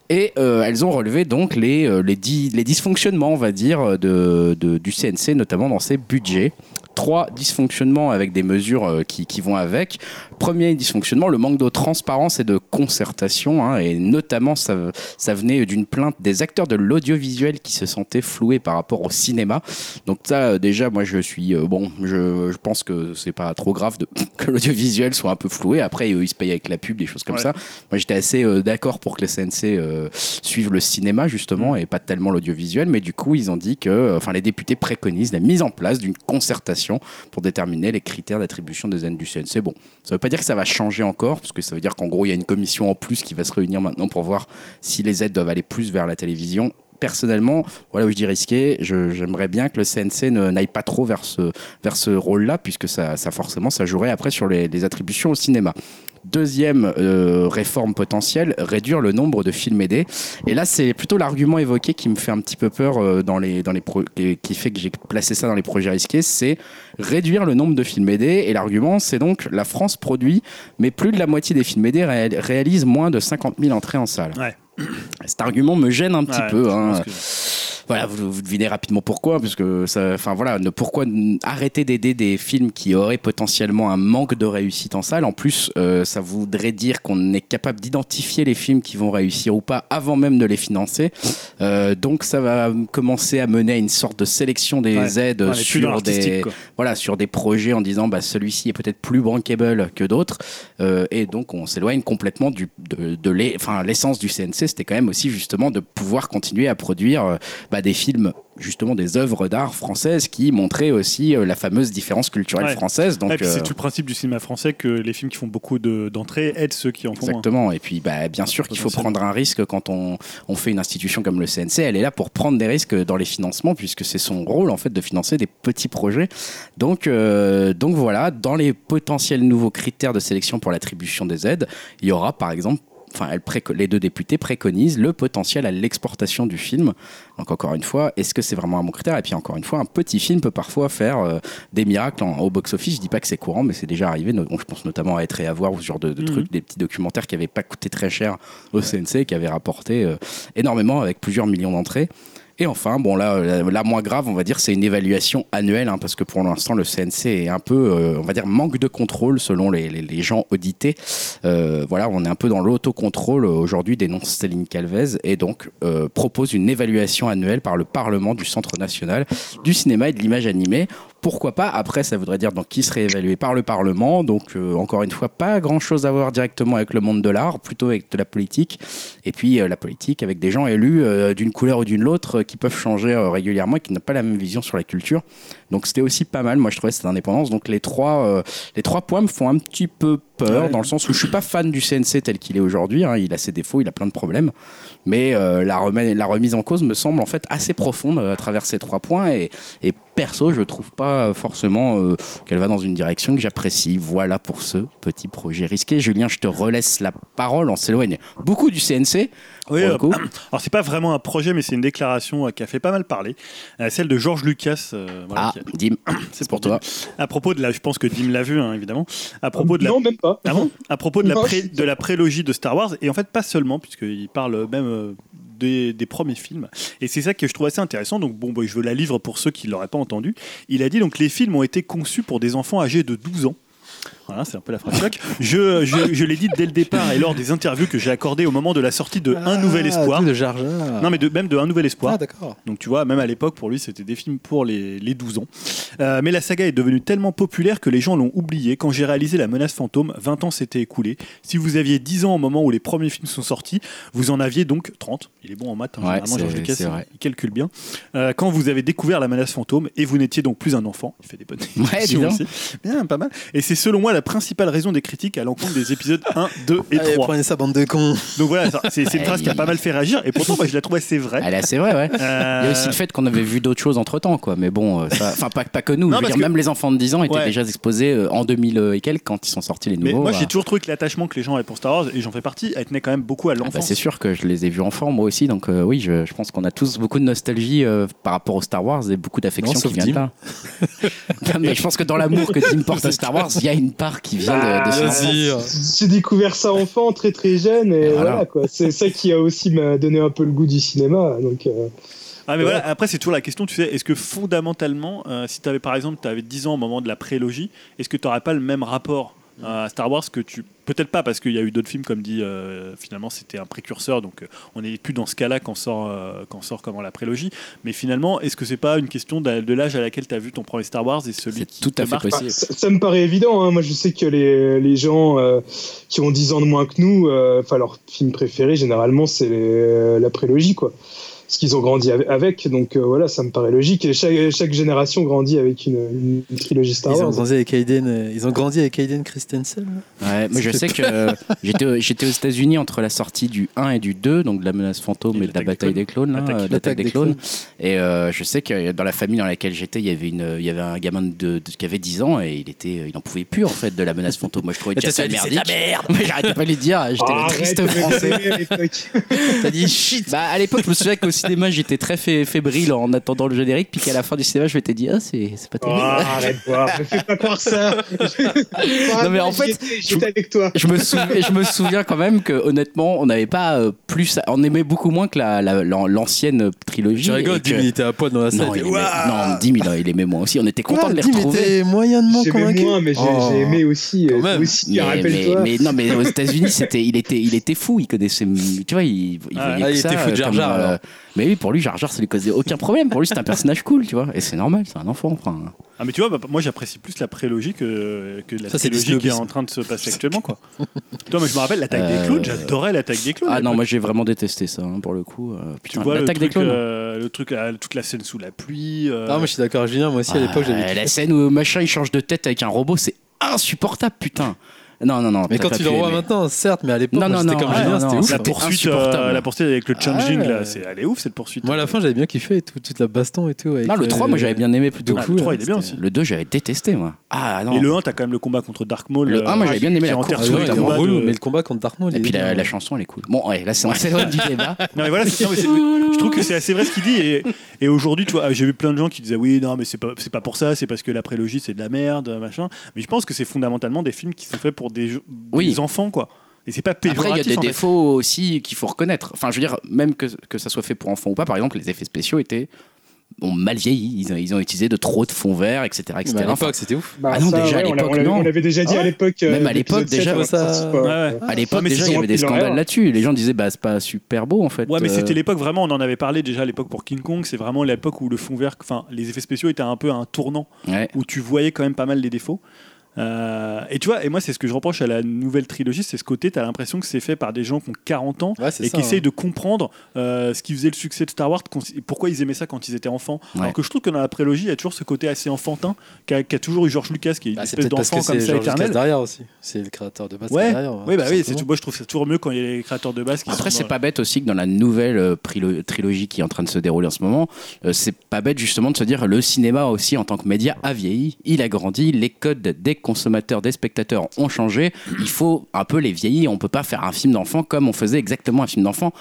Et euh, elles ont relevé donc les, euh, les, di- les dysfonctionnements, on va dire, euh, de, de- du CNC, notamment dans ses budgets. Trois dysfonctionnements avec des mesures euh, qui, qui vont avec. Premier dysfonctionnement, le manque de transparence et de concertation. hein, et notamment, ça, ça venait d'une plainte des acteurs de l'audiovisuel qui se sentaient floués par rapport au cinéma. Donc ça, euh, déjà, moi, je suis euh, bon. Je, je pense que c'est pas trop grave de, que l'audiovisuel soit un peu floué. Après, eux, ils se payent avec la pub, des choses comme Ouais. ça. Moi, j'étais assez euh, d'accord pour que les CNC euh, suivent le cinéma justement et pas tellement l'audiovisuel. Mais du coup, ils ont dit que, euh, enfin, les députés préconisent la mise en place d'une concertation pour déterminer les critères d'attribution des aides du CNC. Bon, ça veut pas dire que ça va changer encore, parce que ça veut dire qu'en gros, il y a une commission en plus qui va se réunir maintenant pour voir si les aides doivent aller plus vers la télévision. Personnellement, voilà où je dis risqué, je- j'aimerais bien que le CNC ne- n'aille pas trop vers ce, vers ce rôle-là, puisque ça, ça forcément, ça jouerait après sur les, les attributions au cinéma. Deuxième euh, réforme potentielle, réduire le nombre de films aidés. Et là, c'est plutôt l'argument évoqué qui me fait un petit peu peur, euh, dans les, dans les pro- qui qui fait que j'ai placé ça dans les projets risqués, c'est réduire le nombre de films aidés. Et l'argument, c'est donc la France produit, mais plus de la moitié des films aidés réal- réalisent moins de 50 000 entrées en salle. Ouais. Cet argument me gêne un petit Ouais, je peu. hein. pense que- Voilà, vous, vous devinez rapidement pourquoi, parce que ça, enfin voilà, ne, pourquoi n- arrêter d'aider des films qui auraient potentiellement un manque de réussite en salle En plus, euh, ça voudrait dire qu'on est capable d'identifier les films qui vont réussir ou pas avant même de les financer. Euh, donc ça va commencer à mener à une sorte de sélection des Ouais. aides Ouais, on est plus dans euh, sur l'artistique, des, quoi. voilà, sur des projets en disant bah, celui-ci est peut-être plus bankable que d'autres. Euh, et donc, on s'éloigne complètement du, de, de l'e- enfin, l'essence du CNC. C'était quand même aussi justement de pouvoir continuer à produire euh, bah, des films, justement des œuvres d'art françaises qui montraient aussi euh, la fameuse différence culturelle Ouais. française. Donc, Ah, et puis c'est euh, tout le principe du cinéma français que les films qui font beaucoup de- d'entrées aident ceux qui en font hein. moins. Exactement. Et puis, bah, bien sûr qu'il faut Potentiellement. prendre un risque quand on, on fait une institution comme le CNC. Elle est là pour prendre des risques dans les financements, puisque c'est son rôle, en fait, de financer des petits projets. Donc, euh, donc voilà, dans les potentiels nouveaux critères de sélection pour l'attribution des aides, il y aura, par exemple, enfin, elle préco- les deux députés préconisent le potentiel à l'exportation du film. Donc encore une fois, est-ce que c'est vraiment un bon critère Et puis encore une fois, un petit film peut parfois faire euh, des miracles en- au box-office. Je dis pas que c'est courant, mais c'est déjà arrivé. No- bon, je pense notamment à être et avoir ou ce genre de, de Mhm. trucs, des petits documentaires qui n'avaient pas coûté très cher au CNC, qui avaient rapporté euh, énormément avec plusieurs millions d'entrées. Et enfin, bon là, euh, la, la moins grave, on va dire, c'est une évaluation annuelle, hein, parce que pour l'instant, le CNC est un peu, euh, on va dire, manque de contrôle selon les, les- les gens audités. Euh, voilà, on est un peu dans l'autocontrôle euh, aujourd'hui, dénonce Céline Calvez, et donc euh, propose une évaluation annuelle par le Parlement du Centre national du cinéma et de l'image animée. Pourquoi pas Après, ça voudrait dire donc, qui serait évalué par le Parlement. Donc, euh, encore une fois, pas grand-chose à voir directement avec le monde de l'art, plutôt avec de la politique. Et puis, euh, la politique avec des gens élus euh, d'une couleur ou d'une autre euh, qui peuvent changer euh, régulièrement et qui n'ont pas la même vision sur la culture. Donc, c'était aussi pas mal, moi, je trouvais cette indépendance. Donc, les trois, euh, les trois points me font un petit peu peur, Ouais. dans le sens où je suis pas fan du CNC tel qu'il est aujourd'hui. hein. Il a ses défauts, il a plein de problèmes. Mais euh, la, remise, la remise en cause me semble en fait assez profonde euh, à travers ces trois points. Et et perso, je trouve pas forcément euh, qu'elle va dans une direction que j'apprécie. Voilà pour ce petit projet risqué. Julien, je te relaisse la parole. On s'éloigne beaucoup du CNC. Oui, pour le euh, coup. Alors c'est pas vraiment un projet, mais c'est une déclaration euh, qui a fait pas mal parler, Euh, celle de George Lucas. euh, voilà, Ah, qui- Dim, c'est pour toi. À propos de la, je pense que Dim l'a vu hein, évidemment. À propos de la, Non, même pas. Ah bon à propos de la, Non, pré- je- de la prélogie de Star Wars, et en fait pas seulement, puisqu'il parle même euh, des, des premiers films. Et c'est ça que je trouve assez intéressant, donc bon, bah, je veux la livre pour ceux qui ne l'auraient pas entendu. Il a dit, donc les films ont été conçus pour des enfants âgés de 12 ans. Voilà, c'est un peu la phrase choc. Je, je, je l'ai dit dès le départ et lors des interviews que j'ai accordées au moment de la sortie de Ah, Un Ah, Ah, Nouvel Espoir. De Jar Jar. Non, mais de, même de Un Nouvel Espoir. Ah, d'accord. Donc tu vois, même à l'époque, pour lui, c'était des films pour les, les 12 ans. Euh, mais la saga est devenue tellement populaire que les gens l'ont oublié. Quand j'ai réalisé La menace fantôme, 20 ans s'étaient écoulés. Si vous aviez 10 ans au moment où les premiers films sont sortis, vous en aviez donc 30. Il est bon en maths, hein, Ouais, généralement, c'est- Georges Lucas, c'est vrai. il calcule bien. Euh, quand vous avez découvert La menace fantôme et vous n'étiez donc plus un enfant, il fait des bonnes Ouais, émissions dis donc. aussi. Bien, pas mal. Et c'est selon moi la principale raison des critiques à l'encontre des épisodes 1, 2 et Allez, 3. Ah, prenez ça, bande de cons. Donc voilà, ça- c'est c'est une phrase qui a pas mal fait réagir et pourtant, moi, je la trouve assez vraie. Ah là, c'est vrai, ouais. Il y a Euh, aussi le fait qu'on avait vu d'autres choses entre temps, quoi. Mais bon, euh, ça- enfin, pas, pas que nous. je Non, veux parce dire, que- même les enfants de 10 ans étaient Ouais. déjà exposés euh, en 2000 et quelques quand ils sont sortis les nouveaux. Ah, Mais moi, à- j'ai toujours trouvé que l'attachement que les gens avaient pour Star Wars, et j'en fais partie, elle tenait quand même beaucoup à Ah bah, l'enfance. c'est sûr que je les ai vus enfants, moi aussi. Donc, euh, oui, je, je pense qu'on a tous beaucoup de nostalgie euh, par rapport aux Star Wars et beaucoup d'affection Non, qui sauf vient de là. Non, mais je pense que dans l'amour que Tim porte à Star Wars, il y a une part qui vient de, Ah, de son Bah, enfance. Vas-y. J'ai découvert ça enfant, très très jeune, et Et voilà. voilà, quoi. C'est ça qui a aussi m'a donné un peu le goût du cinéma. Donc, euh, Ah, mais voilà, après, c'est toujours la question, tu sais, est-ce que fondamentalement, euh, si tu avais par exemple t'avais 10 ans au moment de la prélogie, est-ce que tu n'aurais pas le même rapport Mm. euh, à Star Wars que tu. Peut-être pas, parce qu'il y a eu d'autres films, comme dit, euh, finalement, c'était un précurseur, donc euh, on n'est plus dans ce cas-là quand sort, euh, quand sort comment, la prélogie. Mais finalement, est-ce que c'est pas une question de, de l'âge à laquelle tu as vu ton premier Star Wars et celui C'est qui tout te à fait marque Enfin, possible. ça, ça me paraît évident. hein. Moi, je sais que les, les gens euh, qui ont 10 ans de moins que nous, euh, enfin, leur film préféré, généralement, c'est les- euh, la prélogie, quoi. Ce qu'ils ont grandi ave- avec. Donc, euh, voilà, ça me paraît logique. Et chaque, chaque génération grandit avec une, une- une trilogie Star Ils ont Wars. grandi avec Hayden, euh, ils ont grandi avec Hayden Christensen. Ouais, mais je sais que euh, j'étais j'étais aux États-Unis entre la sortie du 1 et du 2, donc de la menace fantôme et, Et de la l'attaque des bataille clones. des clones, là, L'attaque- euh, de l'attaque des clones. Et euh, je sais que dans la famille dans laquelle j'étais, il y avait une, euh, il y avait un gamin de, de- qui avait 10 ans et il était, euh, il en pouvait plus en fait de la menace fantôme. Moi, je trouvais Mais déjà t'as ça dit, merdique. Mais j'arrêtais pas de lui dire. J'étais le Arrête triste de français. rigoler à l'époque. T'as dit shit. Bah, à l'époque, je me souviens qu'au cinéma, j'étais très fé- fébrile en attendant le générique, puis qu'à la fin du cinéma, je m'étais dit, ah, c'est c'est pas Oh, terrible. arrête de voir, me fais pas croire ça. Non, mais en fait, j'étais j'étais avec toi. Je me, souviens, je me souviens quand même que honnêtement, on n'avait pas euh, plus, on aimait beaucoup moins que la- la- l'an- l'ancienne trilogie. Je et rigole, que- Dim, il était à poil dans la salle. non, il il était, aimait, Ouah non, Dim, il, il aimait moi aussi. On était content Ouah, de les Dim retrouver. était moyennement J'aimais convaincu. moins, mais j'ai Oh. j'ai aimé aussi. Quand euh, même. aussi, Mais, mais, rappelle-toi. mais non, mais aux États-Unis, c'était, il était, il était fou. Il connaissait, tu vois, il, il Ah, voyait ah, que il ça, était fou de euh, Jar comme, Jar, euh, alors. Mais oui, pour lui, Jar Jar, ça lui causait aucun problème. Pour lui, c'est un personnage cool, tu vois. Et c'est normal, c'est un enfant. Enfin, Ah, mais tu vois, bah, moi, j'apprécie plus la prélogie que, que la Ça, c'est du trilogie qui est snobisme. en train de se passer actuellement, quoi. Toi, mais je me rappelle l'attaque des Euh, clowns, j'adorais l'attaque des clowns. ah non, moi, j'ai vraiment détesté ça hein, pour le coup. Euh, Tu putain, vois le l'attaque truc, des clones. euh, le truc, euh, toute la scène sous la pluie. euh, Non, mais je suis d'accord avec Julien, moi aussi à l'époque Ah, j'avais. La scène où machin il change de tête avec un robot, c'est insupportable, putain. Non, non, non. Mais t'as quand pas tu pu le revois aimer. maintenant, certes, mais à l'époque, Non, moi, non, c'était non, comme ouais, Julien, non, c'était non, ouf. c'était La hein. poursuite, insupportable. euh, la poursuite avec le changing, Ah, là, ouais. c'est- elle est ouf cette poursuite. Moi, à la fin, j'avais bien kiffé et tout, toute la baston et tout. avec, Non, le euh, 3, moi j'avais bien aimé plutôt. de Ah, coup, le 3, là, il est bien aussi. Le 2, j'avais détesté, moi. Ah non. Et le 1, t'as quand même le combat contre Dark Maul. euh, Le un, moi, j'avais bien aimé la Ah, course, ouais, Surtout il est le combat relou, mais le combat contre Dark Maul, Et il puis est la, bien. la chanson, elle est cool. Bon, ouais, là, c'est c'est hors du débat. Non, mais voilà, c'est- non, mais c'est- je trouve que c'est assez vrai ce qu'il dit. Et, et aujourd'hui, tu vois, ah, j'ai vu plein de gens qui disaient oui, non, mais c'est pas, c'est pas pour ça, c'est parce que la prélogie, c'est de la merde, machin. Mais je pense que c'est fondamentalement des films qui sont faits pour des, jo- des Oui. enfants, quoi. Et c'est pas péjoratif. Après, il y a des en fait. défauts aussi qu'il faut reconnaître. Enfin, je veux dire, même que, que ça soit fait pour enfants ou pas, par exemple, les effets spéciaux étaient bon, mal vieillis. Ils ont, ils ont utilisé de trop de fonds verts, etc. etc. Mais à Enfin, l'époque, c'était ouf. Bah, Ah non, ça, déjà, à ouais, on l'a- l'époque, on l'avait- non. on l'avait déjà dit Ah à ouais. l'époque. euh, Même à l'époque, l'épisode hein. déjà, 7, ça- on sortit pas. Ouais, ouais. à l'époque, Ah, mais déjà, c'est il y avait des qu'ils l'ont scandales erreur. là-dessus. Les gens disaient, bah, c'est pas super beau, en fait. Ouais, mais Euh, c'était l'époque vraiment, on en avait parlé déjà à l'époque pour King Kong, c'est vraiment l'époque où le fond vert, enfin, les effets spéciaux étaient un peu à un tournant, ouais. où tu voyais quand même pas mal les défauts. Euh, et tu vois, et moi, c'est ce que je reproche à la nouvelle trilogie, c'est ce côté, t'as l'impression que c'est fait par des gens qui ont 40 ans Ouais, c'est et ça, qui essayent ouais. de comprendre euh, ce qui faisait le succès de Star Wars, qu'on- et pourquoi ils aimaient ça quand ils étaient enfants. Ouais. Alors que je trouve que dans la prélogie, il y a toujours ce côté assez enfantin qu'a qu'a toujours eu George Lucas, qui est une Bah, C'est espèce peut-être parce d'enfant que comme c'est ça George Lucas éternel. derrière aussi. C'est le créateur de base qui est Ouais, derrière. oui, bah tout oui, c'est simplement. tout- moi je trouve ça toujours mieux quand il y a les créateurs de base qui Après, sont c'est dans- pas bête aussi que dans la nouvelle euh, prilo- trilogie qui est en train de se dérouler en ce moment, euh, c'est pas bête justement de se dire le cinéma aussi en tant que média a vieilli, il a grandi, les codes des consommateurs, des spectateurs ont changé. Il faut un peu les vieillir. On peut pas faire un film d'enfant comme on faisait exactement un film d'enfant.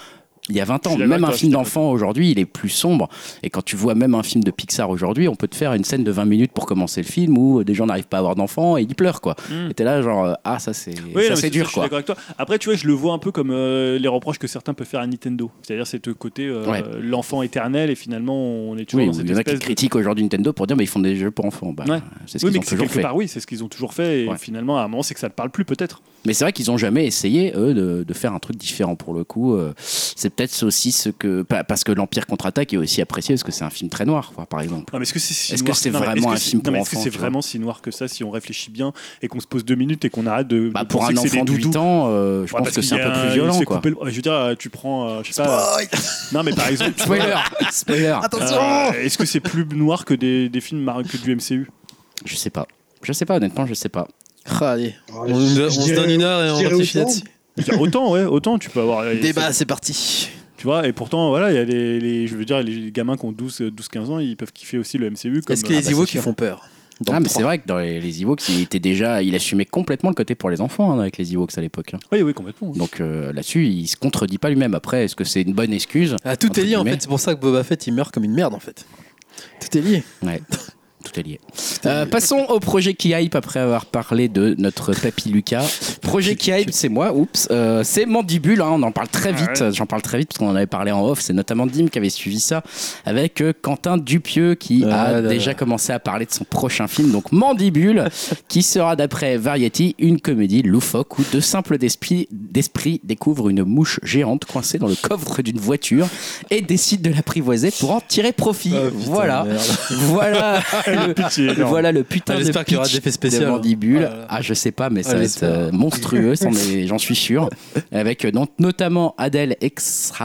Il y a 20 Je ans, suis d'accord même avec un toi, film je suis d'enfant aujourd'hui, il est plus sombre. Et quand tu vois même un film de Pixar aujourd'hui, on peut te faire une scène de 20 minutes pour commencer le film où euh, des gens n'arrivent pas à avoir d'enfants et ils pleurent quoi. Mm. Et t'es là genre euh, ah ça c'est Oui, ça, non, mais c'est dur je suis quoi. d'accord avec toi. Après, tu vois, je le vois un peu comme euh, les reproches que certains peuvent faire à Nintendo. C'est-à-dire, c'est le côté euh, Ouais. l'enfant éternel et finalement, on est toujours Oui, dans ou cette il y en a qui espèce de- critiquent aujourd'hui Nintendo pour dire mais ils font des jeux pour enfants. Bah, Ouais. C'est ce Oui, qu'ils mais ont que c'est toujours quelque fait. part, oui, c'est ce qu'ils ont toujours fait. Et Ouais. finalement, à un moment, c'est que ça ne parle plus, peut-être. Mais c'est vrai qu'ils n'ont jamais essayé, eux, de, de faire un truc différent pour le coup. euh, C'est peut-être aussi ce que. pa- Parce que l'Empire contre-attaque est aussi apprécié parce que c'est un film très noir, quoi, par exemple. Non, mais est-ce que c'est si Est-ce noir- que c'est non, mais vraiment est-ce que un c'est- film non, mais pour Est-ce que enfants, c'est tu vois vraiment si noir que ça si on réfléchit bien et qu'on se pose deux minutes et qu'on arrête de. de Bah, pour penser un que c'est enfant de des 8 doudous ans, euh, je Ouais, pense parce que qu'il c'est y un a- peu plus il violent, s'est quoi. coupé le- Je veux dire, euh, tu prends. euh, je sais pas. Non, mais par exemple. tu vois, Spoiler Spoiler euh, Est-ce que c'est plus noir que des, des films mar- que du MCU Je sais pas. Je sais pas, honnêtement, je sais pas. Ah, allez, Alors, Oh, on je- on je se dirais- donne une heure et je on dirais réfléchit autant. là-dessus. Je veux dire, Autant, ouais, autant tu peux avoir. euh, Débat, c'est parti. Tu vois, et pourtant, voilà, il y a les, les- je veux dire, les gamins qui ont 12, euh, 12, 15 ans, ils peuvent kiffer aussi le MCU. Comme, euh, bah, Est-ce que les c'est Ewoks, sûr. ils font peur Dans ah, le mais trois. c'est vrai que dans les, les Ewoks, il était déjà. Il assumait complètement le côté pour les enfants hein, avec les Ewoks à l'époque. hein. Oui, oui, complètement. oui. Donc euh, là-dessus, il se contredit pas lui-même. Après, est-ce que c'est une bonne excuse Ah, tout entre est lié en guillemets. fait, c'est pour ça que Boba Fett il meurt comme une merde en fait. Tout est lié. Ouais. Tout est lié. Euh, passons au projet qui hype après avoir parlé de notre papy Lucas. Projet qui hype, c'est moi, oups. Euh, c'est Mandibule, hein, on en parle très vite. J'en parle très vite parce qu'on en avait parlé en off. C'est notamment Dim qui avait suivi ça avec euh, Quentin Dupieux qui Ah a là là. déjà commencé à parler de son prochain film, donc Mandibule, qui sera d'après Variety une comédie loufoque où deux simples d'esprit d'esprit découvrent une mouche géante coincée dans le coffre d'une voiture et décident de l'apprivoiser pour en tirer profit. Ah, putain, voilà. merde. Voilà le, Pitié, énorme. voilà le putain Ah, de j'espère qu'il y aura pitch des effets spéciaux, de alors. mandibule. Ah là là. Ah, je sais pas, mais ça Ah, va être j'espère. euh, monstrueux, c'en est- j'en suis sûr. Avec euh, donc, notamment Adèle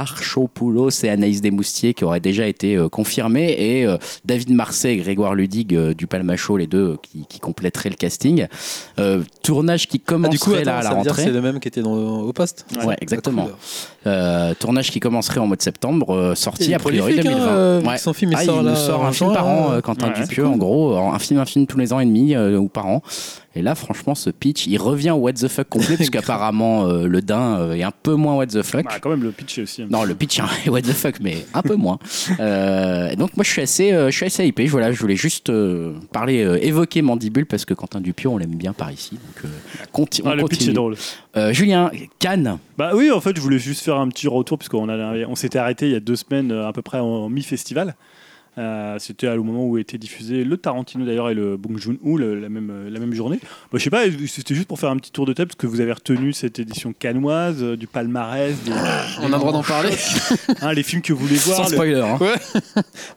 Exarchopoulos et Anaïs Desmoustiers qui auraient déjà été euh, confirmés et euh, David Marseille et Grégoire Ludig euh, du Palmacho, les deux euh, qui, qui compléteraient le casting. Euh, tournage qui Ah, commencerait du coup, attends, là à la ça veut dire que rentrée. c'est le même qui était dans- au poste Ouais, Ah, exactement. cool. Euh, tournage qui commencerait en mois de septembre, euh, Il sorti est a priori prolifique, hein, 2020. euh, vu Ouais. que Son film il Ah, sort il là nous sort en un film juin, par an, euh, euh, Quentin Ouais, Dupieux, en gros, euh, un film, un film tous les ans et demi euh, ou par an. Et là, franchement, ce pitch, il revient au what the fuck complet, parce qu'apparemment, euh, le Dain euh, est un peu moins what the fuck. Bah, quand même, le pitch est aussi. un Non, le pitch est what the fuck, mais un peu moins. Euh, et donc moi, je suis assez, euh, je suis assez hypé. Je- Voilà, je voulais juste euh, parler, euh, évoquer Mandibule parce que Quentin Dupieux, on l'aime bien par ici. Donc, euh, conti- on Ah, le pitch est continue. drôle. Euh, Julien Cannes, Bah oui, en fait, je voulais juste faire un petit retour puisqu'on allait- on s'était arrêté il y a deux semaines euh, à peu près en, en mi-festival. Euh, C'était au moment où était diffusé le Tarantino d'ailleurs et le Bong Joon-ho le- la même euh, la même journée. Bah, je sais pas, c'était juste pour faire un petit tour de table parce que vous avez retenu cette édition canoise euh, du palmarès, des- On a le droit d'en parler. hein, les films que vous voulez sans voir. le- spoiler. Hein.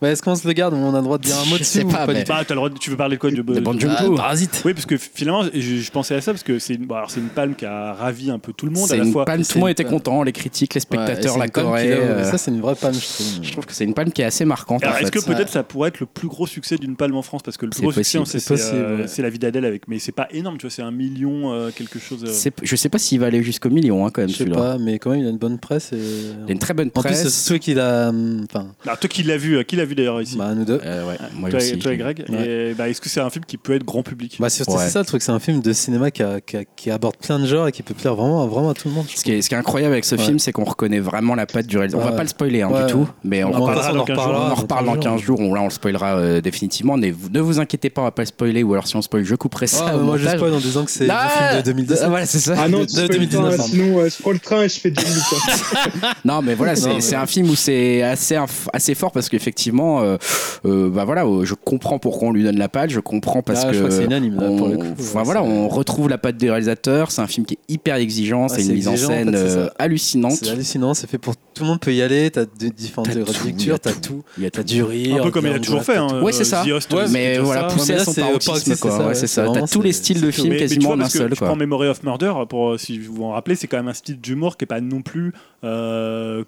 Bah, Est-ce qu'on se le garde ou on a le droit de dire un mot Je sais dessus ou pas, pas mais- du tout Bah, t'as le droit de- tu veux parler de quoi de, De Bong Joon-ho. Ah, Parasite. Oui, parce que finalement, je, je pensais à ça parce que c'est une, bon, alors, c'est une palme qui a ravi un peu tout le monde à C'est la une fois. palme, tout le une monde était palme. content, les critiques, les Ouais, et spectateurs, c'est la une palme Corée. qu'il a- euh, Ça, c'est une vraie palme, je Je trouve. trouve que c'est une palme qui est assez marquante. Alors, en est-ce fait. que peut-être ça pourrait être le plus gros succès d'une palme en France parce que le plus C'est gros succès, possible, on sait, c'est c'est euh, possible, ouais. c'est la vie d'Adèle avec, mais c'est pas énorme, tu vois, c'est un million euh, quelque chose. euh, C'est- Je sais pas s'il va aller jusqu'au million hein, quand même Je sais celui-là. pas, mais quand même, il a une bonne presse. et- Il a une très bonne En plus, presse. c'est ceux qu'il a. hum, Enfin, Alors toi qui l'as vu, euh, qui l'a vu d'ailleurs ici bah, nous deux. Euh, ouais, moi toi, et- aussi. toi et Greg. Et, bah, Est-ce que c'est un film qui peut être grand public Bah, surtout, Ouais. c'est ça le truc, c'est un film de cinéma qui, a- qui a- qui aborde plein de genres et qui peut plaire vraiment, vraiment à tout le monde. je Ce qui, est, ce qui est incroyable avec ce Ouais. film, c'est qu'on reconnaît vraiment la patte du réalisateur. On va Ouais. pas le spoiler hein, Ouais. du tout, mais on, trouve. en reparle- parlera dans 15 jours. on en reparle dans 15 jours. on- là, on le spoilera euh, définitivement. Mais vous- ne vous inquiétez pas, on va pas le spoiler. Ou alors, si on spoil, je couperai ça. Ah, au mais moi, je montage. spoil en disant que c'est un Ah film de 2017. Ah, voilà, c'est ça. Ah non, tu De peux le faire, hein. 2019, sinon euh, je prends le train et je fais du Lucas. Non, mais voilà, c'est Non, mais- c'est un film où c'est assez, inf- assez fort parce qu'effectivement, euh, euh, bah voilà, euh, je comprends pourquoi on lui donne la patte, je comprends parce Ah, que. je crois que c'est unanime là, on, pour le coup. enfin, voilà, on retrouve la patte des réalisateurs. C'est un film qui est hyper exigeant. Ah, c'est une c'est mise en exigeant, en scène fait, c'est ça. euh, hallucinante. C'est hallucinant, c'est fait pour tout le monde peut y aller, t'as de- différentes T'as degrés de tout, lecture, y a t'as tout. tout, Il y a t'as ta du rire. Un peu comme il a de toujours l'angoisse, fait. t'as hein, tout. Ouais, c'est euh, ça. The Host, Ouais, euh, mais tout voilà, ça. poussé mais à là, son c'est au paroxysme, paroxysme, c'est quoi. ça, Ouais, ouais. c'est ça. T'as Vraiment, tous les c'est- styles de c'est films mais, mais tu quasiment vois, en un parce que seul, tu prends quoi. Memory of Murder, pour, euh, si vous vous en rappelez, c'est quand même un style d'humour qui n'est pas non plus. euh,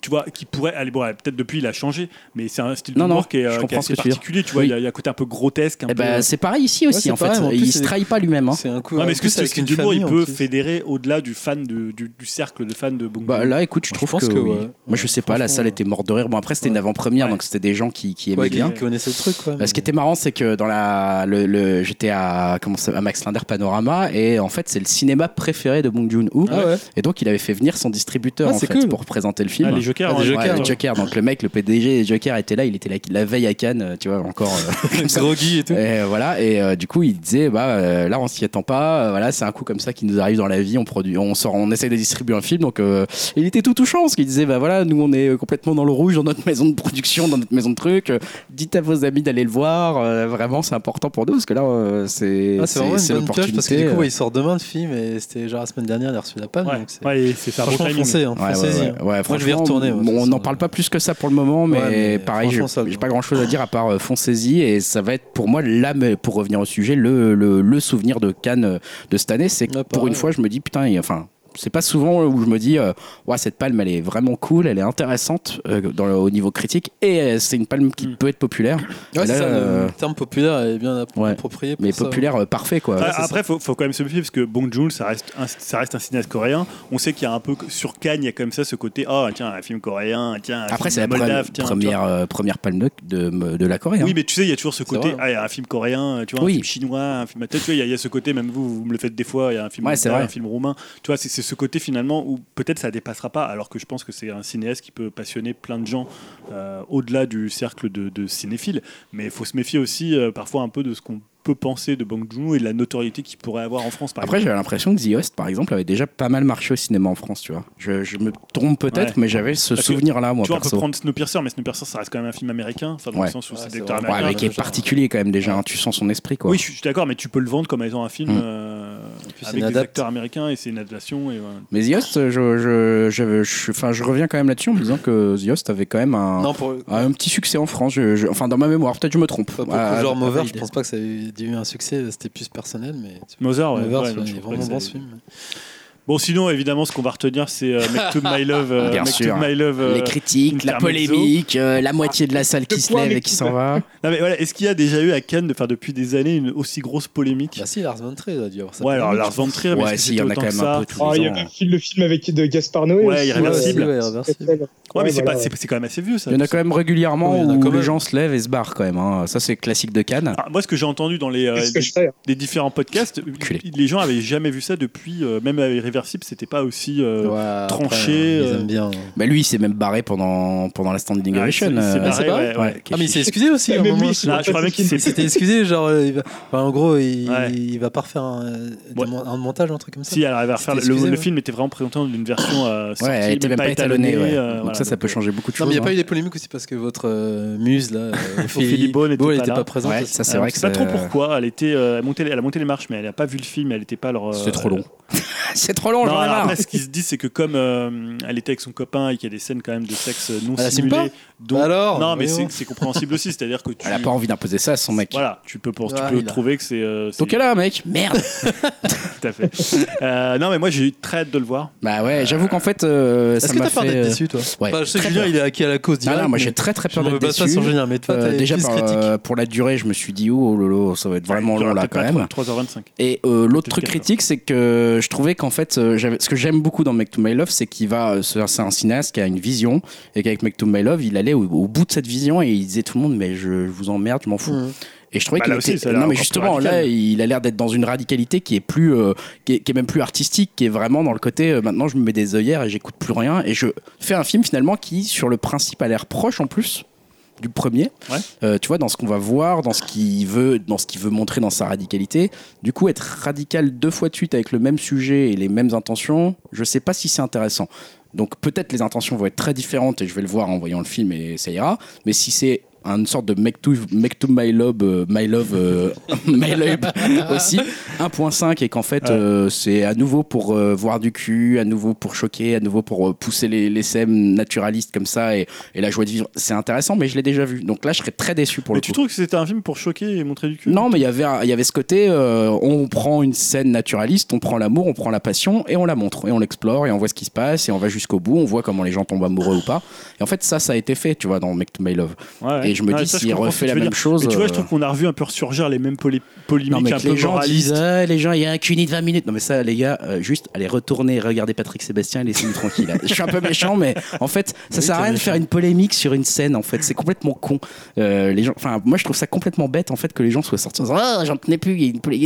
tu vois, qui pourrait aller. Bon, ouais, peut-être depuis il a changé, mais c'est un style Non, non, d'humour qui est, je euh, qui est comprends ce assez que tu veux particulier. Tu vois, Oui. il y, a- il y a un côté un peu grotesque. Un Eh peu, euh, ben, c'est pareil ici aussi, c'est en fait. pareil, mais en plus, il se c'est- trahit pas lui-même. hein. C'est un coup. Ouais, en mais est-ce que plus, ce avec style une d'humour il famille, en peut plus. fédérer au-delà du fan de- du, du cercle de fans de Bong Bah Joon là, écoute, je Je trouve pense que, que oui. ouais. Moi, je sais pas. La Franchement, salle ouais. était morte de rire. Bon, après, c'était une Ouais. avant-première, Ouais. donc c'était des gens qui, qui aimaient Ouais, bien. qui connaissait le truc, quoi. Euh, mais- ce qui était marrant, c'est que dans la, le, le- j'étais à, comment ça, à Max Linder Panorama et en fait, c'est le cinéma préféré de Bong Joon-ho. Ah ouais. Et donc, il avait fait venir son distributeur Ah, en c'est fait, cool. pour présenter le Ah, film. les Jokers, Ah, les ouais. Jokers, Ouais, ouais. les Jokers. Donc, le mec, le PDG des Jokers était là. Il était là la veille à Cannes, euh, tu vois, encore. euh, comme ça. Groggy et tout. Et euh, voilà, et euh, du coup, il disait, bah euh, là, on s'y attend pas, euh, voilà, c'est un coup comme ça qui nous arrive dans la vie, on produit, on sort, on essaie de distribuer un film, donc euh, il était tout touchant parce qu'il disait, bah voilà, nous on est euh, complètement dans le rouge dans notre maison de production, dans notre maison de truc, euh, dites à vos amis d'aller le voir, euh, vraiment, c'est important pour nous parce que là, euh, c'est Ah, c'est c'est vraiment c'est une bonne pioche parce que du l'opportunité. coup, ouais, euh, il sort demain le film et c'était genre la semaine dernière, il a reçu la palme. Ouais, donc c'est- ouais, et c'est ça. Franchement, foncez, hein, Ouais, ouais, foncez-y, ouais, ouais, hein. Moi, je vais y franchement, retourner, ouais, bon, ça, on ça- n'en parle pas plus que ça pour le moment, mais, mais pareil, je- franchement, ça, j'ai non. pas grand chose à dire à part euh, foncez-y. Et ça va être pour moi, là, mais pour revenir au sujet, le, le, le souvenir de Cannes euh, de cette année. C'est que Ouais, pour pareil. une fois, je me dis, putain, et, enfin. C'est pas souvent où je me dis, euh, Ouah, cette palme elle est vraiment cool, elle est intéressante euh, dans le- au niveau critique et euh, c'est une palme qui Mm. peut être populaire, Ouais, c'est Là, ça, euh, le terme populaire est bien app- Ouais. approprié. pour mais ça. populaire euh, parfait quoi. Ah, c'est après, faut, faut quand même se méfier parce que Bong Joon, ça reste un, ça reste un cinéaste coréen. On sait qu'il y a un peu sur Cannes, il y a comme ça ce côté oh tiens un film coréen, tiens un Après, film c'est la pre- moldave, tiens, tu vois. première, euh, première palme de, de, de la Corée. hein. Oui, mais tu sais, il y a toujours ce côté vrai. ah il y a un film coréen, tu vois, Oui. un film chinois, un film. Tu vois, il y, a- il y a ce côté même vous, vous me le faites des fois. Il y a un film, Ouais, moldave, c'est vrai. un film roumain. Tu vois, c'est c'est ce côté finalement où peut-être ça dépassera pas. Alors que je pense que c'est un cinéaste qui peut passionner plein de gens euh, au-delà du cercle de, de cinéphiles. Mais il faut se méfier aussi euh, parfois un peu de ce qu'on peut penser de Bong Joon et de la notoriété qu'il pourrait avoir en France. Par Après, exemple. j'avais l'impression que The Host, par exemple, avait déjà pas mal marché au cinéma en France, tu vois. Je, je me trompe peut-être, Ouais. mais j'avais ce Parce que, souvenir-là, moi, Tu vois, on peut perso. prendre Snowpiercer, mais Snowpiercer, ça reste quand même un film américain, enfin dans Ouais. le sens où Ouais, c'est c'est des acteurs vrai. Ouais, américains. mais qui est genre, particulier quand même déjà, hein. tu sens son esprit, quoi. Oui, je suis je suis d'accord, mais tu peux le vendre comme étant un film Mm. euh, plus, c'est avec une des adapte. acteurs américains et c'est une adaptation. Et, voilà. Mais The Host, euh, je, je, je, je- enfin, je reviens quand même là-dessus en me disant que The Host avait quand même un, Non, pour, un petit succès en France, je- je- enfin, dans ma mémoire, peut-être je me trompe. Pas beaucoup Ah, genre à Mover, je valider. pense pas que ça a eu il y a eu un succès, c'était plus personnel, mais Mozart, ouais, Mover, ouais, c'est non, je il est crois vraiment que bon c'est- ce film. Bon, sinon, évidemment, ce qu'on va retenir, c'est euh, Make to My Love. euh, Bien Make to sûr. My Love. euh, Les critiques, la Intermezzo. polémique, euh, la moitié de la salle qui Deux se points, lève et les qui s'en va. non, mais voilà, est-ce qu'il y a déjà eu à Cannes, de- enfin, depuis des années, une aussi grosse polémique Bah si, Lars von Trier il a dû avoir ça. Ouais, alors Lars von Trier, mais Ouais, est-ce que si, il y en c'était a autant quand que même un ça peu tous Ah, il y les a ans. le film, le film avec de Gaspar Noé. Ouais, aussi, Irréversible. Ouais, euh, c'est irréversible. très faible. Ouais, mais c'est voilà, pas- ouais. c'est c'est quand même assez vieux, ça. Il y en a quand même régulièrement Oui, il y en a où quand les même. gens se lèvent et se barrent quand même. hein. Ça, c'est classique de Cannes. Ah, moi, ce que j'ai entendu dans les, euh, C'est ce que les- je fais. hein. les différents podcasts, Enculé. les gens avaient jamais vu ça depuis, euh, même avec Irréversible, c'était pas aussi. euh, Ouais, tranché, après, Ils euh, aiment bien. hein. Bah lui, il s'est même barré pendant, pendant la standing Ah, ovation. il s'est- il euh, s'est barré, c'est pas ouais, vrai ouais. Ouais, Ah mais il s'est excusé aussi à un Mais moment. oui, je- c'est Ah, je crois même qu'il s'est Il s'était excusé, genre, euh, il va- enfin, en gros, il, Ouais. il va pas refaire un, euh, des Ouais. mon- un montage, un truc comme ça. Si, alors elle va refaire le, C'était excusé, le ouais. film était vraiment présenté dans une version euh, sortie, Ouais, elle était même pas étalonnée. ouais. euh, donc voilà, ça, ça donc, peut changer beaucoup de Non, choses. mais il n'y a pas hein. eu des polémiques aussi parce que votre euh, muse, là, euh, Ophélie Ophélie Beaune était Beaune, pas était là. pas présente. Ouais, aussi. ça, c'est euh, vrai je que sais pas ça- trop pourquoi. Elle était, euh, elle montait, les- elle a monté les marches, mais elle a pas vu le film. Elle était pas leur. euh, C'était trop long. c'est trop long, Non, j'en ai alors marre. après, ce qu'ils se disent, c'est que comme euh, elle était avec son copain et qu'il y a des scènes quand même de sexe euh, non Elle assume simulé, pas donc Bah alors, non, mais voyons. c'est c'est compréhensible aussi, c'est-à-dire que tu Elle a pas envie d'imposer ça à son mec. voilà, tu peux penser- Ah, tu peux il a- trouver que c'est euh, c'est- Donc elle a un mec, merde. tout à fait. Euh, non, mais moi j'ai eu très hâte de le voir. Bah ouais, j'avoue qu'en fait, euh, Est-ce ça que m'a t'as peur fait. d'être euh, déçu, toi ouais, Enfin, Bah, Je sais que très Julien, peur. il est acquis à la cause Non, direct, non, moi mais j'ai très très je peur me d'être base pas déçu. sur Julien, mais toi, Euh, t'as déjà plus par, critique. Bah, euh, pour la durée, je me suis dit oh lolo, ça va être vraiment Il y long aura là peut-être quand pas même. 3h25. Et euh, l'autre Peut-être truc quatre critique, c'est que je trouvais qu'en fait, euh, j'avais- ce que j'aime beaucoup dans Make to My Love, c'est qu'il va, euh, c'est un- c'est un cinéaste qui a une vision et qu'avec Make to My Love, il allait au, au bout de cette vision et il disait tout le monde, mais je, je vous emmerde, je m'en fous. Mmh. Et je trouvais Bah, qu'il là aussi, était- ça a l'air non mais encore plus justement là, radical. il a l'air d'être dans une radicalité qui est plus, euh, qui, est, qui est même plus artistique, qui est vraiment dans le côté. euh, maintenant, je me mets des œillères et j'écoute plus rien et je fais un film finalement qui, sur le principe, a l'air proche en plus du premier. Ouais. Euh, tu vois, dans ce qu'on va voir, dans ce qu'il veut, dans ce qu'il veut montrer dans sa radicalité. Du coup, être radical deux fois de suite avec le même sujet et les mêmes intentions, je sais pas si c'est intéressant. Donc peut-être les intentions vont être très différentes et je vais le voir en voyant le film et ça ira. Mais si c'est une sorte de make to, make to my love, euh, my love, euh, my love aussi, 1.5 et qu'en fait Ouais. euh, c'est à nouveau pour euh, voir du cul, à nouveau pour choquer, à nouveau pour euh, pousser les, les SEM naturalistes comme ça et, et la joie de vivre, c'est intéressant mais je l'ai déjà vu. Donc là je serais très déçu pour mais le tu coup. trouves que c'était un film pour choquer et montrer du cul Non, mais il y avait un- il y avait ce côté, euh, on prend une scène naturaliste, on prend l'amour, on prend la passion et on la montre et on l'explore et on voit ce qui se passe et on va jusqu'au bout, on voit comment les gens tombent amoureux ou pas. Et en fait, ça, ça a été fait, tu vois, dans Make to My Love. Ouais, ouais. Et je me Ouais, dis, ça, je s'il comprends ce refait que la tu veux même dire. chose. Mais tu vois, euh, je trouve qu'on a revu un peu ressurgir les mêmes poly- polémiques non, mais un que peu les gens moralistes. disent, Ah, les gens, il y a un cuni de 20 minutes. Non, mais ça, les gars, euh, juste, allez, retourner, regarder Patrick Sébastien et laissez-nous tranquille. Je suis un peu méchant, mais en fait, ça Oui, sert à t'es rien de méchant. faire une polémique sur une scène, en fait. C'est complètement con. Euh, les gens, enfin, moi, je trouve ça complètement bête, en fait, que les gens soient sortis en disant, ah, j'en tenais plus, il y a une polé-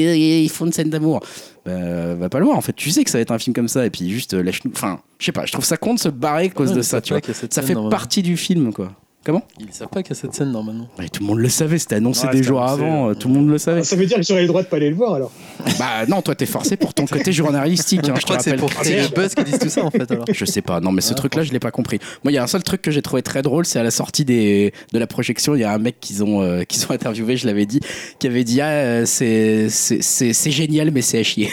ils font une scène d'amour. Bah, va pas le voir, en fait. Tu sais que ça va être un film comme ça, et puis juste, euh, lâche-nous. Enfin, je sais pas, je trouve ça con de se barrer à cause Ouais, de ils ça, savent tu pas vois. qu'il y a cette Ça scène, fait normalement. partie du film, quoi. Comment Ils savent pas qu'il y a cette scène normalement. Mais Tout le monde le savait, c'était annoncé Ouais, des c'était jours annoncé, avant, ouais. euh, tout le monde le savait. Ça veut dire que j'aurais le droit de pas aller le voir alors. Bah non, toi t'es forcé pour ton côté journalistique, hein, je je te crois que c'est rappelle. pour créer le buzz qu'ils disent tout ça en fait. Alors. Je sais pas, non mais ce Ah, truc-là je l'ai pas compris. Moi il y a un seul truc que j'ai trouvé très drôle, c'est à la sortie des, de la projection, il y a un mec qu'ils ont, euh, qu'ils ont interviewé, je l'avais dit, qui avait dit ah euh, c'est c'est- c'est c'est génial mais c'est à chier.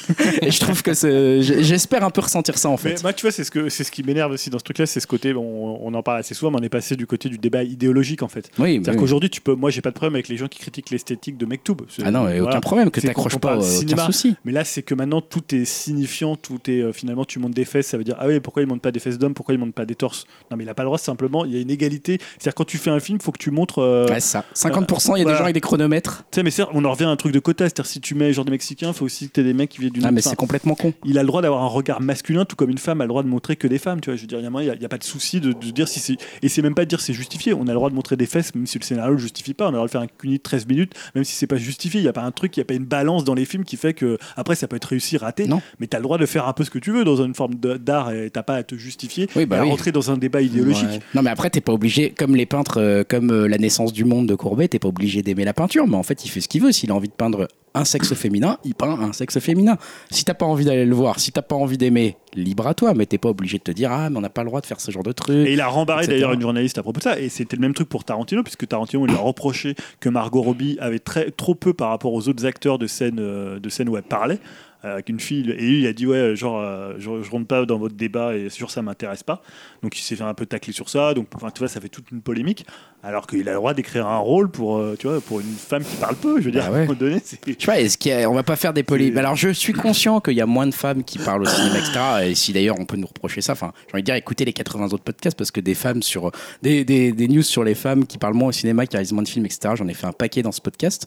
Et je trouve que c'est- j'- j'espère un peu ressentir ça en Mais fait. moi, tu vois, c'est ce, que, c'est ce qui m'énerve aussi dans ce truc-là, c'est ce côté, bon, on on en parle assez souvent, mais on est passé du côté du débat idéologique en fait. Oui, mais bah, C'est-à-dire qu'aujourd'hui, tu peux, moi, j'ai pas de problème avec les gens qui critiquent l'esthétique de Mektoub. C'est- ah non, mais aucun voilà. problème que C'est t'accroches qu'on pas, parle euh, aucun cinéma. souci. Mais là, c'est que maintenant tout est signifiant, tout est euh, finalement tu montes des fesses, ça veut dire ah oui, pourquoi il monte pas des fesses d'hommes, pourquoi il monte pas des torses Non, mais il a pas le droit simplement, il y a une égalité. C'est-à-dire quand tu fais un film, faut que tu montres. euh, Ouais, c'est ça. 50%, il y a des voilà. gens avec des chronomètres. Tu sais, mais c'est- on en revient à un truc de quota, c'est-à-dire si tu mets genre des Mexicains, faut aussi que t'aies des mecs qui viennent d'une. Ah mais enfin, c'est complètement con. il a le droit d'avoir un regard masculin, tout comme une femme a le droit de montrer que des femmes. Tu vois, je veux dire, il n'y a, il y a pas de souci de, de dire si c'est. Et c'est même pas de dire c'est justifié. On a le droit de montrer des fesses, même si le scénario le justifie pas. On a le droit de faire un cuny de 13 minutes, même si c'est pas justifié. Il n'y a pas un truc, il n'y a pas une balance dans les films qui fait que après ça peut être réussi, raté. Non. Mais tu as le droit de faire un peu ce que tu veux dans une forme de- d'art et t'as pas à te justifier Oui, bah et à oui. rentrer dans un débat idéologique. Ouais. Non, mais après, t'es pas obligé, comme les peintres, euh, comme euh, la naissance du monde de Courbet, t'es pas obligé d'aimer la peinture, mais en fait, il fait ce qu'il veut. S'il a envie de peindre un sexe féminin, il peint un sexe féminin. Si t'as pas envie d'aller le voir, si t'as pas envie d'aimer, libre à toi, mais t'es pas obligé de te dire, ah, mais on n'a pas le droit de faire ce genre de truc. Et il a rembarré etc. d'ailleurs une journaliste à propos de ça. Et c'était le même truc pour Tarantino, puisque Tarantino il a reproché que Margot Robbie avait très, trop peu par rapport aux autres acteurs de scène, euh, de scène où elle parlait. euh, qu'une fille, et lui, il a dit ouais genre euh, je, je rentre pas dans votre débat et sûr ça m'intéresse pas donc il s'est fait un peu tacler sur ça donc enfin tu vois ça fait toute une polémique alors qu'il a le droit d'écrire un rôle pour euh, tu vois pour une femme qui parle peu je veux dire Bah à ouais. un moment donné c'est Je sais pas, est-ce qu'il y a- on va pas faire des polémiques. Alors, je suis conscient qu'il y a moins de femmes qui parlent au cinéma, etc. Et si d'ailleurs on peut nous reprocher ça, enfin, j'ai envie de dire, écoutez les 80 autres podcasts parce que des femmes sur des, des, des news sur les femmes qui parlent moins au cinéma, qui réalisent moins de films, etc. J'en ai fait un paquet dans ce podcast.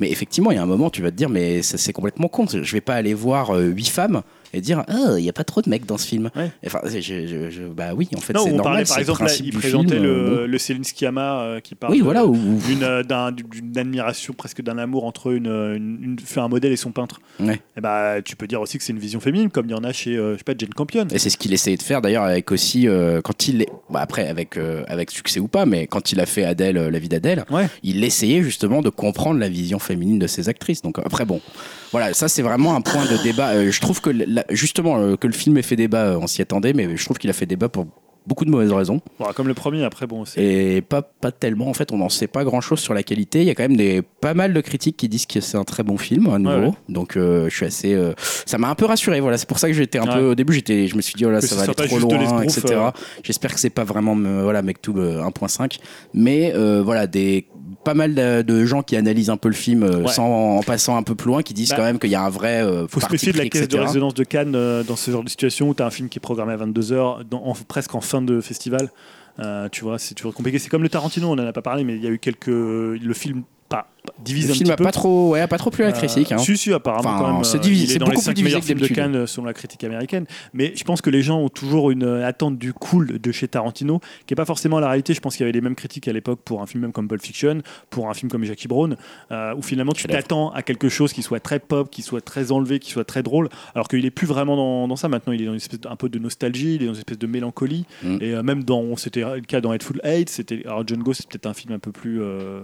Mais effectivement, il y a un moment, tu vas te dire, mais ça c'est complètement con. Je vais pas aller voir euh, huit femmes et dire, ah, il y a pas trop de mecs dans ce film. Ouais. Enfin, je- je- je- bah oui, en fait, non c'est on parlait normal. c'est par le exemple là, principe il du présentait film, le, euh, bon. le Céline Sciamma euh, qui parle Oui, de- voilà. ou- ou- d'une euh, d'un- d'une admiration presque d'un amour entre une, une, une- fait un modèle et son peintre Ouais. et bah tu peux dire aussi que c'est une vision féminine comme il y en a chez euh, je sais pas Jane Campion Et c'est ce qu'il essayait de faire d'ailleurs avec aussi euh, quand il est- bah, après avec euh, avec succès ou pas mais quand il a fait Adèle euh, la vie d'Adèle Ouais. il essayait justement de comprendre la vision féminine de ses actrices donc après bon voilà ça c'est vraiment un point de débat Euh, je trouve que la- justement euh, que le film ait fait débat euh, on s'y attendait mais je trouve qu'il a fait débat pour beaucoup de mauvaises raisons. Bon, comme le premier, après, bon, c'est. Et pas, pas tellement, en fait, on n'en sait pas grand-chose sur la qualité. Il y a quand même des, pas mal de critiques qui disent que c'est un très bon film, à nouveau. Ouais, ouais. Donc, euh, je suis assez. euh, ça m'a un peu rassuré, voilà. C'est pour ça que j'étais un Ouais. peu. Au début, j'étais, je me suis dit, oh là, Que ça ce va soit aller pas trop juste de loin, l'esbrouf, euh. etc. J'espère que c'est pas vraiment, euh, voilà, MekTube euh, 1.5. Mais, euh, voilà, des. Pas mal de, de gens qui analysent un peu le film euh, Ouais. sans, en passant un peu plus loin, qui disent Bah, quand même qu'il y a un vrai. euh, Faut se parti méfier de la pris, caisse de etc.. résonance de Cannes euh, dans ce genre de situation où tu as un film qui est programmé à 22h, presque en fin de festival. Euh, tu vois, c'est toujours compliqué. C'est comme le Tarantino, on n'en a pas parlé, mais il y a eu quelques. Le film pas, divise Le un film petit a peu. pas trop, ouais, a pas trop plu à la Euh, critique. hein. Si, si, apparemment, Enfin, quand même. c'est euh, divisé- il est c'est dans les beaucoup cinq plus divisé meilleurs que films de d'habitude. Cannes euh, selon la critique américaine. Mais je pense que les gens ont toujours une euh, attente du cool de chez Tarantino, qui n'est pas forcément la réalité. Je pense qu'il y avait les mêmes critiques à l'époque pour un film même comme Pulp Fiction, pour un film comme Jackie Brown, euh, où finalement tu Chef-d'œuvre. t'attends à quelque chose qui soit très pop, qui soit très enlevé, qui soit très drôle, alors qu'il est plus vraiment dans, dans ça. Maintenant, il est dans une espèce de- un peu de nostalgie, il est dans une espèce de mélancolie. Mm. Et euh, même dans, c'était le cas dans Headful Eight, c'était, alors John Go, c'est peut-être un film un peu plus. euh,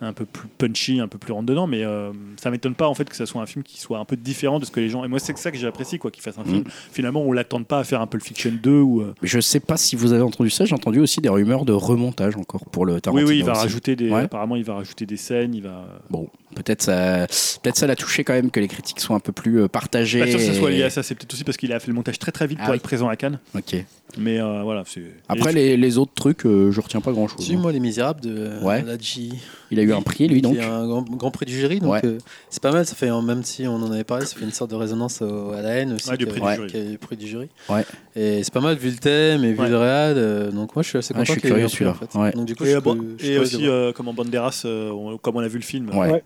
un peu plus punchy, un peu plus rentre dedans, mais euh, ça m'étonne pas en fait que ça soit un film qui soit un peu différent de ce que les gens. Et moi, c'est que ça que j'apprécie, quoi, qu'il fasse un Mm. film. Finalement, on l'attende pas à faire un Pulp Fiction 2 ou. euh, Je sais pas si vous avez entendu ça, j'ai entendu aussi des rumeurs de remontage encore pour le Oui, Tarantino. oui, il va aussi. rajouter des. Ouais. Apparemment, il va rajouter des scènes, il va. Bon, peut-être ça, peut-être ça l'a touché quand même que les critiques soient un peu plus euh, partagées. Pas sûr que ça soit lié et- à ça. C'est peut-être aussi parce qu'il a fait le montage très très vite Ah pour oui. être présent à Cannes. Ok. Mais euh, voilà, c'est. Après Et- les, les autres trucs, euh, je retiens pas grand-chose. Si, moi, Les Misérables de euh, Ouais. Ladji. Il a eu un prix lui donc. Qui est un grand, grand prix du jury, donc Ouais. euh, c'est pas mal. Ça fait, euh, même si on en avait parlé, ça fait une sorte de résonance au- à la haine aussi. Ouais, du que- prix du ouais, jury. qu'il y a eu le prix du jury. Ouais. Et c'est pas mal vu le thème et vu Ouais. le réal. euh, donc moi, je suis assez Ah, content. je suis qu'il y ait eu curieux, un prix, en celui-là. fait. Ouais. Donc du coup, Et, je euh, bon- peux- je et peux aussi, dire. euh, comme en Banderas, euh, on- comme on a vu le film, Ouais. Ouais.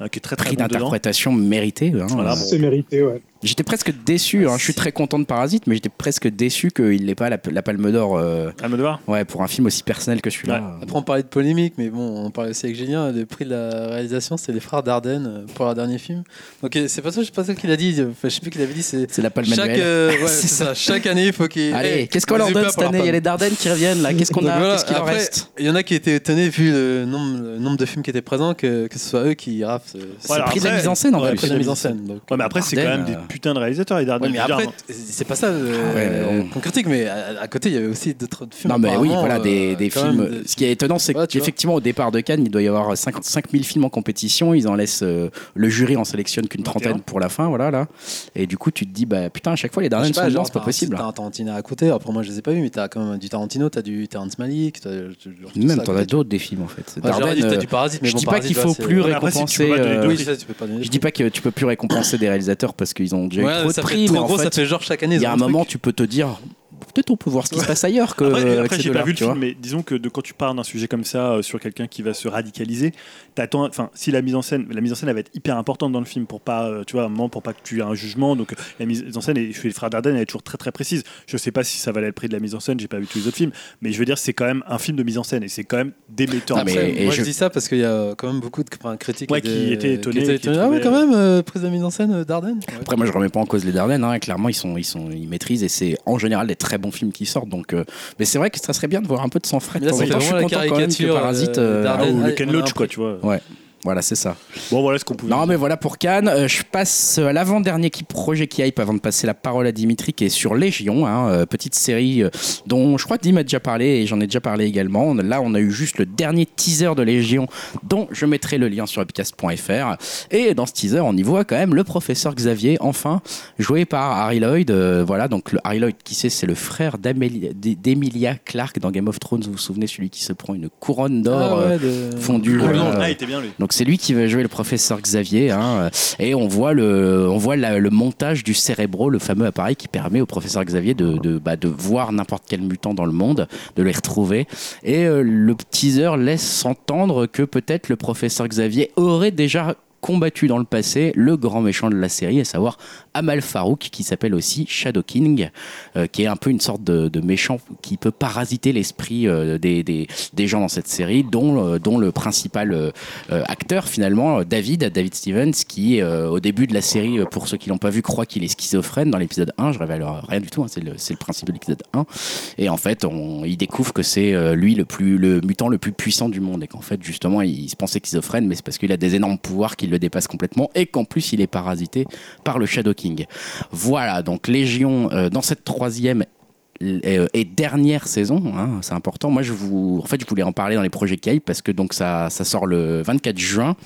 euh, qui est très très Prix bon dedans. d'interprétation mérité. hein. Voilà, Ah bon. C'est mérité, ouais. J'étais presque déçu. hein. Je suis très content de Parasite, mais j'étais presque déçu qu'il n'ait pas la, la Palme d'Or. euh, Almodovar Ouais, pour un film aussi personnel que celui-là. Après, on parlait de polémique, mais bon, on parlait aussi avec Julien. Le prix de la réalisation, c'est les frères Dardenne euh, pour leur dernier film. Donc euh, c'est pas ça, je sais pas ça qu'il a dit. Enfin, je sais plus qu'il avait dit. C'est C'est la Palme chaque, annuelle. euh, ouais, C'est c'est ça. Chaque année, il faut qu'il. Allez, Eh, qu'est-ce qu'on on leur les donne pas cette pour leur année Il y a palme. les Dardennes qui reviennent là. Qu'est-ce qu'on Donc a voilà, Qu'est-ce qu'il en après, reste Il y en a qui étaient étonnés vu le nombre, le nombre de films qui étaient présents que, que ce soit eux qui rafent. euh, C'est Voilà, pris de la après- mise en scène en Ouais, plus. après la mise en scène. donc. Ouais, mais après, hein. c'est quand Dardenne, même des euh, putains de réalisateurs, les Dardenne. Ouais, mais Je veux dire, après, c'est pas ça euh, Ah ouais, mais bon. qu'on critique, mais à, à côté, il y avait aussi d'autres films. Non, mais oui, apparemment, voilà, des, euh, des quand même, films. de- Ce qui est étonnant, c'est Ouais, tu vois. qu'effectivement, au départ de Cannes, il doit y avoir 55 000 films en compétition. Ils en laissent. euh, le jury en sélectionne qu'une 21. trentaine pour la fin, voilà, là. Et du coup, tu te dis, bah putain, à chaque fois, les Je derniers sais sont pas, bons, genre, c'est pas t'as un- possible. T'as un Tarantino à côté, alors pour moi je les ai pas vus, mais t'as quand même du Tarantino, t'as du Terrence Malick, t'as. Même, t'en as d'autres. d'autres des films, en fait. Dardenne, T'as euh, du Parasite, mais je bon, dis pas Parasite, qu'il là, faut c'est- plus Voilà, après, si tu récompenser. peux pas donner de euh, Oui, ça, tu peux pas donner. Je dis pas que tu peux plus récompenser des réalisateurs parce qu'ils ont déjà eu Ouais, trop de ça prix, fait mais trop en gros, ça fait, fait genre chaque année. il ils y ont a un truc. moment, tu peux te dire, peut-être on peut voir ce qui se passe ailleurs que. Après, avec après ces j'ai dollars, pas vu le Euh, tu film, vois. mais disons que de, quand tu parles d'un sujet comme ça euh, sur quelqu'un qui va se radicaliser, t'attends. Enfin, si la mise en scène, la mise en scène elle va être hyper importante dans le film pour pas, euh, tu vois, à un moment pour pas que tu aies un jugement. Donc euh, la mise en scène, et je suis les frères Dardenne, elle est toujours très très précise. Je sais pas si ça valait le prix de la mise en scène. J'ai pas vu tous les autres films, mais je veux dire, c'est quand même un film de mise en scène et c'est quand même des metteurs. Ah, en mais- scène. Après, et moi, je- je... dis ça parce qu'il y a euh, quand même beaucoup de enfin, critiques Ouais, et de- qui étaient étonnés, qui Ah trouvaient- ouais, quand même, euh, prise de mise en scène euh, d'Ardenne. Après, moi, je remets pas en cause les Dardennes. hein. Clairement, ils sont, ils sont, ils maîtrisent et c'est en général des très bons films qui sortent. Donc, euh, mais c'est vrai que ça serait bien de voir un peu de sang frais. de Mais là, temps ça en fait temps. je suis vraiment content la quand même que caricature, Parasite. euh, euh, Ah, Dardenne. ah, ou le Allez, Ken on a Loach, un quoi, prix. tu vois. Voilà, c'est ça. Bon, voilà ce qu'on pouvait. Non, mais voilà pour Cannes. Euh, je passe à l'avant-dernier qui projet qui hype avant de passer la parole à Dimitri qui est sur Légion, hein, euh, petite série euh, dont je crois que Dim a déjà parlé et j'en ai déjà parlé également. Là, on a eu juste le dernier teaser de Légion dont je mettrai le lien sur epicast.fr. Et dans ce teaser, on y voit quand même le professeur Xavier, enfin, joué par Harry Lloyd. Euh, voilà, donc le Harry Lloyd, qui sait, c'est le frère d'Amélie- d'E- d'Emilia Clarke dans Game of Thrones. Vous vous souvenez, celui qui se prend une couronne d'or. Ah euh, ouais, de- fondu, Ah, euh, non, ah, il était bien lui. donc c'est lui qui va jouer le professeur Xavier, hein, euh, et on voit le, on voit la- le montage du cérébro, le fameux appareil qui permet au professeur Xavier de, de, bah, de voir n'importe quel mutant dans le monde, de les retrouver. Et euh, le teaser laisse entendre que peut-être le professeur Xavier aurait déjà combattu dans le passé le grand méchant de la série, à savoir Amal Farouk, qui s'appelle aussi Shadow King, euh, qui est un peu une sorte de, de méchant qui peut parasiter l'esprit euh, des, des, des gens dans cette série, dont, euh, dont le principal euh, euh, acteur finalement, euh, David, David Stevens, qui euh, au début de la série, euh, pour ceux qui l'ont pas vu, croit qu'il est schizophrène dans l'épisode 1. Je révèle euh, rien du tout, hein, c'est le, c'est le principe de l'épisode 1. Et en fait, on, il découvre que c'est euh, lui le, plus, le mutant le plus puissant du monde et qu'en fait, justement, il, se pensait schizophrène, mais c'est parce qu'il a des énormes pouvoirs qui le dépassent complètement et qu'en plus, il est parasité par le Shadow King. Voilà, donc Légion, euh, dans cette troisième et, euh, et dernière saison, hein, c'est important. Moi, je vous, en fait, je voulais en parler dans les projets Cape parce que donc ça, ça sort le 24 juin.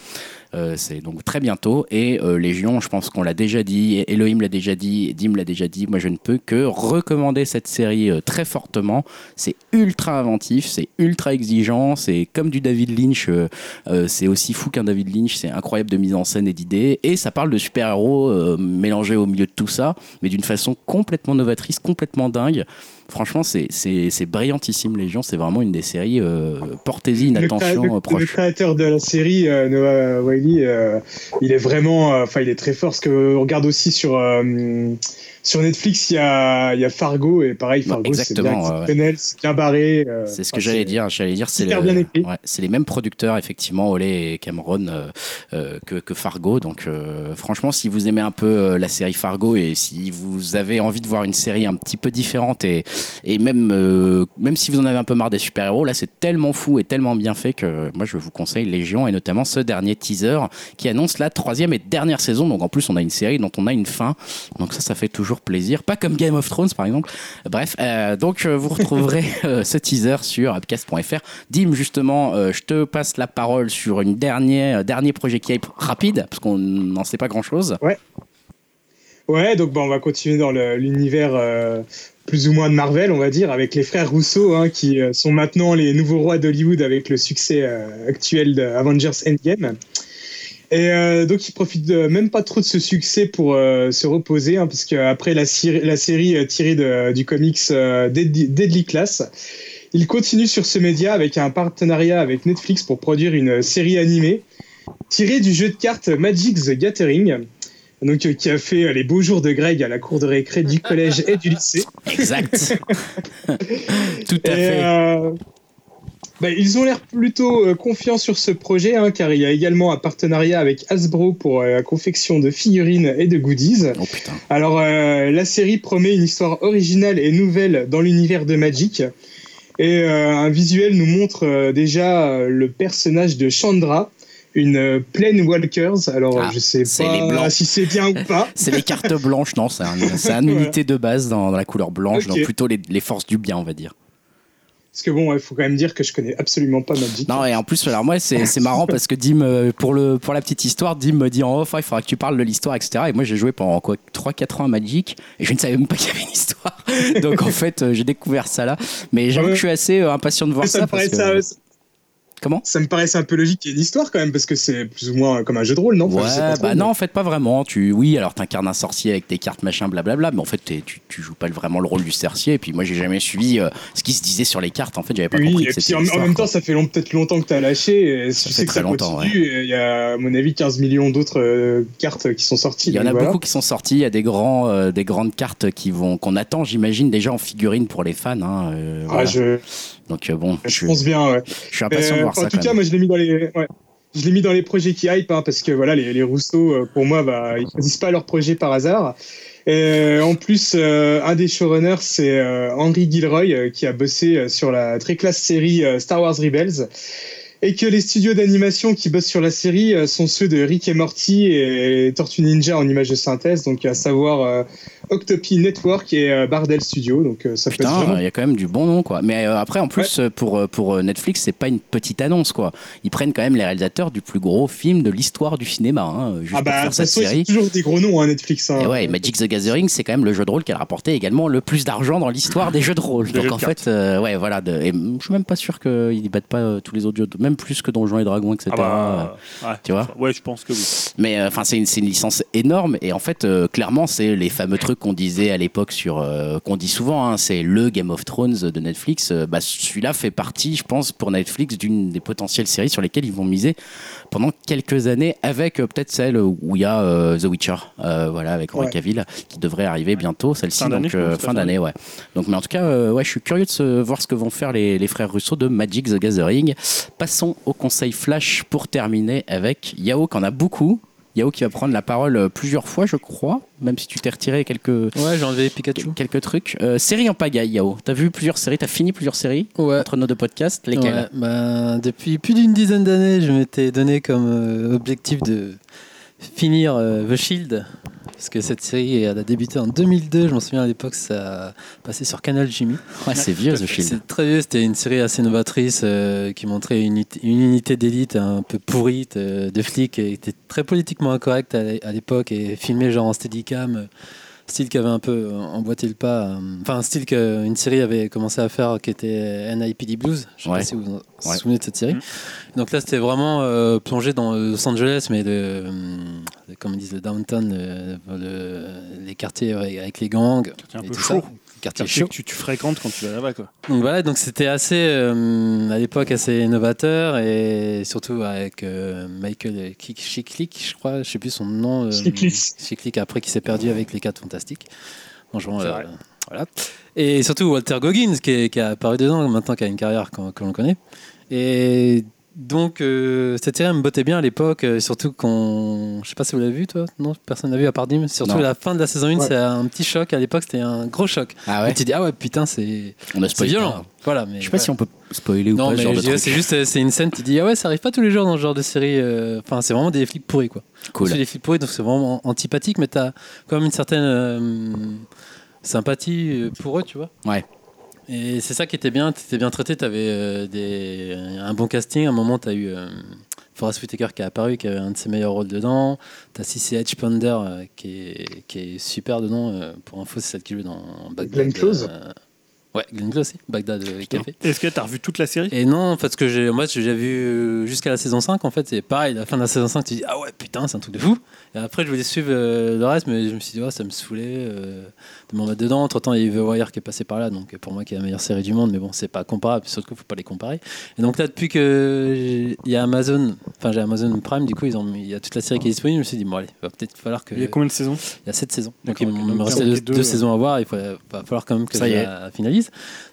Euh, c'est donc très bientôt. Et euh, Légion, je pense qu'on l'a déjà dit, Elohim l'a déjà dit, Dim l'a déjà dit. Moi, je ne peux que recommander cette série euh, très fortement. C'est ultra inventif, c'est ultra exigeant, c'est comme du David Lynch. euh, euh, c'est aussi fou qu'un David Lynch, c'est incroyable de mise en scène et d'idées. Et ça parle de super-héros euh, mélangés au milieu de tout ça, mais d'une façon complètement novatrice, complètement dingue. Franchement, c'est- c'est c'est brillantissime, Légion. C'est vraiment une des séries. euh, Portez-y une Le cré- attention le- euh, le proche. créateur de la série, euh, Noah Wiley, euh, il est vraiment, euh, enfin, il est très fort. Parce que on regarde aussi sur euh, sur Netflix, il y a, il y a Fargo et pareil, Bah, Fargo, c'est bien, exactement, ouais, ouais. exceptionnel, c'est bien barré. euh, C'est ce enfin, que j'allais dire. J'allais dire, c'est hyper le- bien écrit. ouais, c'est les mêmes producteurs, effectivement, Olé et Cameron, euh, euh, que, que Fargo. Donc, euh, franchement, si vous aimez un peu euh, la série Fargo et si vous avez envie de voir une série un petit peu différente et, et même, euh, même si vous en avez un peu marre des super-héros, là, c'est tellement fou et tellement bien fait que moi, je vous conseille Légion et notamment ce dernier teaser qui annonce la troisième et dernière saison. Donc, en plus, on a une série dont on a une fin. Donc, ça, ça fait toujours plaisir. Pas comme Game of Thrones, par exemple. Bref, euh, donc euh, vous retrouverez euh, ce teaser sur upcast.fr. Dim, justement, euh, je te passe la parole sur une dernière, euh, dernier projet Cape rapide, parce qu'on n'en sait pas grand-chose. Ouais, donc bon, on va continuer dans le- l'univers euh, plus ou moins de Marvel, on va dire, avec les frères Rousseau, hein, qui euh, sont maintenant les nouveaux rois d'Hollywood avec le succès euh, actuel de Avengers Endgame. Et euh, donc ils profitent euh, même pas trop de ce succès pour euh, se reposer, hein, parce qu'après la, série- la série euh, tirée de- du comics euh, Deadly, Deadly Class, ils continuent sur ce média avec un partenariat avec Netflix pour produire une série animée tirée du jeu de cartes Magic the Gathering donc euh, qui a fait euh, les beaux jours de Greg à la cour de récré du collège et du lycée. Exact. Tout à Et, fait. euh, bah, ils ont l'air plutôt euh, confiants sur ce projet, hein, car il y a également un partenariat avec Hasbro pour euh, la confection de figurines et de goodies. Oh putain. Alors, euh, la série promet une histoire originale et nouvelle dans l'univers de Magic. Et euh, un visuel nous montre euh, déjà euh, le personnage de Chandra, une euh, Plainwalkers. Alors, Ah, je sais c'est les pas blancs. si c'est bien ou pas. C'est les cartes blanches, non C'est un, c'est un Voilà. unité de base dans, dans la couleur blanche, Ok. donc plutôt les, les forces du bien, on va dire. Parce que bon, il faut quand même dire que je connais absolument pas Magic. Non, et en plus, alors moi, c'est c'est marrant parce que Dim, euh, pour, le, pour la petite histoire, Dim me dit en off, Ah, il faudra que tu parles de l'histoire, etc. Et moi, j'ai joué pendant quoi 3-4 ans à Magic et je ne savais même pas qu'il y avait une histoire. Donc en fait, euh, j'ai découvert ça là. Mais j'avoue Ouais. que je suis assez euh, impatient de voir ça, ça. me parce paraissait, que- ça, Comment me paraissait un peu logique qu'il y ait une histoire quand même, parce que c'est plus ou moins comme un jeu de rôle, non Enfin, Ouais, je sais pas trop, bah mais- non, en fait, pas vraiment. Tu, oui, alors t'incarnes un sorcier avec tes cartes, machin, blablabla, mais en fait, t'es- tu, tu joues pas vraiment le rôle du sorcier. Et puis moi, j'ai jamais suivi euh, ce qui se disait sur les cartes. En fait, j'avais pas Oui, compris et que puis c'était en, une en histoire, même quoi. temps, ça fait long- peut-être longtemps que t'as lâché, et fait tu sais que très ça longtemps, continue, et il y a à mon avis 15 millions d'autres euh, cartes qui sont sorties. Il y en donc a voilà. beaucoup qui sont sortis. Il y a des grands, euh, des grandes cartes qui vont, qu'on attend, j'imagine, déjà en figurine pour les fans. hein, euh, Ah, voilà. je, Donc euh, bon, je je, pense bien, ouais. je suis impatient Euh, de voir en ça. tout quand cas, même. moi je l'ai mis dans les. ouais. Je l'ai mis dans les projets qui hype, hein, parce que voilà, les, les Rousseau, euh, pour moi, bah, ils choisissent pas leur projet par hasard. Et, en plus, euh, un des showrunners, c'est euh, Henry Gilroy, euh, qui a bossé euh, sur la très classe série euh, Star Wars Rebels. Et que les studios d'animation qui bossent sur la série euh, sont ceux de Rick et Morty et Tortue Ninja en images de synthèse, donc à savoir euh, Octopi Network et euh, Bardell Studio. Donc euh, ça peut être Putain, vraiment il y a quand même du bon nom, quoi. Mais euh, après, en plus, euh, pour, euh, pour euh, Netflix, c'est pas une petite annonce, quoi. Ils prennent quand même les réalisateurs du plus gros film de l'histoire du cinéma, hein, euh, juste Ah pour bah, de faire toute cette façon, série. c'est toujours des gros noms, hein, Netflix. hein. Et ouais, Magic the Gathering, c'est quand même le jeu de rôle qui a rapporté également le plus d'argent dans l'histoire des jeux de rôle. Des Donc jeux de en fait, euh, ouais, voilà. de- et mm, je suis même pas sûr qu'ils battent pas euh, tous les autres jeux, de- même plus que Donjons et Dragons, etc. Ah bah, ouais. tu vois Ouais, je pense que oui. Mais euh, enfin, c'est une, c'est une licence énorme et en fait, euh, clairement, c'est les fameux trucs qu'on disait à l'époque sur euh, qu'on dit souvent. hein, c'est le Game of Thrones de Netflix. Euh, bah, celui-là fait partie, je pense, pour Netflix d'une des potentielles séries sur lesquelles ils vont miser pendant quelques années, avec euh, peut-être celle où il y a euh, The Witcher, euh, voilà, avec Henry Ouais. Cavill, qui devrait arriver bientôt, celle-ci, Fin d'année, donc je crois, euh, c'est fin ça. d'année, ouais. Donc, mais en tout cas, euh, ouais, je suis curieux de se- voir ce que vont faire les, les frères Russo de Magic the Gathering. Passons au conseil flash pour terminer avec Yao, qu'on a beaucoup. Yao qui va prendre la parole euh, plusieurs fois, je crois, même si tu t'es retiré quelques, Ouais, j'ai enlevé Pikachu. quelques trucs. Euh, série en pagaille, Yao. T'as vu plusieurs séries, t'as fini plusieurs séries Ouais. entre nos deux podcasts. Lesquelles Ouais, ben, depuis plus d'une dizaine d'années, je m'étais donné comme euh, objectif de finir euh, The Shield, parce que cette série elle a débuté en 2002. Je m'en souviens à l'époque, ça passait sur Canal Jimmy. Ouais, c'est vieux The Shield. C'est très vieux, c'était une série assez novatrice euh, qui montrait une, unité- une unité d'élite un peu pourrite euh, de flics et était très politiquement incorrecte à l'é- à l'époque et filmée genre en steadicam. euh, Style qui avait un peu euh, emboîté le pas, euh, enfin un style qu'une série avait commencé à faire qui était euh, NIPD Blues. Je sais Ouais. pas si vous vous en Ouais. Mm-hmm. souvenez de cette série. Donc là, c'était vraiment euh, plongé dans Los Angeles, mais le, hum, le- comme ils disent, le downtown, le- le- les quartiers avec, avec les gangs. Quartier un et peu tout chaud. ça. C'est Quartier chaud chaud. que tu, tu fréquentes quand tu vas là-bas. quoi. Donc voilà, donc c'était assez euh, à l'époque assez innovateur et surtout avec euh, Michael Chiklik, je crois, je sais plus son nom. euh, Chiklis. Chiklis, après qui s'est perdu avec les 4 fantastiques en jouant. C'est euh, vrai. voilà. Et surtout Walter Goggins qui, est- qui a apparu dedans maintenant qui a une carrière qu'on- que l'on connaît. Et donc euh, cette série elle me bottait bien à l'époque, euh, surtout qu'on, je sais pas si vous l'avez vu toi, non, personne n'a vu à part Dim. Surtout Non. la fin de la saison 1, Ouais. c'est un petit choc. À l'époque c'était un gros choc. Ah Tu te dis ah ouais putain c'est On a c'est spoilé. violent. Voilà, mais Je sais pas si on peut spoiler ou non, pas. ce mais genre je de dirais, truc. c'est juste, euh, c'est une scène, tu dis, ah ouais, ça arrive pas tous les jours dans ce genre de série. euh, Enfin, c'est vraiment des flics pourris, quoi. cool. C'est des flics pourris, donc c'est vraiment antipathique, mais t'as quand même une certaine euh, sympathie euh, pour eux, tu vois. Ouais. Et c'est ça qui était bien, t'étais bien traité, t'avais euh, des, un bon casting. À un moment, t'as eu euh, Forrest Whitaker qui est apparu, qui avait un de ses meilleurs rôles dedans. T'as Cissy Edge Ponder euh, qui, est, qui est super dedans. euh, pour info, c'est celle qui joue dans Bagdad. Glenn Close euh, ouais, Glenn Close, si, Bagdad euh, Café. Est-ce que tu as revu toute la série Et non, parce que j'ai, moi j'ai vu euh, jusqu'à la saison 5 en fait, c'est pareil, la fin de la saison 5 tu dis ah ouais putain c'est un truc de fou. Et après je voulais suivre euh, le reste mais je me suis dit oh, ça me saoulait euh, de m'en mettre dedans. Entre temps il y a eu The Wire qui est passé par là donc euh, pour moi qui est la meilleure série du monde mais bon c'est pas comparable, surtout qu'il faut pas les comparer. Et donc là depuis que j'ai- il y a Amazon, enfin j'ai Amazon Prime du coup ils ont mis- il y a toute la série qui est disponible, je me suis dit bon allez va peut-être falloir que Il y a combien de saisons il y a 7 saisons. Donc D'accord, il ok. me Donc, restait donc, deux, les deux, deux euh, saisons à voir. Il faut- va falloir quand même que Ça y je est. la finalise.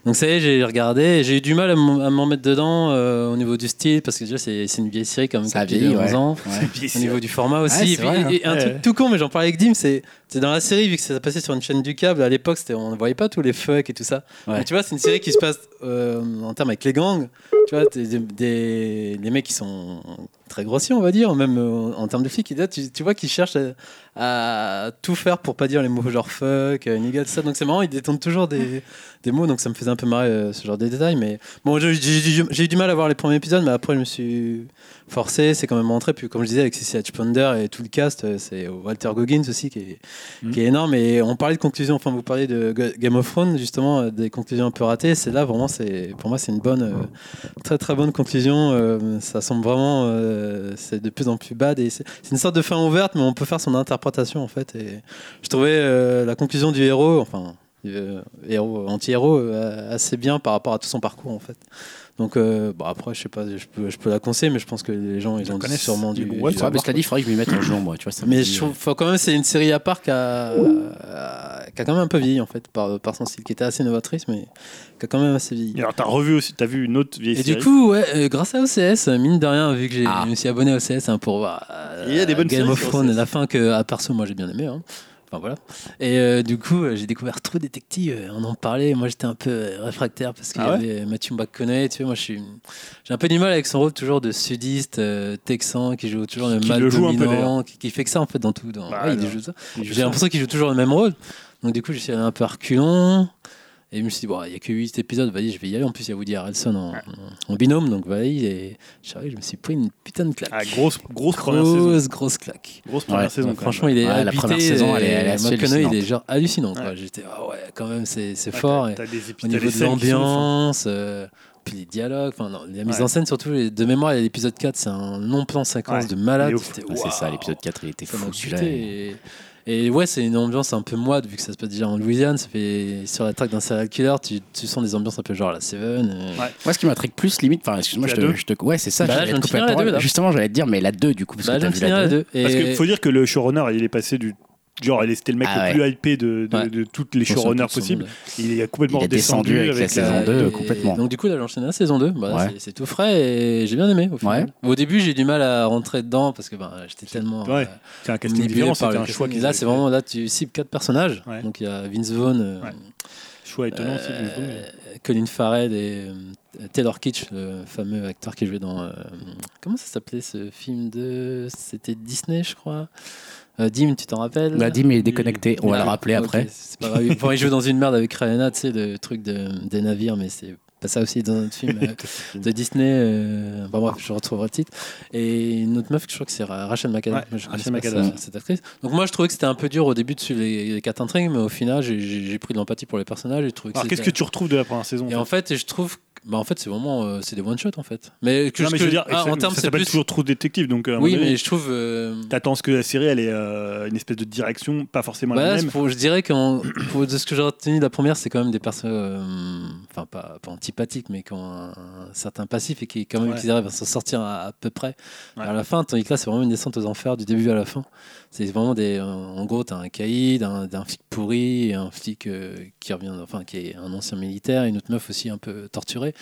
Donc ça y est, j'ai regardé. et J'ai eu du mal à m'en à m'en mettre dedans euh, au niveau du style parce que déjà c'est c'est une vieille série quand même. Ça qui a plus de vieillit, ouais. 11 ans. Ouais. Au niveau du format aussi. Ouais, c'est et, puis- vrai, hein. et un Ouais, ouais. truc tout con, mais j'en parlais avec Dim, c'est c'est dans la série, vu que ça passait sur une chaîne du câble, à l'époque, c'était- on ne voyait pas tous les fucks et tout ça. Ouais. Mais tu vois, c'est une série qui se passe euh, en termes avec les gangs. Tu vois, t'es des, des- des mecs qui sont très grossiers, on va dire, même euh, en termes de flics. Et là, tu, tu vois qu'ils cherchent à, à tout faire pour pas dire les mots genre fuck, euh, nigga, tout ça. Donc c'est marrant, ils détournent toujours des, des mots, donc ça me faisait un peu marrer euh, ce genre de détails. Mais bon, j'ai- j'ai j'ai- j'ai eu du mal à voir les premiers épisodes, mais après, je me suis forcé, c'est quand même rentré. Puis, comme je disais, avec Cissy Ponder et tout le cast, euh, c'est Walter Goggins aussi qui est, Mhm. qui est énorme. Et on parlait de conclusion, enfin, vous parlez de Ga- Game of Thrones, justement, euh, des conclusions un peu ratées. C'est là, vraiment, c'est pour moi, c'est une bonne, euh, très très bonne conclusion. Euh, ça semble vraiment, euh, c'est de plus en plus bad. Et c'est c'est une sorte de fin ouverte, mais on peut faire son interprétation, en fait. Et je trouvais euh, la conclusion du héros, enfin, du, euh, héros, anti-héros, euh, assez bien par rapport à tout son parcours, en fait. Donc, euh, bah, après, je sais pas, je peux, je peux la conseiller, mais je pense que les gens, ils Ils la ont connaissent. sûrement du. Ils vont du Ouais, mais cela dit, il faudrait que je m'y mette un jour, moi. Tu vois, ça me mais dit, je euh, trouve faut quand même c'est une série à part qui a, euh, qui a quand même un peu vieilli en fait par, par son style qui était assez novatrice mais qui a quand même assez vieilli. Et Alors, t'as revu aussi, t'as vu une autre vieille Et série. du coup, ouais, euh, grâce à OCS, euh, mine de rien, vu que j'ai- Ah. je me suis abonné à OCS hein, pour voir euh, Il y a des bonnes Game séries of sur Thrones, OCS. la fin que, à perso, moi j'ai bien aimé. hein. Enfin voilà. Et euh, du coup, euh, j'ai découvert trop détective. euh, On en parlait. Moi, j'étais un peu euh, réfractaire parce qu'il Ah y avait Matthew McConaughey. Tu vois, moi, je suis, j'ai un peu du mal avec son rôle toujours de sudiste euh, texan qui joue toujours le Qui mal le joue un peu, dominant, qui, qui fait que ça en fait dans tout. Dans, Bah, ouais, il alors. joue ça. Il joue J'ai ça. l'impression qu'il joue toujours le même rôle. Donc du coup, je suis allé un peu à reculons. Et je me suis dit, bon, il n'y a que 8 épisodes, vas-y, je vais y aller. En plus, il y a Woody Harrelson en, en binôme, donc vas-y. Et je suis arrivé, je me suis pris une putain de claque. Ah, grosse, grosse première saison. grosse, grosse claque. Grosse première Ouais, saison. Donc, quand même. franchement, il est Ouais, la habité, première saison, elle est- elle est et assez McConaughey, hallucinante. il est genre hallucinant. quoi. Ouais. J'étais, ah ouais, quand même, c'est c'est Ouais, fort. t'as- Et T'as des épi- t'as au des niveau de scènes qui sont- l'ambiance, euh, puis les dialogues, enfin, non, la mise Ouais. en scène surtout. les- De mémoire, il y a l'épisode 4, c'est un non-plan séquence Ouais, de il est malade. ouf. C'était, ah, C'est ça, waouh. l'épisode 4, il était Ça m'a fou celui-là. discuté Et, et ouais, c'est une ambiance un peu moite, vu que ça se passe déjà en Louisiane. Ça fait sur la traque d'un serial killer, tu, tu sens des ambiances un peu genre la Seven. euh. Ouais. Moi, ce qui m'intrigue plus, limite, enfin, excuse-moi, La je te, deux. je te- Ouais, c'est ça. Bah, j'allais te là, je viens de couper finir la parole. deux, là. Justement, j'allais te dire, mais la 2, du coup, parce Bah, que t'as j'aime vu la finir 2. les deux. Et Parce qu'il faut dire que le showrunner, il est passé du. Genre, il est- c'était le mec Ah le plus hypé de, de, Ouais. de toutes les Bon, sur showrunners toute son possibles. monde. Il est complètement Il est descendu descendu avec la la- saison Euh, deux. et- complètement. Donc, du coup, là, j'enchaîné la saison 2. Bah, Ouais. c'est- C'est tout frais et j'ai bien aimé. Au, final. au début, j'ai eu du mal à rentrer dedans parce que bah, j'étais tellement. ouais. euh, C'est un casting omnibulé différent, c'était par le un choix casting. qu'ils Là, avaient c'est fait. vraiment. Là, tu cibles quatre personnages. Ouais. Donc, il y a Vince Vaughn. euh, Ouais. Choix étonnant aussi. Euh, mais bon. Colin Farrell et, euh, Taylor Kitsch, le fameux acteur qui jouait dans. euh, comment ça s'appelait ce film de. C'était Disney, je crois. Euh, Dim, tu t'en rappelles On a dit, mais déconnecté. Bah, On va Ah, le rappeler ok, après. c'est pas grave. Enfin, il joue dans une merde avec Rihanna, tu sais, le truc de- des navires, mais c'est pas ça aussi dans un autre film euh, de Disney. euh, Enfin bref, je retrouverai le titre. Et une autre meuf, je crois que c'est Ra- Rachel McAdams. Ouais, Moi, je Rachel connais pas McAdams. ça, cette actrice. Donc moi, je trouvais que c'était un peu dur au début de suivre les, les quatre intrigues, mais au final, j'ai- j'ai j'ai pris de l'empathie pour les personnages. et je trouvais que Alors qu'est-ce que c'était- tu retrouves de la première saison Et en fait, je trouve. Bah en fait, c'est vraiment euh, c'est des one shots en fait. Mais, que Non, mais je veux que- dire, ah, ça- en termes ça c'est s'appelle plus. toujours Trou Détective, donc. à un Oui, moment donné, mais je trouve. euh, T'attends ce que la série, elle est une espèce de direction, pas forcément Bah, la là, même. c'est pour- je dirais que de ce que j'ai retenu de la première, c'est quand même des personnes, euh, enfin pas, pas antipathiques, mais qui ont un, un certain passif et qui quand même Ouais. qu'ils arrivent à s'en sortir à, à peu près Ouais. à la fin. Tandis que là, c'est vraiment une descente aux enfers du début à la fin. C'est vraiment des, euh, en gros, t'as un caïd, un, d'un flic pourri, et un flic euh, qui revient, enfin qui est un ancien militaire, et une autre meuf aussi un peu torturée.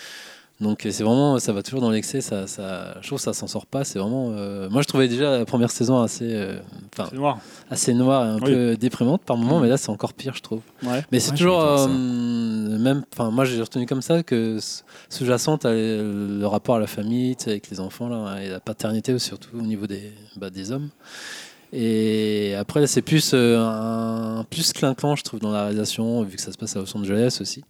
Donc euh, c'est vraiment, ça va toujours dans l'excès, ça, ça, je trouve que ça s'en sort pas. C'est vraiment, euh, moi je trouvais déjà la première saison assez, euh, enfin C'est noir. assez noire et un Oui. Mm. peu déprimante par moment, mais là c'est encore pire, je trouve. Ouais. Mais c'est Ouais, toujours j'avais trouvé ça. euh, le même. Enfin, moi j'ai retenu comme ça que s- sous-jacente t'as le le rapport à la famille, tu sais, avec les enfants là, et la paternité surtout au niveau des, bah, des hommes. Et après là, c'est plus euh, un plus clinquant, je trouve, dans la réalisation, vu que ça se passe à Los Angeles aussi.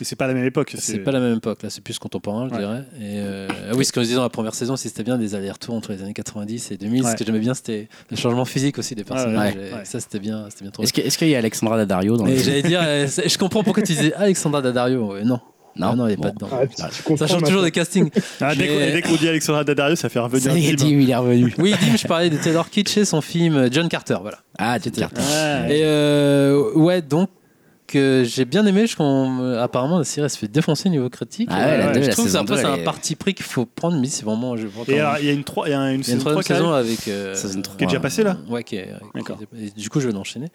Et c'est pas la même époque. C'est pas la même époque, là, c'est plus contemporain, je Ouais. dirais. Et, euh, ah oui, ce que je disais dans la première saison, si c'était bien des allers-retours entre les années 90 et 2000, Ouais. ce que j'aimais bien, c'était le changement physique aussi des personnages. et ouais. Ça, c'était bien, c'était bien trouvé. Est-ce que- est-ce qu'il y a Alexandra Daddario dans Mais le film j'allais dire, euh, c'est- je comprends pourquoi tu disais Alexandra Daddario. ouais, non, non, non, il est Bon. pas dedans. Ah, tu- tu Ça comprends change toujours maintenant. des castings. Ah, dès qu'on- Mais- et dès qu'on dit Alexandra Daddario, ça fait revenir Ça y est, un Tim, il est revenu. Oui, Dim, je parlais de Taylor Kitsch et son film euh, John Carter, voilà. Ah, tu te cartes. Ouais. Et euh, ouais, donc euh, j'ai bien aimé. Je, qu'on- euh, apparemment, la série elle se fait défoncer niveau critique. Ah ouais, la Euh, deux, je la trouve que c'est un saison peu deux, c'est elle un est- parti pris qu'il faut prendre, mais c'est vraiment. Je vois Et quand- alors, il y a une, trois, il y a une Il y a une saison troisième 3 qui arrive. saison avec. euh, Saison trois. qui est déjà passée là Ouais, qui est- D'accord. et du coup, je vais l'enchaîner.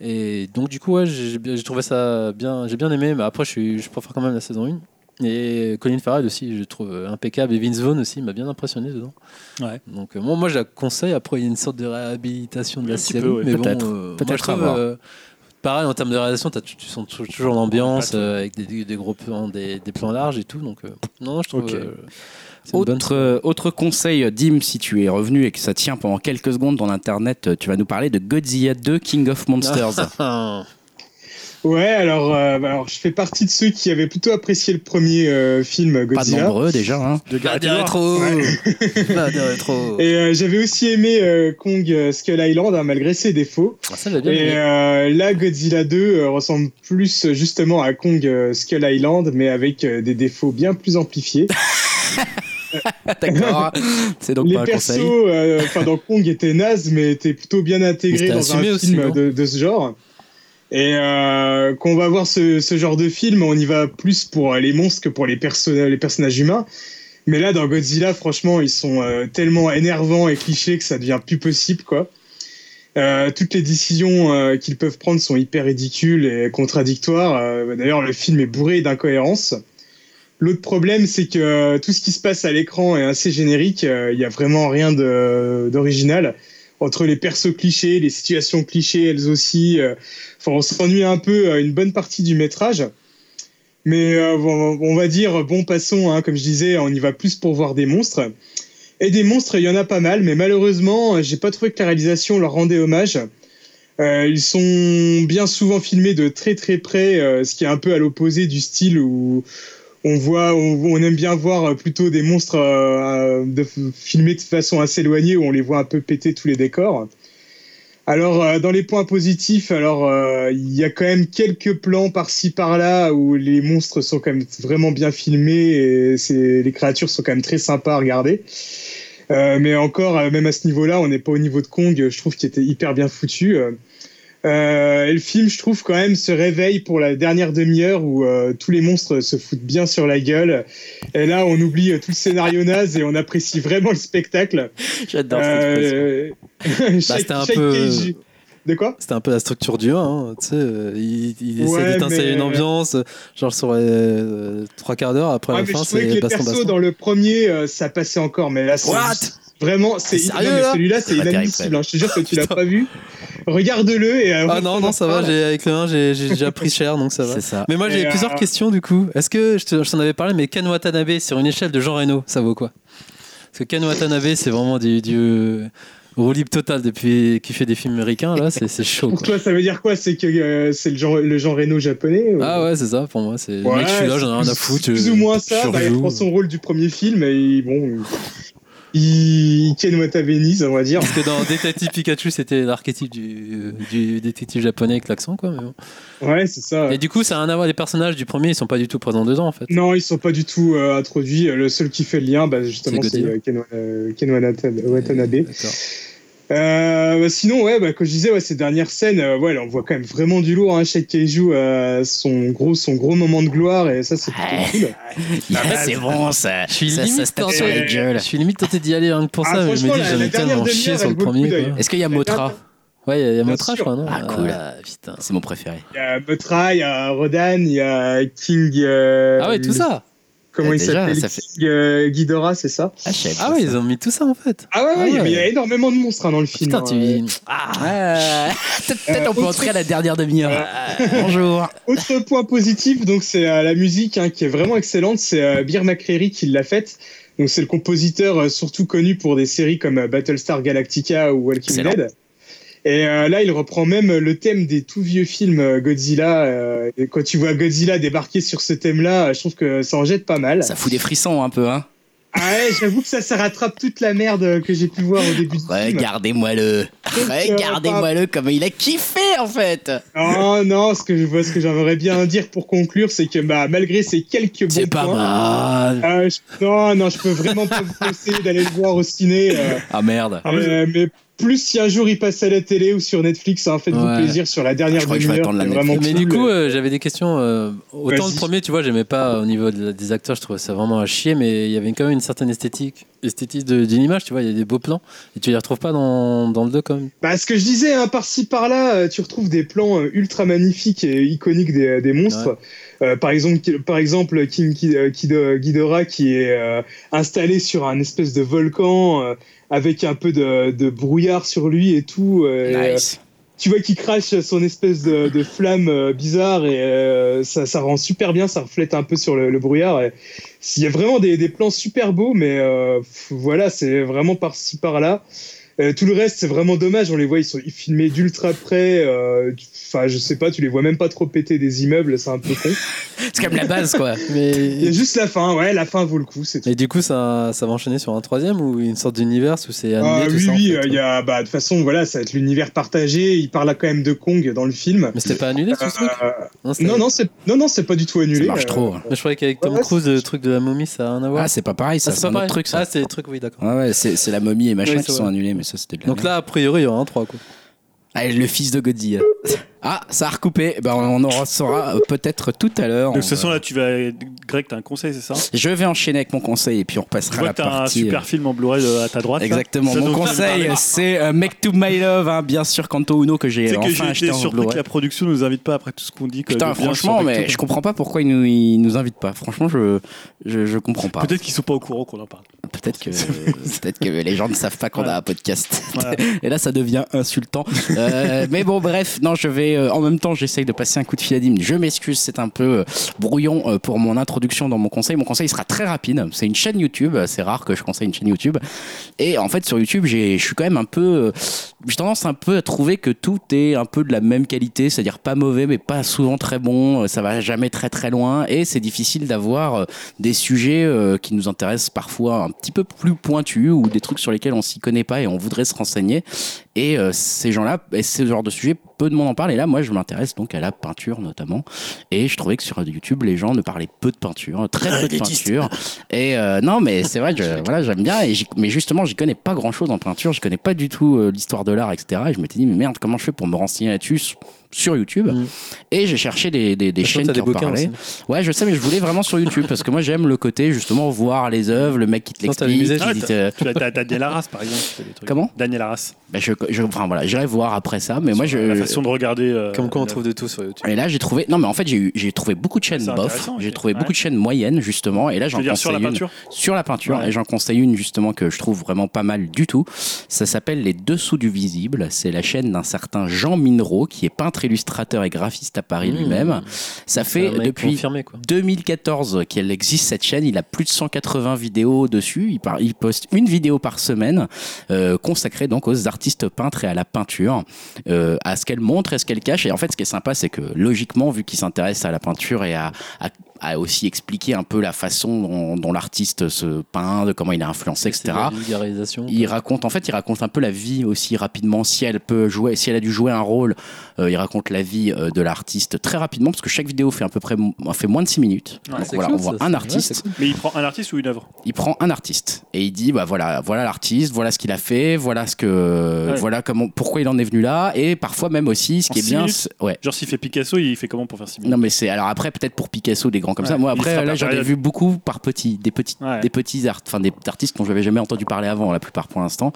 Et donc, du coup, ouais, j'ai j'ai trouvé ça bien. J'ai bien aimé, mais après, je, suis- je préfère quand même la saison 1. Et Colin Farrell aussi, je trouve euh, impeccable. Et Vince Vaughn aussi, il m'a bien impressionné dedans. Ouais. Donc, euh, moi, moi, je la conseille. Après, il y a une sorte de réhabilitation de Un la petit série. peu, ouais. mais bon, Peut-être. euh, moi, Peut-être je à trouve, voir. euh, Pareil, en termes de réalisation, t'as- tu, tu sens tou- toujours l'ambiance Pas tout. euh, avec des, des- des gros plans, des, des plans larges et tout. Donc, euh, non, non, je trouve. Ok. euh, c'est une bonne- Autre, euh, autre conseil, Dim, si tu es revenu et que ça tient pendant quelques secondes dans l'internet, euh, tu vas nous parler de Godzilla 2 King of Monsters. Ah. Ouais, alors, euh, bah, alors je fais partie de ceux qui avaient plutôt apprécié le premier euh, film Pas Godzilla. nombreux déjà. Hein. De Pas Gareth de Edwards. rétro Bah, Ouais. Pas de rétro Et euh, j'avais aussi aimé euh, Kong euh, Skull Island, hein, malgré ses défauts. Ah, Ça, j'ai bien Et aimé. euh, là, Godzilla 2 euh, ressemble plus euh, justement à Kong euh, Skull Island, mais avec euh, des défauts bien plus amplifiés. D'accord. C'est donc Les pas un persos, conseil. euh, enfin dans Kong, étaient nazes, mais étaient plutôt bien intégrés Mais dans c'était assumé un aussi, film non de, de ce genre. Et euh, qu'on va voir ce, ce genre de film, on y va plus pour euh, les monstres que pour les, perso- les personnages humains. Mais là, dans Godzilla, franchement, ils sont euh, tellement énervants et clichés que ça devient plus possible, quoi. Euh, toutes les décisions euh, qu'ils peuvent prendre sont hyper ridicules et contradictoires. Euh, D'ailleurs, le film est bourré d'incohérences. L'autre problème, c'est que euh, tout ce qui se passe à l'écran est assez générique. euh, Il y a vraiment rien de- d'original. Entre les persos clichés, les situations clichés, elles aussi. euh, Enfin, on s'ennuie un peu euh, une bonne partie du métrage. Mais euh, bon, on va dire, bon, passons, hein, comme je disais, on y va plus pour voir des monstres. Et des monstres, il y en a pas mal, mais malheureusement, euh, j'ai pas trouvé que la réalisation leur rendait hommage. Euh, ils sont bien souvent filmés de très très près, euh, ce qui est un peu à l'opposé du style où on voit, on, on aime bien voir euh, plutôt des monstres euh, euh, de, filmés de façon assez éloignée où on les voit un peu péter tous les décors. Alors euh, dans les points positifs, alors euh, il y a quand même quelques plans par-ci par-là où les monstres sont quand même vraiment bien filmés et c'est- les créatures sont quand même très sympas à regarder. Euh, mais encore, euh, même à ce niveau-là, on n'est pas au niveau de Kong. euh, Je trouve qu'il était hyper bien foutu. euh. Euh, et le film, je trouve quand même, se réveille pour la dernière demi-heure où euh, tous les monstres se foutent bien sur la gueule. Et là, on oublie euh, tout le scénario naze et on apprécie vraiment le spectacle. J'adore Euh, chaque- Bah, c'était un chaque peu- euh, cage- De quoi C'était un peu la structure du 1, hein, tu sais, euh, il, il Ouais, essaie d'étinceler mais- une ambiance, euh, genre sur euh, trois quarts d'heure, après Ouais, la Ah, mais fin, je trouvais que c'est les baston persos baston. dans le premier, euh, ça passait encore, mais là, c'est What juste- Vraiment, c'est Ah, sérieux, non, mais là celui-là, c'est Ah, terrible, inadmissible. hein. Je te jure que tu l'as Putain. pas vu. Regarde-le et. euh, Ah non, non, ça va, regarde-le. j'ai- avec le 1, j'ai j'ai déjà pris cher, donc ça va. C'est ça. Mais moi, j'ai Et, euh, plusieurs questions du coup. Est-ce que, je te- je t'en avais parlé, mais Ken Watanabe sur une échelle de Jean Reno, ça vaut quoi Parce que Ken Watanabe, c'est vraiment du, du roue libre total depuis qu'il fait des films américains, là, c'est c'est chaud Pour quoi. toi, ça veut dire quoi C'est que euh, c'est le genre, le genre Reno japonais ou- Ah ouais, c'est ça pour moi. C'est le Ouais, mec, je suis là, j'en ai rien à c'est foutre. Plus je- ou moins je ça, bah, il surjoue. prend son rôle du premier film et bon. Il, il ken Watanabe, on va dire. Parce que dans Détective Pikachu, c'était l'archétype du, du détective japonais avec l'accent, quoi. Mais bon. Ouais, c'est ça. Et du coup, ça a un avoir. Les personnages du premier, ils sont pas du tout présents dedans, en fait. Non, ils sont pas du tout euh, introduits. Le seul qui fait le lien, bah, justement, C'est c'est Godzilla. euh, Ken, euh, Ken Wanata- Watanabe. D'accord. Euh, bah, sinon, ouais, bah, comme je disais, ouais, ces dernières scènes, euh, ouais, là, on voit quand même vraiment du lourd. Hein. Shaq Keiju a son gros, son gros moment de gloire, et ça, c'est plutôt cool. Yeah, c'est bon, ça. Je suis ça, limite ça se tape tenté. sur la gueule. Je suis limite tenté d'y aller rien que pour Ah, ça. mais je me franchement, dis, la- j'en la ai dernière tellement chié demi-heure, sur le elle vaut le premier. coup, quoi. d'ailleurs. Est-ce qu'il y a Motra Ouais, il y a, il y a Bien Motra, je sûr. crois, non Euh, Ah, cool. putain. C'est mon préféré. Il y a Butra, il y a Rodan, il y a King. euh, Ah ouais, tout ça. Eh, Comment il Déjà, s'appelle ça fait- King, euh, Ghidorah, c'est ça Ah, je savais Ah pas ouais, ça. ils ont mis tout ça, en fait. Ah ouais, Ah ouais, ouais. mais il y a énormément de monstres hein, dans le film. Putain, hein. tu. Ah, peut-être on peut autre- entrer à la dernière demi-heure. Bonjour. Autre point positif, donc c'est euh, la musique hein, qui est vraiment excellente. C'est euh, Bir McCreary qui l'a faite. Donc c'est le compositeur euh, surtout connu pour des séries comme euh, Battlestar Galactica ou Walking Excellent. Dead. Et euh, là, il reprend même le thème des tout vieux films euh, Godzilla. euh, et quand tu vois Godzilla débarquer sur ce thème-là, euh, je trouve que ça en jette pas mal. Ça fout des frissons un peu, hein. Ah ouais, j'avoue que ça, ça rattrape toute la merde euh, que j'ai pu voir au début du Bah, film. Regardez-moi le. Regardez-moi le comme il a kiffé en fait. Non, Oh non, ce que je vois, ce que j'aimerais bien dire pour conclure, c'est que bah, malgré ces quelques bons C'est pas points, mal. Euh, je- non, non, je peux vraiment pas vous conseiller d'aller le voir au ciné. euh, Ah merde. Ah, mais- euh, mais plus si un jour il passe à la télé ou sur Netflix, hein, faites-vous Ouais. plaisir sur la Je dernière crois que je vais demi-heure. attendre la c'est vraiment Mais cool. du coup, euh, j'avais des questions. euh, autant le Vas-y. premier, tu vois, j'aimais pas au niveau de la- des acteurs, je trouvais ça vraiment à chier, mais il y avait quand même une certaine esthétique, esthétisme de- d'une image, tu vois, il y a des beaux plans, et tu les retrouves pas dans, dans le 2 quand même. Bah, ce que je disais, hein, par-ci par-là, euh, tu retrouves des plans euh, ultra magnifiques et iconiques des, des monstres. Euh, par exemple, qui- par exemple, King Ki- euh, Kido- Ghidorah qui est euh, installé sur un espèce de volcan euh, avec un peu de, de brouillard sur lui et tout. euh, et, euh, Nice. tu vois qu'il crache son espèce de, de flamme euh, bizarre et euh, ça, ça rend super bien, ça reflète un peu sur le, le brouillard. et Il y a vraiment des, des plans super beaux, mais euh, pff, voilà, c'est vraiment par-ci par-là. Euh, tout le reste, c'est vraiment dommage. On les voit, ils sont filmés d'ultra près. euh, tu- Enfin, je sais pas, tu les vois même pas trop péter des immeubles, c'est un peu con. C'est comme la base quoi. Il y a Mais, juste la fin, ouais, la fin vaut le coup, c'est tout. et du coup, ça, ça va enchaîner sur un troisième ou une sorte d'univers où c'est animé Ah, tout oui, ça, en oui, fait, euh, il ouais. y a, bah, de toute façon, voilà, ça va être l'univers partagé. Il parle quand même de Kong dans le film. Mais c'était pas annulé tout ce truc Euh, c'était- non, non, c'est non, non, c'est pas du tout Ça annulé. marche euh, trop. hein. Mais je croyais qu'avec Tom Ouais, Cruise, le truc de la momie, ça a rien à voir. Ah c'est pas pareil ça. Ah, c'est un autre pareil. truc ça. Ah, c'est des trucs, oui, d'accord. Ouais, ouais, c'est c'est la momie et machin Oui, qui c'est sont vrai. annulés mais ça c'était de la Donc merde. là, a priori, il y aura un 3, quoi. Ah, le fils de Godzilla. Ah ça a recoupé. Ben on en saura euh, peut-être tout à l'heure. De On toute façon, va- là, tu vas. Greg, t'as un conseil, c'est ça Je vais enchaîner avec mon conseil et puis on Tu repassera à vois, Ah, la t'as un partie. euh, super film en Blu-ray euh, à ta droite. là. Exactement. Ça, Mon donc, ça, je vais conseil, parler. c'est euh, Make to My Love, hein, bien sûr, Canto Uno que Tu j'ai sais que enfin j'ai acheté été en surpris Blu-ray. que la production nous invite pas après tout ce qu'on dit. que Putain, de bien franchement, sur mais Backtoon. je comprends pas pourquoi ils nous, ils nous invitent pas. Franchement, je, je, je comprends pas. Peut-être qu'ils sont pas au courant qu'on en parle. Peut-être que, peut-être que les gens ne savent pas qu'on Voilà. a un podcast. Voilà. Et là, ça devient insultant. Euh, mais bon, bref, non, je vais. euh, en même temps, j'essaye de passer un coup de fil à Dim. Je m'excuse, c'est un peu euh, brouillon euh, pour mon introduction dans mon conseil. Mon conseil sera très rapide. C'est une chaîne YouTube. euh, C'est rare que je conseille une chaîne YouTube. Et en fait, sur YouTube, j'ai- je suis quand même un peu. euh, j'ai tendance un peu à trouver que tout est un peu de la même qualité, c'est-à-dire pas mauvais, mais pas souvent très bon. euh, Ça va jamais très très loin. Et c'est difficile d'avoir euh, des sujets euh, qui nous intéressent parfois un petit peu plus pointus ou des trucs sur lesquels on s'y connaît pas et on voudrait se renseigner. Et euh, ces gens-là, et ce genre de sujet, peu de monde en parle. Et là, moi, je m'intéresse donc à la peinture notamment. Et je trouvais que sur YouTube, les gens ne parlaient peu de peinture, très Ah, peu de peinture. Et euh, non, mais c'est vrai, que je- voilà, j'aime bien. Et j'y- mais justement, j'y connais pas grand-chose en peinture. Je connais pas du tout euh, l'histoire de dollars, etc. Et je m'étais dit, mais merde, comment je fais pour me renseigner là-dessus sur- sur YouTube Mm. Et j'ai cherché des, des, des Sachant chaînes que t'as qui des en bouquins parlaient. aussi. Ouais, je sais, mais je voulais vraiment sur YouTube parce que moi j'aime le côté justement voir les œuvres, le mec qui te Non, t'as l'explique. amusé, qui je- dit, euh, Tu as, t'as Daniel Arras, par exemple. qui fait des trucs. Comment Daniel Arras. bah, je, je- enfin voilà, j'irai voir après ça, mais moi Sur La je. façon de regarder. euh, Comme quoi on le- trouve de tout sur YouTube. Et là j'ai trouvé, non mais en fait j'ai eu- j'ai trouvé beaucoup de chaînes C'est bof, intéressant, j'ai ok. trouvé Ouais. beaucoup de chaînes moyennes justement, et là Je j'en veux dire conseille sur la une peinture. sur la peinture Ouais. et j'en conseille une justement que je trouve vraiment pas mal du tout. Ça s'appelle Les Dessous du Visible. C'est la chaîne d'un certain Jean Minereau qui est peintre, illustrateur et graphiste à Paris Mmh. lui-même. Ça fait Un mec depuis confirmé, quoi. 2014 qu'elle existe cette chaîne. Il a plus de 180 vidéos dessus. Il, par- il poste une vidéo par semaine euh, consacrée donc aux artistes peintres et à la peinture, euh, à ce qu'elle montre et ce qu'elle cache. Et en fait, ce qui est sympa, c'est que logiquement, vu qu'il s'intéresse à la peinture et à, à- à aussi expliquer un peu la façon dont, dont l'artiste se peint, de comment il a influencé, C'est etc. de la vulgarisation. Il raconte, en fait, il raconte un peu la vie aussi rapidement. Si elle peut jouer, si elle a dû jouer un rôle, euh, il raconte la vie euh, de l'artiste très rapidement parce que chaque vidéo fait à peu près fait moins de 6 minutes. Ouais, Donc c'est voilà, cool, on voit ça, un c'est- artiste, ouais, c'est cool. Mais il prend un artiste ou une œuvre il prend un artiste et il dit bah voilà, voilà l'artiste, voilà ce qu'il a fait, voilà ce que, Ouais. voilà comment, pourquoi il en est venu là et parfois même aussi ce En qui est six bien, minutes c'est- ouais. Genre, s'il fait Picasso, il fait comment pour faire 6 Non mais c'est alors après peut-être pour Picasso des grands comme Ouais, ça. Moi il sera après pas là j'en ai période. vu beaucoup par petits des petits Ouais. des petits art, enfin des artistes dont j'avais jamais entendu parler avant la plupart pour l'instant.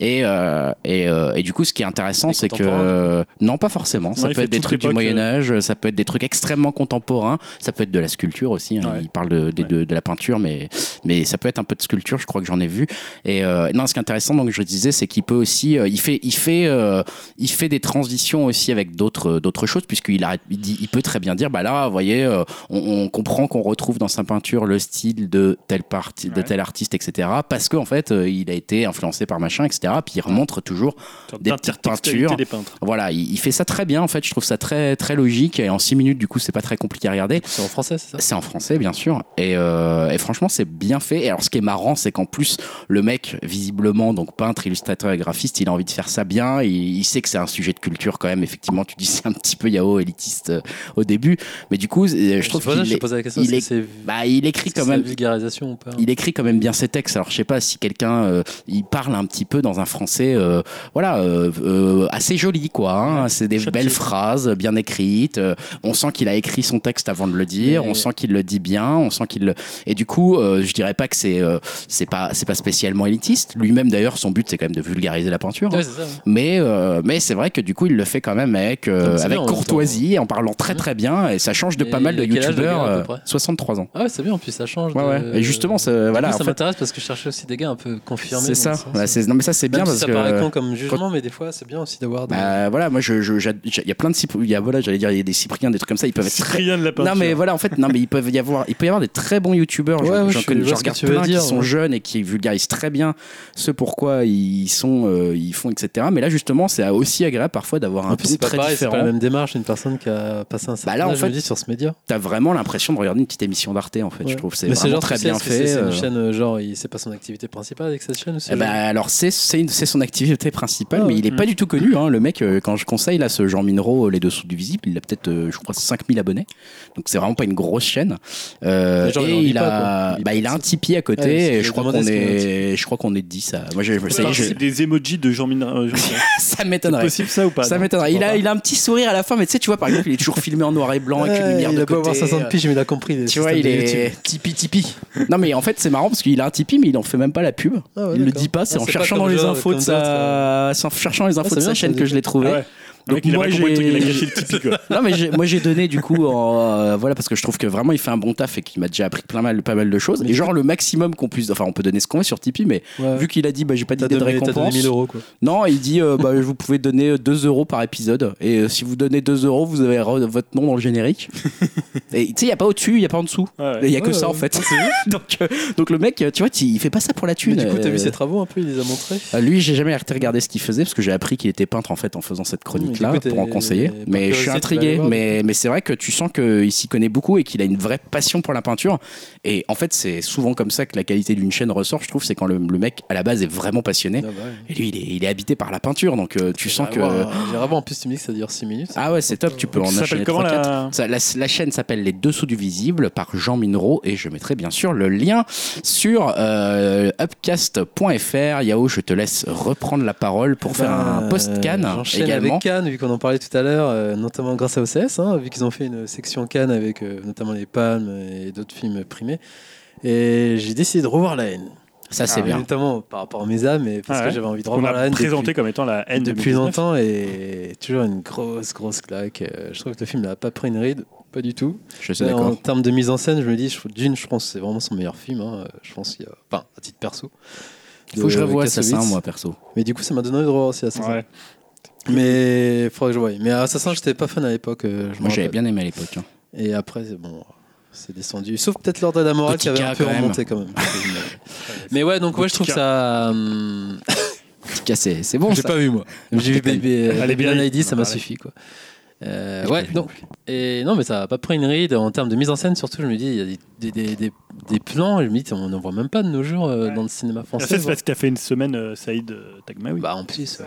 Et euh, et, euh, et du coup ce qui est intéressant Des c'est que contemporains, euh, non pas forcément. Ça il peut fait être des toute trucs du l'époque, euh. Moyen Âge, ça peut être des trucs extrêmement contemporains, ça peut être de la sculpture aussi. hein. Ouais. Il parle de, des- Ouais. de- de la peinture mais mais ça peut être un peu de sculpture. Je crois que j'en ai vu. Et euh, non ce qui est intéressant donc je disais c'est qu'il peut aussi euh, il fait il fait euh, il fait des transitions aussi avec d'autres euh, d'autres choses puisqu'il arrête- il dit il peut très bien dire bah là vous voyez euh, on, on comprend qu'on retrouve dans sa peinture le style de tel parti de Ouais. tel artiste etc parce qu'en fait euh, il a été influencé par machin etc puis il remontre toujours Sorte Des d'intertextualité petites des peintres. voilà il, il fait ça très bien en fait je trouve ça très très logique et en six minutes du coup c'est pas très compliqué à regarder C'est en français, c'est ça c'est en français, bien sûr. Et, euh, et franchement, c'est bien fait. Et alors, ce qui est marrant, c'est qu'en plus, le mec, visiblement, donc peintre, illustrateur et graphiste, il a envie de faire ça bien. Il, il sait que c'est un sujet de culture quand même. Effectivement, tu dis c'est un petit peu yao élitiste euh, au début. Mais du coup, euh, je trouve C'est pour ça que qu'il je te est- posais la question. il est-ce que est- c'est bah, il écrit est-ce que quand c'est la même vulgarisation ou pas il écrit quand même bien ses textes. Alors je sais pas si quelqu'un euh, il parle un petit peu dans un français, euh, voilà, euh, euh, assez joli quoi. hein. C'est des Chouette, belles chouette. phrases euh, bien écrites. Euh, on sent qu'il a écrit son texte avant de le dire. Mais- On sent qu'il le dit bien. On sent qu'il le... et du coup, euh, je dirais pas que c'est euh, c'est pas c'est pas spécialement élitiste. Lui-même d'ailleurs, son but c'est quand même de vulgariser la peinture. hein. Ouais, c'est ça. ouais. Mais, euh, mais c'est vrai que du coup, il le fait quand même avec, euh, Donc, c'est avec bien, en même temps. courtoisie, en parlant très très bien, et ça change de Et pas mal de il a quel âge, le gars, youtubeurs. à peu euh, près 63 ans. Ah ouais, c'est bien, en plus ça change. Ouais, de- ouais. Et justement, ça- voilà. Moi, en ça fait, m'intéresse parce que je cherchais aussi des gars un peu confirmés. c'est dans ça. le sens, Ouais, euh, c'est- non mais ça c'est même bien si parce ça que euh, paraît con comme jugement, mais des fois c'est bien aussi d'avoir des. bah, voilà, moi je je- j'ad- il y a plein de Cypriens, il y a voilà, j'allais dire il y a des Cypriens, des trucs comme ça, ils peuvent être très Cyprien de la peinture. non mais voilà en fait non mais ils peuvent y avoir il peut y avoir des très bons youtubeurs Ouais, j'en ouais, j'en je connais- vois j'en ce que regarde tu veux plein qui dire, sont ouais. jeunes et qui vulgarisent très bien ce pourquoi ils sont euh, ils font etc mais là justement c'est aussi agréable parfois d'avoir un En plus, truc c'est pas très pareil, c'est pas la différent Bah même démarche. Une personne qui a passé un certain là, en âge, je me fait, dis, sur ce média. t'as vraiment l'impression de regarder une petite émission d'Arte en fait Ouais. je trouve c'est Mais c'est vraiment genre très tu sais, bien est-ce que c'est- fait C'est euh. une chaîne, euh, genre, il- c'est pas son activité principale avec cette chaîne ou c'est Eh ben, genre- alors c'est c'est une- c'est son activité principale, Ah mais ouais. il est pas du tout connu. hein. Le mec, euh, quand je conseille là ce Jean Minereau, euh, les dessous du visible, il a peut-être, euh, je crois, 5000 abonnés. Donc c'est vraiment pas une grosse chaîne. Euh, Les gens, ils en et lisent il pas, a, quoi. Ils bah, il a un pensent- Tipeee à côté. Ouais, et c'est- je crois demandez qu'on ce qu'il y a dans le est, je crois qu'on est 10 à. Moi, je, je- ça y est, je- C'est des emojis de Jean Minard. euh, Jean- C'est ça m'étonnerait. possible ça ou pas Ça non m'étonnerait. Je Il crois a, pas. il a un petit sourire à la fin, mais tu sais, tu vois, par exemple, il est toujours filmé en noir et blanc avec une Ouais, lumière Eh, il de a beau côté. euh. avoir 60 piges, mais il a compris. le Tu vois, système il de est YouTube. tipi tipi. Non mais en fait c'est marrant parce qu'il a un tipi mais il en fait même pas la pub. Ah ouais, il le d'accord. dit pas, c'est Ah, en c'est cherchant pas dans comme les genre, infos de comme sa, c'est en cherchant les Ah, infos c'est de sa bien, chaîne ça, que je l'ai trouvé. Ah ouais. Le Donc mec, il a moi pas compris le truc, il a gâché j'ai, le Tipeee, quoi. non mais j'ai- moi j'ai donné du coup, en, euh, voilà parce que je trouve que vraiment il fait un bon taf et qu'il m'a déjà appris plein mal, pas mal de choses. Et genre le maximum qu'on puisse, enfin on peut donner ce qu'on veut sur Tipeee, mais Ouais. vu qu'il a dit bah j'ai pas T'as d'idée de donné, t'as donné récompense, 1000 euros quoi. non il dit euh, bah vous pouvez donner 2 euros par épisode et euh, si vous donnez 2 euros vous avez re- votre nom dans le générique. et tu sais il y a pas au dessus, il y a pas en dessous. Ouais, Il ouais. y a que Ouais, ça en ouais. fait. donc, euh, donc le mec, euh, tu vois, tu- il fait pas ça pour la Mais thune. du coup, t'as euh, vu ses travaux un peu, il les a montrés euh, Lui, j'ai jamais arrêté de regarder ce qu'il faisait parce que j'ai appris qu'il était peintre en fait en faisant cette chronique Patrick là pour en conseiller. Mais je suis intrigué. Mais, mais c'est vrai que tu sens qu'il s'y connaît beaucoup et qu'il a une vraie passion pour la peinture. Et en fait, c'est souvent comme ça que la qualité d'une chaîne ressort, je trouve. C'est quand le, le mec à la base est vraiment passionné. Et lui, il est, il est habité par la peinture. Donc euh, tu bah, sens que. J'ai vraiment en plus, tu me dis que ça dure 6 minutes. Ah ouais, c'est top. Tu peux en Ça enchaîner s'appelle comment 3-4. la... Ça, la, la chaîne s'appelle Les Dessous du Visible par Jean Minereau et je mettrai bien sûr le lien sur euh, upcast.fr. Yao, je te laisse reprendre la parole pour faire un Euh, post-can j'enchaîne également. avec Cannes, vu qu'on en parlait tout à l'heure, euh, notamment grâce à OCS, hein, vu qu'ils ont fait une section Cannes avec euh, notamment les Palmes et d'autres films primés. Et j'ai décidé de revoir La haine. Ça, c'est Ah, bien. Notamment par rapport à mes âmes, mais parce Ah que ouais. j'avais envie de On revoir La l'a haine. présenté depuis- comme étant la haine depuis 2019. longtemps et toujours une grosse grosse claque. Euh, Je trouve que le film n'a pas pris une ride, pas du tout. Je suis Euh, En d'accord. termes de mise en scène, je me dis, je- d'une, je pense que c'est vraiment son meilleur film. hein. Je pense qu'il y a, enfin, à titre perso. Il faut que je de revoie Assassin, Kassovitz. moi, perso. Mais du coup, ça m'a donné le droit aussi à Assassin. Ouais. Mais faudrait que je voie. Mais Assassin, j'étais pas fan à l'époque. euh, je Moi, m'en j'avais rappelle. bien aimé à l'époque. hein. Et après, c'est bon, c'est descendu. Sauf peut-être Lord de la Morale qui Gothica, avait un peu quand même. remonté quand même. Mais ouais, donc ouais, je trouve que ça. hum, Petit cassé, c'est bon. J'ai ça. pas vu moi. J'ai vu Peut-être. Baby, euh, Allez, Baby bien. One ID, ça m'a Allez. suffi quoi. Euh, J'ai ouais, pas vu donc et non mais ça a pas pris une ride en termes de mise en scène surtout. Je me dis il y a des, des, des, des, des plans. Je me dis on n'en voit même pas de nos jours euh, Ouais. dans le cinéma Ah, ça, français. c'est parce que t'as fait une semaine euh, Saïd euh, Tagmaoui. Bah en plus, ouais.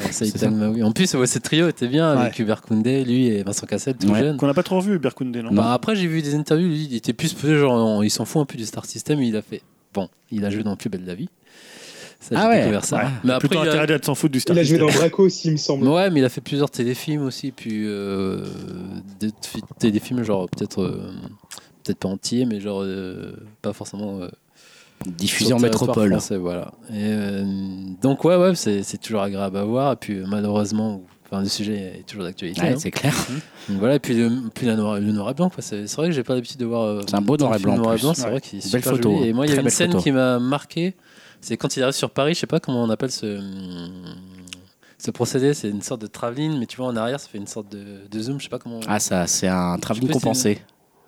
Ouais, ça, C'est il t'aime, oui. En plus, ouais, ce trio était bien avec Ouais. Hubert Koundé, lui et Vincent Cassel, tout Ouais. jeune. Qu'on n'a pas trop vu, Berkoundé, non Bah, après, j'ai vu des interviews, lui, il était plus posé, genre, on- il s'en fout un peu du Star System, il a fait. Bon, il a joué dans le plus belle de la vie. Ça, j'ai Ah ouais. découvert ça. Ouais. Mais après, Plutôt il a- intérêt à de s'en foutre du Star Il a joué System. dans Braco aussi, il me semble. Ouais, mais il a fait plusieurs téléfilms aussi, puis euh, des t- téléfilms genre peut-être euh, peut-être pas entiers, mais genre euh, pas forcément euh, Diffusé sur en le territoire métropole. français, voilà. Et, euh, donc ouais, ouais, c'est c'est toujours agréable à voir. Et puis euh, malheureusement, enfin le sujet est toujours d'actualité. Ouais, hein. c'est clair. Donc voilà. Et puis le, puis la noir, le noir et blanc, quoi. C'est c'est vrai que j'ai pas l'habitude de voir. euh, C'est un beau noir tant et de blanc, films Noir en et plus. blanc, c'est Ouais. vrai qu'il est Belle super photo, joli. hein. Et moi, il y Très a une belle scène photo. qui m'a marqué. C'est quand il arrive sur Paris. Je sais pas comment on appelle ce. Ce procédé, c'est une sorte de travelling, mais tu vois en arrière, ça fait une sorte de, de zoom, je sais pas comment. Ah, ça, c'est un travelling Je sais pas si compensé.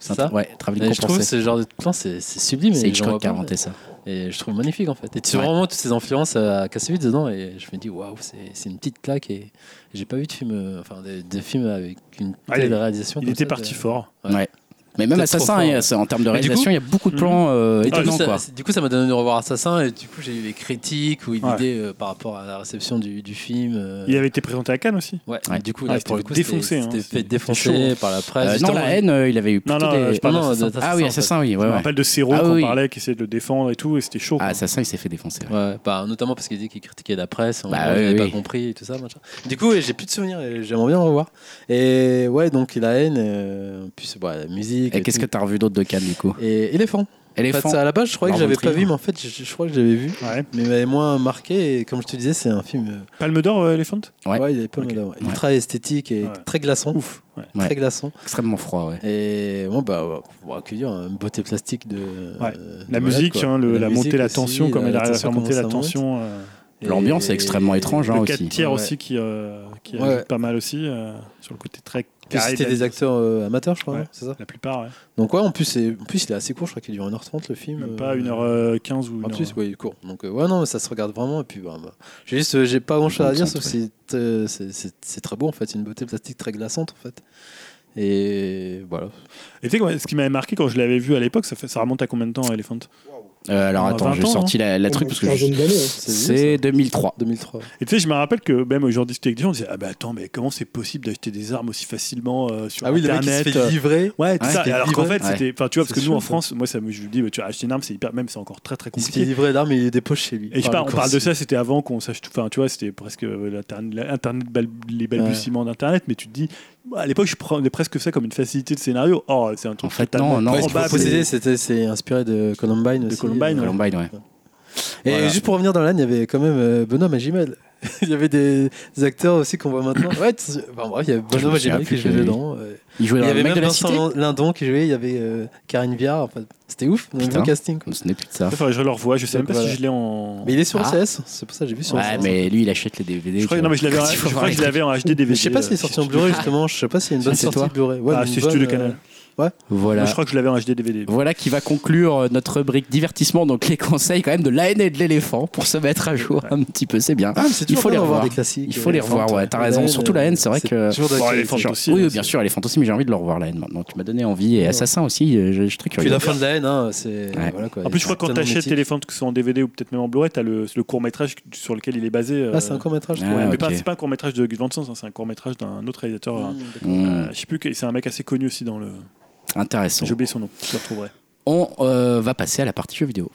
C'est c'est un ça tra- Ouais, travelling Et je trouve que compensé. ce genre de plan, c'est c'est sublime. C'est et j'en vois Hitchcock qui a pas. inventé ça. Et je trouve magnifique en fait. Et tu Ouais. vois vraiment toutes ces influences à Kassovitz dedans. Et je me dis, waouh, c'est c'est une petite claque. Et j'ai pas vu de film, euh, enfin, des, des films avec une Ah, telle il- réalisation. Il comme était ça, parti de- fort. Mais même Peut-être Assassin, trop fort, il y a- ouais. c'est- en termes de Mais du réalisation, il y a beaucoup de plans euh, Et Ah, du, étonnants. coup, ça, quoi. c'est- du coup, ça m'a donné de revoir Assassin. Et du coup, j'ai eu des critiques ou une Ouais. idée euh, par rapport à la réception du, du film. euh, Il avait été présenté à Cannes aussi. Ouais, Ouais. du coup, Ah, là, il s'était pour le coup, fait c'était défoncer, hein. c'était fait C'était défoncer par la presse. Euh, non, Justement, la haine, euh, il avait eu Non, plutôt non, des- je parle non, d'Assassin. d'Assassin, Ah oui, en fait. Assassin, oui. Ouais, Je me ouais. rappelle de Serrault Ah qu'on oui. parlait, qui essayait de le défendre et tout, et c'était chaud. Ah, quoi. Assassin, il s'est fait défoncer. ouais. Ouais, bah, notamment parce qu'il dit qu'il critiquait la presse, on Bah n'avait oui, pas oui. compris et tout ça. machin. Du coup, ouais, j'ai plus de souvenirs et j'aimerais bien le revoir. Et ouais, donc la haine, euh, puis c'est- bah, la musique. Et qu'est-ce que tout. t'as revu d'autre de Cannes, du coup Et Éléphant. En fait, Éléphant. ça, à la base, je croyais que Norman j'avais pas Trier. vu, mais en fait, je, je crois que j'avais vu. Ouais. Mais il m'avait moins marqué. Et comme je te disais, c'est un film. Palme d'or, euh, Elephant euh, Ouais. ouais, il est pas Ok. mal. ouais. Ouais. Ultra esthétique et Ouais. très glaçant. Ouf. ouais. Ouais. Très glaçant. Extrêmement froid, ouais. Et bon, bah, ouais, bon, que dire, une beauté plastique de. Ouais. euh, de La malade, musique, quoi. hein, le- la, musique montée, la aussi, tension, comme elle arrive à tension, faire monter comment la ça monte. tension. euh, L'ambiance est extrêmement étrange, hein, le 4 aussi. tiers Ouais. aussi qui, euh, qui Ouais. ajoute pas mal aussi, euh, sur le côté très Puis carré. c'était de la- des acteurs euh, amateurs, je crois, Ouais. non c'est ça La plupart, ouais. Donc ouais, en plus, c'est- en plus il est assez court, je crois qu'il dure 1h30 le film. Même euh, pas 1h15 ou En 1h. plus, ouais, il est court. Donc euh, ouais, non, ça se regarde vraiment. Et puis, bah, bah, j'ai juste, euh, j'ai pas grand chose à dire, sauf que c'est, euh, c'est- c'est c'est très beau en fait, une beauté plastique très glaçante en fait. Et voilà. Et tu sais, quoi, ce qui m'avait marqué quand je l'avais vu à l'époque, ça, fait- ça remonte à combien de temps, Elephant Euh, alors On a attends, 20 j'ai ans, sorti la, la Oh, truc mais parce c'est que un je- jeune d'année, hein. c'est 2003. 2003. Et tu sais, je me rappelle que même aujourd'hui, j'étais avec des gens, on disait Ah, bah attends, mais comment c'est possible d'acheter des armes aussi facilement euh, Ah sur Internet euh, livrer. Ouais, tout Ouais, ça. c'était Alors qu'en livré. fait, Ouais. c'était. Enfin, tu vois, parce C'est que nous chaud, en ça. France, moi, ça me, je me dis, bah, tu vois, acheter une arme, c'est hyper. Même, c'est encore très, très Il se fait compliqué. livrer l'arme et il dépose chez lui. Et je sais Par pas, le on parle de corsier. ça, c'était avant qu'on sache tout. Enfin, tu vois, c'était presque euh, l'internet, l'internet bal- les balbutiements d'Internet, mais tu te dis, bah, à l'époque, je prenais presque ça comme une facilité de scénario. Oh, c'est un truc En fait, totalement non, non. Ouais, Oh, ce qu'il faut bah, improbable. posséder, c'était- c'est inspiré de Columbine De aussi. euh, Columbine, ouais. Columbine, ouais. Et Voilà. juste pour revenir dans l'âne, il y avait quand même euh, Benoît Magimel. il y avait des, des acteurs aussi qu'on voit maintenant. Ouais, tu- enfin, bref, il y avait Je me Benoît Magimel souviens qui plus jouait qu'il y avait dedans. euh. Il jouait Il y dans avait le mec même de la Vincent cité. Lindon qui jouait, il y avait euh, Karine Viard. Enfin, C'était ouf, un Putain. bon casting. quoi. Comme ce n'est plus de ça. Ça, faudrait que je le revoie, je sais même pas Voilà. si je l'ai en. Mais il est sur Ah. OCS, c'est pour ça que j'ai vu sur Ouais, OCS. mais lui, il achète les DVD. Je crois, tu non, vois. mais je l'avais en- Quand il je faut crois voir que je les l'avais en HD Mais DVD. Je sais pas s'il est euh, sorti en Blu-ray justement, je sais pas s'il y a une bonne C'est sortie toi de Blu-ray. Ouais, Ah, une c'est bonne, Stu le euh, canal. trucs. Moi, Voilà. Je crois que je l'avais en HD DVD. Voilà qui va conclure euh, notre rubrique divertissement, donc les conseils quand même de l'AN et de l'éléphant pour se mettre à jour un petit peu, c'est bien. Ah, mais c'est Il toujours faut bien les d'en voir revoir. des classiques. Il faut les euh, revoir, Fantôme. ouais, t'as raison. La haine, Surtout la haine, c'est vrai que- toujours Bon, les d'actualité. fantômes aussi. oui, hein, bien c'est- sûr, les fantasmes, j'ai envie de le revoir, la haine maintenant. Tu m'as donné envie et Assassin aussi, euh, je, je suis très Puis curieux. la fin de la haine, hein, c'est. Ouais. voilà, quoi, En plus, je c'est crois que quand tellement t'achètes mythique. Téléphone, que ce soit en DVD ou peut-être même en Blu-ray, t'as le, le court-métrage sur lequel il est basé. euh, Ah, c'est un court métrage. Ah, ouais, mais ok. pas- c'est pas un court-métrage de Gus Van Sant, hein, c'est un court-métrage d'un autre réalisateur. Hmm. hein. Mmh, Euh, je sais plus, que- c'est un mec assez connu aussi dans le. intéressant. J'ai oublié son nom, je le retrouverai. On euh, va passer à la partie jeux vidéo.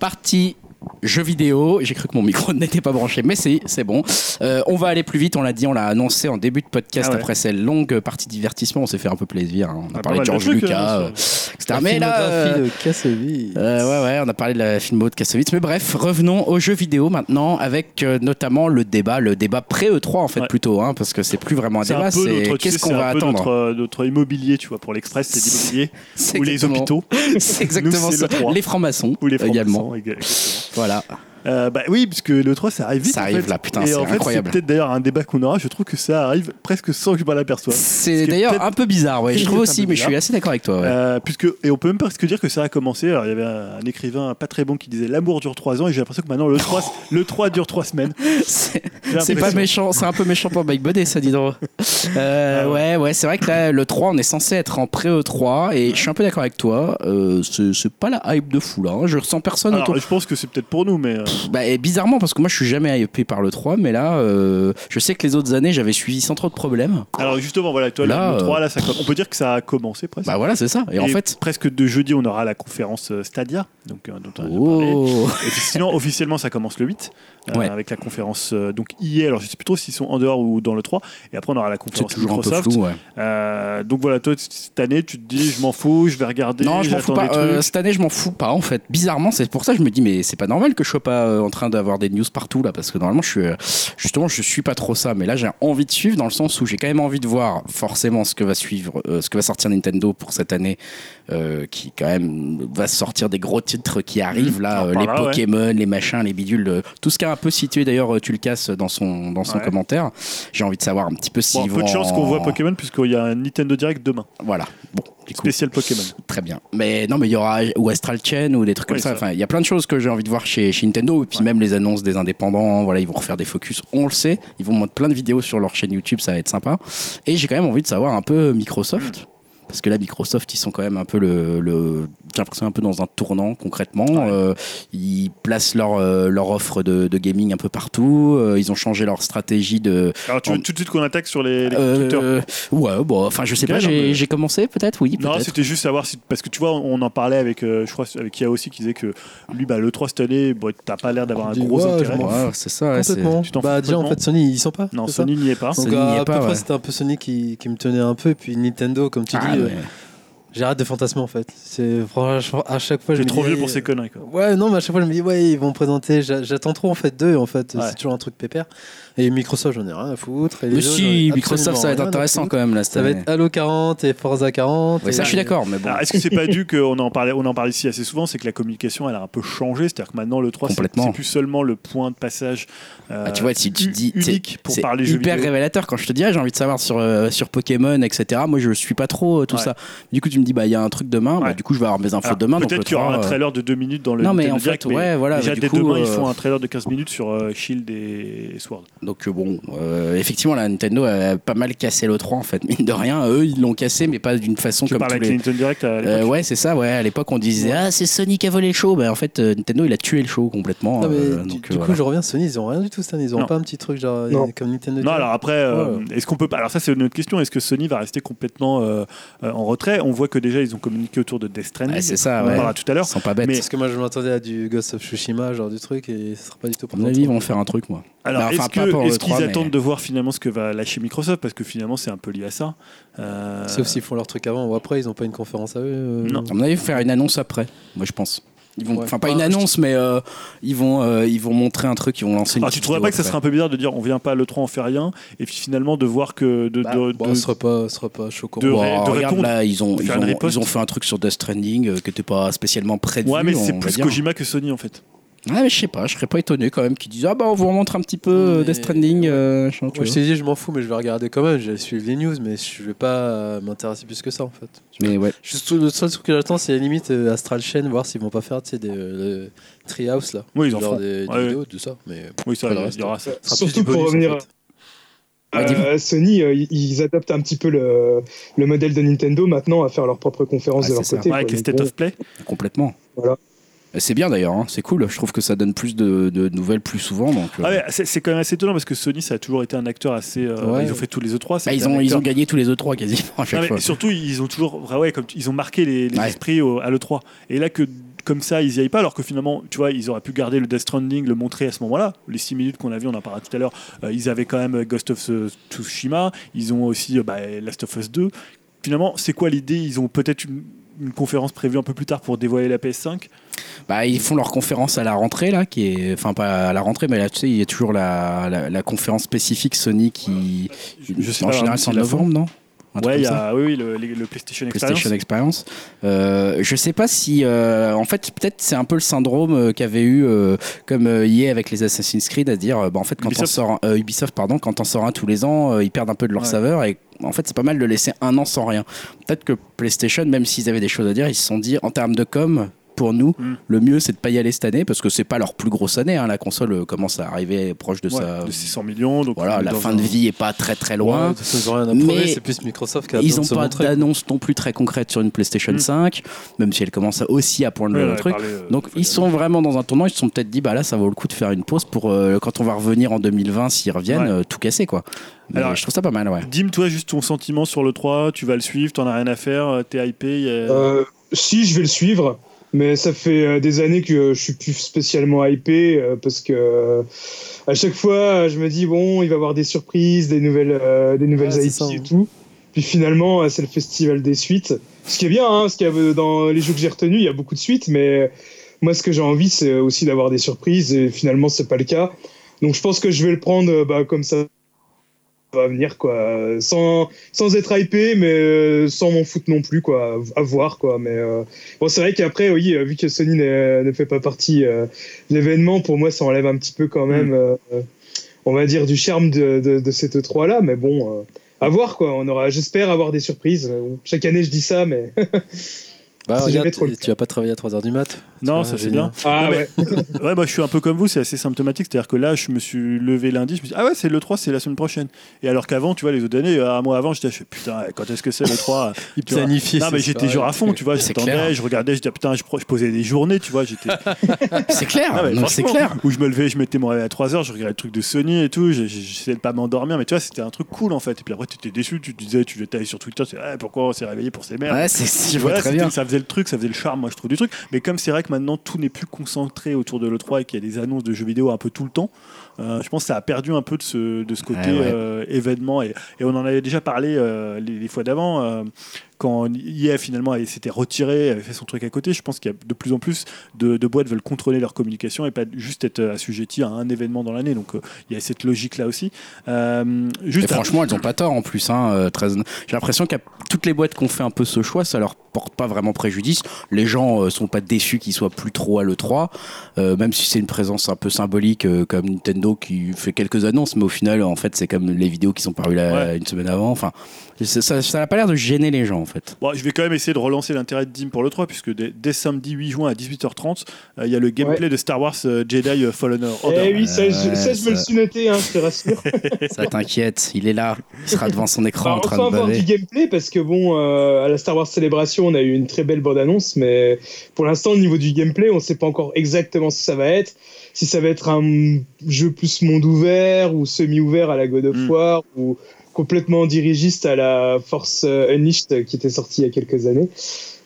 Partie jeux vidéo. J'ai cru que mon micro n'était pas branché, mais c'est c'est bon. Euh, on va aller plus vite. On l'a dit, on l'a annoncé en début de podcast Ah ouais. après cette longue partie divertissement. On s'est fait un peu plaisir. hein. On a Ah, pas parlé mal de George trucs, Lucas, hein, euh, ça- etc. Mais là, euh, de Kassovitz. Euh, ouais, ouais, on a parlé de la filmo de Kassovitz. Mais bref, revenons aux jeux vidéo maintenant, avec euh, notamment le débat, le débat pré-E3 en fait, Ouais. plutôt, hein, parce que c'est plus vraiment un C'est débat, un peu c'est notre, tu sais, qu'est-ce qu'on c'est va un peu attendre. notre, euh, notre immobilier, tu vois, pour l'Express, c'est l'immobilier. C'est Ou les exactement- hôpitaux. C'est exactement Nous, c'est ça. le 3. Les francs-maçons Ou les francs également. Voilà. Euh, bah oui, parce que le 3 ça arrive vite. Ça en arrive fait. là, putain, Et c'est en fait, incroyable. C'est peut-être d'ailleurs un débat qu'on aura. Je trouve que ça arrive presque sans que je m'en aperçoive. C'est qui est d'ailleurs peut-être- un peu bizarre, ouais. C'est Je trouve un peu aussi, mais je suis bizarre. assez d'accord avec toi. ouais. Euh, puisque, et on peut même presque dire que ça a commencé. Alors, il y avait un écrivain pas très bon qui disait L'amour dure 3 ans, et j'ai l'impression que maintenant le 3, le 3 dure 3 semaines. C'est- J'ai l'impression- Oh. C'est pas méchant, c'est un peu méchant pour Mike Buddy, ça, dis donc. Euh, Ah ouais, ouais, c'est vrai que là, le 3, on est censé être en pré-E3, et je suis un peu d'accord avec toi. euh, c'est c'est pas la hype de fou, là. hein. Je ressens personne autour. Alors, je pense que c'est peut-être pour nous, mais. euh, Bah, et bizarrement, parce que moi, je suis jamais hypé par le 3, mais là, euh, je sais que les autres années, j'avais suivi sans trop de problèmes. Alors, justement, voilà, toi, Là, le 3, euh, là, ça, on peut dire que ça a commencé presque. Bah voilà, c'est ça. Et, en Et fait. Presque de jeudi, on aura la conférence euh, Stadia, donc, euh, dont on a déjà parlé. Oh Et puis sinon, officiellement, ça commence le 8, euh, Ouais. avec la conférence euh, donc IA. Alors, je sais plus trop s'ils sont en dehors ou dans le 3. Et après, on aura la C'est conférence toujours un peu Microsoft. flou, ouais. Euh, donc voilà, toi, c- cette année, tu te dis, je m'en fous, je vais regarder. Non, je m'en fous pas. j'attends des Euh, trucs. cette année, je m'en fous pas en fait. Bizarrement, c'est pour ça que je me dis mais c'est pas normal que je sois pas euh, en train d'avoir des news partout là, parce que normalement, je suis euh, justement, je suis pas trop ça. Mais là, j'ai envie de suivre dans le sens où j'ai quand même envie de voir forcément ce que va suivre, euh, ce que va sortir Nintendo pour cette année, euh, qui quand même va sortir des gros titres qui arrivent là, Mmh. On en euh, les parlera, ouais. Pokémon, les machins, les bidules, euh, tout ce qu'a un peu situé d'ailleurs euh, tu le casses dans son dans son Ouais. commentaire. J'ai envie de savoir un petit peu Bon, s'ils vont. peu de chance en- qu'on voit Pokémon, puisqu'il y a un Nintendo Direct demain, Voilà. Bon, du coup, spécial Pokémon. Très bien. Mais non, mais il y aura ou Astral Chain ou des trucs comme Oui, ça. ça. Enfin, il y a plein de choses que j'ai envie de voir chez, chez Nintendo. Et puis Ouais. même les annonces des indépendants. Voilà, ils vont refaire des focus. On le sait. Ils vont mettre plein de vidéos sur leur chaîne YouTube. Ça va être sympa. Et j'ai quand même envie de savoir un peu Microsoft. Parce que là, Microsoft, ils sont quand même un peu le. le- j'ai l'impression un peu dans un tournant concrètement. Euh, ils placent leur, euh, leur offre de, de gaming un peu partout. Euh, ils ont changé leur stratégie de. Alors, tu veux En- tout de suite qu'on attaque sur les, les constructeurs Euh, ouais, bon, enfin, je sais Ok, pas. non, J'ai mais- j'ai commencé peut-être, oui. Non, peut-être. c'était juste savoir si. Parce que tu vois, on en parlait avec, euh, je crois, avec Yao aussi, qui disait que lui, bah, le 3 cette année, bon, t'as pas l'air d'avoir un Il dit, gros ouais, je intérêt. m'en Ouais, c'est ça. ouais, c'est- Complètement. tu t'en fous Bah, déjà, en complètement fait, Sony, ils sont pas. Non, c'est ça Sony n'y est pas. Sony Donc, n'y est à peu pas, ouais. près, c'était un peu Sony qui, qui me tenait un peu. Et puis Nintendo, comme tu Ah, dis, euh, ouais. j'arrête de fantasmer en fait. C'est franchement, à chaque fois, je J'ai me trop dis, vieux eh, pour ces conneries, quoi. Ouais, non, mais à chaque fois, je me dis, ouais, ils vont présenter. j'a- J'attends trop en fait d'eux. En fait, Ouais. c'est toujours un truc pépère. Et Microsoft, j'en ai rien à foutre. Et les Mais autres, si, j'en ai Microsoft, absolument ça va rien être à intéressant foutre. quand même là cette Ça va année. être Halo 40 et Forza 40. Ouais, ça, et- je suis d'accord, mais bon. Alors, est-ce que c'est pas dû qu'on en parlait, on en parle ici assez souvent, c'est que la communication elle a un peu changé, c'est-à-dire que maintenant le 3 c'est Complètement. c'est plus seulement le point de passage. euh, Ah, tu vois, si tu u- dis, c'est- unique pour c'est parler jeux hyper vidéo. révélateur quand je te dis ah, j'ai envie de savoir sur, euh, sur Pokémon etc moi je suis pas trop euh, tout Ouais. ça du coup tu me dis bah il y a un truc demain bah Ouais. du coup je vais avoir mes infos Alors, demain donc Peut-être le qu'il y aura 3, un euh, trailer de 2 minutes dans le. non mais Nintendo en fait Direct, mais ouais voilà mais déjà dès du coup, demain ils euh, font un trailer de 15 minutes sur euh, Shield et et Sword. donc euh, bon euh, effectivement la Nintendo a pas mal cassé le 3 en fait mine de rien eux ils l'ont cassé mais pas d'une façon Tu comme parles tous avec les les Nintendo Direct à l'époque. Euh, ouais c'est ça ouais à l'époque on disait Ouais. ah c'est Sonic a volé le show bah en fait euh, Nintendo il a tué le show complètement Non, mais euh, donc, du, du euh, coup, voilà. je reviens. Sony, ils ont rien du tout cette année. Ils ont Non. pas un petit truc genre euh, Non. comme Nintendo. Non, Direct. alors après, euh, est-ce qu'on peut pas Alors ça, c'est une autre question. Est-ce que Sony va rester complètement euh, euh, en retrait On voit que déjà ils ont communiqué autour de Death Stranding. Ouais, c'est ça on en ouais parlera tout à ils l'heure. sont pas bêtes Mais- Parce que moi, je m'attendais à du Ghost of Tsushima, genre du truc, et ce sera pas du tout à pour euh, mon avis ils vont faire un truc moi Alors, Bah, enfin, est-ce pas que- pour est-ce le qu'ils 3, mais- attendent de voir finalement ce que va lâcher Microsoft Parce que finalement, c'est un peu lié à ça. Euh, Sauf s'ils font leur truc avant ou après, ils ont pas une conférence à eux. euh, Non. À mon avis, faut faire une annonce après, moi je pense. Ils vont, Ouais. enfin Bah, pas une annonce, mais euh, ils vont, euh, ils vont montrer un truc, ils vont lancer. Une Alors, ah, tu petite trouverais vidéo pas que ça après. serait un peu bizarre de dire on vient pas à l'E3, on fait rien, et puis finalement de voir que. De, Bah, de- Bon, de- ce sera pas, ce sera pas choquant. de- Bon, ré- regarde, répondre, là, ils ont, de ils faire une ont, riposte. ils ont fait un truc sur Death Stranding euh, qui n'était pas spécialement prévu. Ouais, mais c'est on va plus dire. Kojima que Sony en fait. Ouais, mais je sais pas, je serais pas étonné quand même qu'ils disent Ah bah on vous remontre un petit peu euh, Mais- Death Stranding. euh, je sais pas, tu Moi, je vois. t'ai dit, je m'en fous, mais je vais regarder quand même. Je vais suivre les news, mais je vais pas euh, m'intéresser plus que ça en fait. mais ouais. Je- Le seul truc que j'attends, c'est limite euh, Astral Chain, voir s'ils vont pas faire tu sais, des euh, le Treehouse là. Oui, ils en Genre font. des, des Ouais, vidéos, tout ça. Mais euh, Oui, ça, Pas le il reste. y aura ça. ce sera Surtout plus du pour bonus, en revenir- fait. Ouais, Euh, Sony, euh, ils- ils adaptent un petit peu le, le modèle de Nintendo maintenant à faire leur propre conférence Ah, de leur c'est ça. côté. Ouais, avec quoi. les Donc, State of Play. Complètement. Voilà. Et C'est bien d'ailleurs, hein, c'est cool. Je trouve que ça donne plus de, de nouvelles plus souvent. Donc, euh, Ah ouais, c'est c'est quand même assez étonnant parce que Sony, ça a toujours été un acteur assez. euh, Ouais. Ils ont fait tous les E3. bah, c'était ils, un ont, ils acteur- Ah ont gagné tous les E3 quasiment à Non, chaque mais fois. surtout, ils ont toujours, ah ouais, comme tu- ils ont marqué les, les Ouais. esprits au- à l'E3. Et là, que comme ça, ils y aillent pas, alors que finalement, tu vois, ils auraient pu garder le Death Stranding, le montrer à ce moment-là. Les 6 minutes qu'on a vu, on en parlera tout à l'heure. euh, ils avaient quand même Ghost of Tsushima. Ils ont aussi euh, bah, Last of Us 2. Finalement, c'est quoi l'idée Ils ont peut-être une, une conférence prévue un peu plus tard pour dévoiler la PS5. Bah, ils font leur conférence à la rentrée, là, qui est. Enfin, pas à la rentrée, mais là, tu sais, il y a toujours la, la, la conférence spécifique Sony qui. Je sais en pas, général, si c'est en la fin. novembre, non Un truc Ouais, comme il y ça a, oui, oui, le, les- le PlayStation Experience. PlayStation Experience. Euh, je sais pas si, euh, en fait, peut-être c'est un peu le syndrome euh, qu'avait eu euh, comme euh, EA avec les Assassin's Creed, à dire, euh, bah, en fait, quand Ubisoft. on sort un- euh, Ubisoft, pardon, quand on sort un tous les ans, euh, ils perdent un peu de leur Ouais. saveur et en fait, c'est pas mal de laisser un an sans rien. Peut-être que PlayStation, même s'ils avaient des choses à dire, ils se sont dit en termes de com. Pour nous, Mm. le mieux c'est de pas y aller cette année parce que c'est pas leur plus grosse année. hein. La console euh, commence à arriver proche de Ouais, sa. de 600 millions. Donc Voilà, la dans fin un- de vie est pas très très loin. Ouais, de toute façon, ils ont rien à prouver, Mais c'est plus Microsoft qui a Ils besoin n'ont de se pas montrer. d'annonce non plus très concrète sur une PlayStation Mm. 5, même si elle commence aussi à poindre Ouais, le ouais, truc. parler, euh, Donc faut ils dire. sont vraiment dans un tournant, ils se sont peut-être dit bah là ça vaut le coup de faire une pause pour euh, quand on va revenir en 2020 s'ils reviennent Ouais. euh, tout casser quoi. Mais Alors- je trouve ça pas mal ouais. Dim, toi, juste ton sentiment sur le 3, tu vas le suivre, t'en as rien à faire, euh, t'es hypé. y a- Ah, Euh, si, je vais le suivre, mais ça fait euh, des années que euh, je suis plus spécialement hypé euh, parce que euh, à chaque fois, euh, je me dis bon, il va y avoir des surprises, des nouvelles, euh, des nouvelles Ouais, c'est IP ça, et hein. tout. Puis finalement, euh, c'est le festival des suites. Ce qui est bien, hein, parce qu'il y a, euh, dans les jeux que j'ai retenus, il y a beaucoup de suites, mais euh, moi, ce que j'ai envie, c'est euh, aussi d'avoir des surprises, et finalement, c'est pas le cas. Donc, je pense que je vais le prendre euh, bah, comme ça va venir, quoi. Euh, Sans, sans être hypé, mais euh, sans m'en foutre non plus, quoi. À voir, quoi. Mais euh, bon, c'est vrai qu'après, oui, euh, vu que Sony n'est- ne fait pas partie euh, de l'événement, pour moi, ça enlève un petit peu quand même, euh, euh, on va dire, du charme de, de, de cette E3-là, mais bon. euh, à voir quoi, on aura, j'espère avoir des surprises. Bon, Chaque année je dis ça, mais. Bah, Si regarde, jamais trop le- tu vas pas travailler à 3h du mat. non, Ouais, ça c'est génial. bien. Ah mais- ouais. Ouais, moi je suis un peu comme vous, c'est assez symptomatique. C'est-à-dire que là, je me suis levé lundi, je me suis dit, ah ouais, c'est le 3, c'est la semaine prochaine. Et alors qu'avant, tu vois, les autres années, euh, un mois avant, j'étais, je fais, putain, quand est-ce que c'est le 3 Il Tu vois. planifie. Non, mais c'est j'étais ça, genre à ouais. fond, tu vois, C'est clair. j'attendais, je regardais, je disais, putain, je, pro- je posais des journées, tu vois, j'étais. C'est clair, Ah ouais, non, c'est franchement, clair. Où je me levais, je mettais mon réveil à 3h, je regardais le truc de Sony et tout, j'ai- j'ai- j'essayais de pas m'endormir, mais tu vois, c'était un truc cool en fait. Et puis après, tu étais déçu, tu te disais, tu étais allé sur Twitter, tu disais, Ah, pourquoi on s'est réveillé pour ces merdes Ouais, c'est si je vois Voilà, très c'était- bien. ça faisait le truc, ça faisait le charme, moi je trouve du truc. Mais comme c'est vrai que maintenant tout n'est plus concentré autour de l'E3 et qu'il y a des annonces de jeux vidéo un peu tout le temps, euh, je pense que ça a perdu un peu de ce, de ce côté Eh Ouais, ouais. euh, événement. Et, et on en avait déjà parlé euh, les, les fois d'avant. euh, quand IA finalement elle s'était retirée, avait fait son truc à côté, je pense qu'il y a de plus en plus de, de boîtes veulent contrôler leur communication et pas juste être assujettis à un événement dans l'année. Donc euh, il y a cette logique là aussi. Euh, Et juste à- franchement, elles ont pas tort en plus. Hein, euh, très- J'ai l'impression qu'à toutes les boîtes qui ont fait un peu ce choix, ça leur porte pas vraiment préjudice. Les gens euh, sont pas déçus qu'ils soient plus trop à l'E3, euh, même si c'est une présence un peu symbolique euh, comme Nintendo qui fait quelques annonces, mais au final, en fait, c'est comme les vidéos qui sont parues là, une semaine avant. Enfin, c'est- ça ça n'a pas l'air de gêner les gens en fait. Bon, je vais quand même essayer de relancer l'intérêt de Dim pour le 3, puisque dès, dès samedi 8 juin à 18h30, euh, il y a le gameplay de Star Wars euh, Jedi euh, Fallen Eh Order. oui, ça, je, Ouais, ça, je me le ça- suis noté, hein, je te rassure. Ça t'inquiète, il est là, il sera devant son écran en Bah, train enfin de voir du baver. gameplay parce que bon, euh, à la Star Wars Célébration, on a eu une très belle bande-annonce, mais pour l'instant, au niveau du gameplay, on ne sait pas encore exactement ce que ça va être. Si ça va être un jeu plus monde ouvert ou semi-ouvert à la God of Mm. War ou complètement dirigiste à la Force euh, Unleashed euh, qui était sortie il y a quelques années.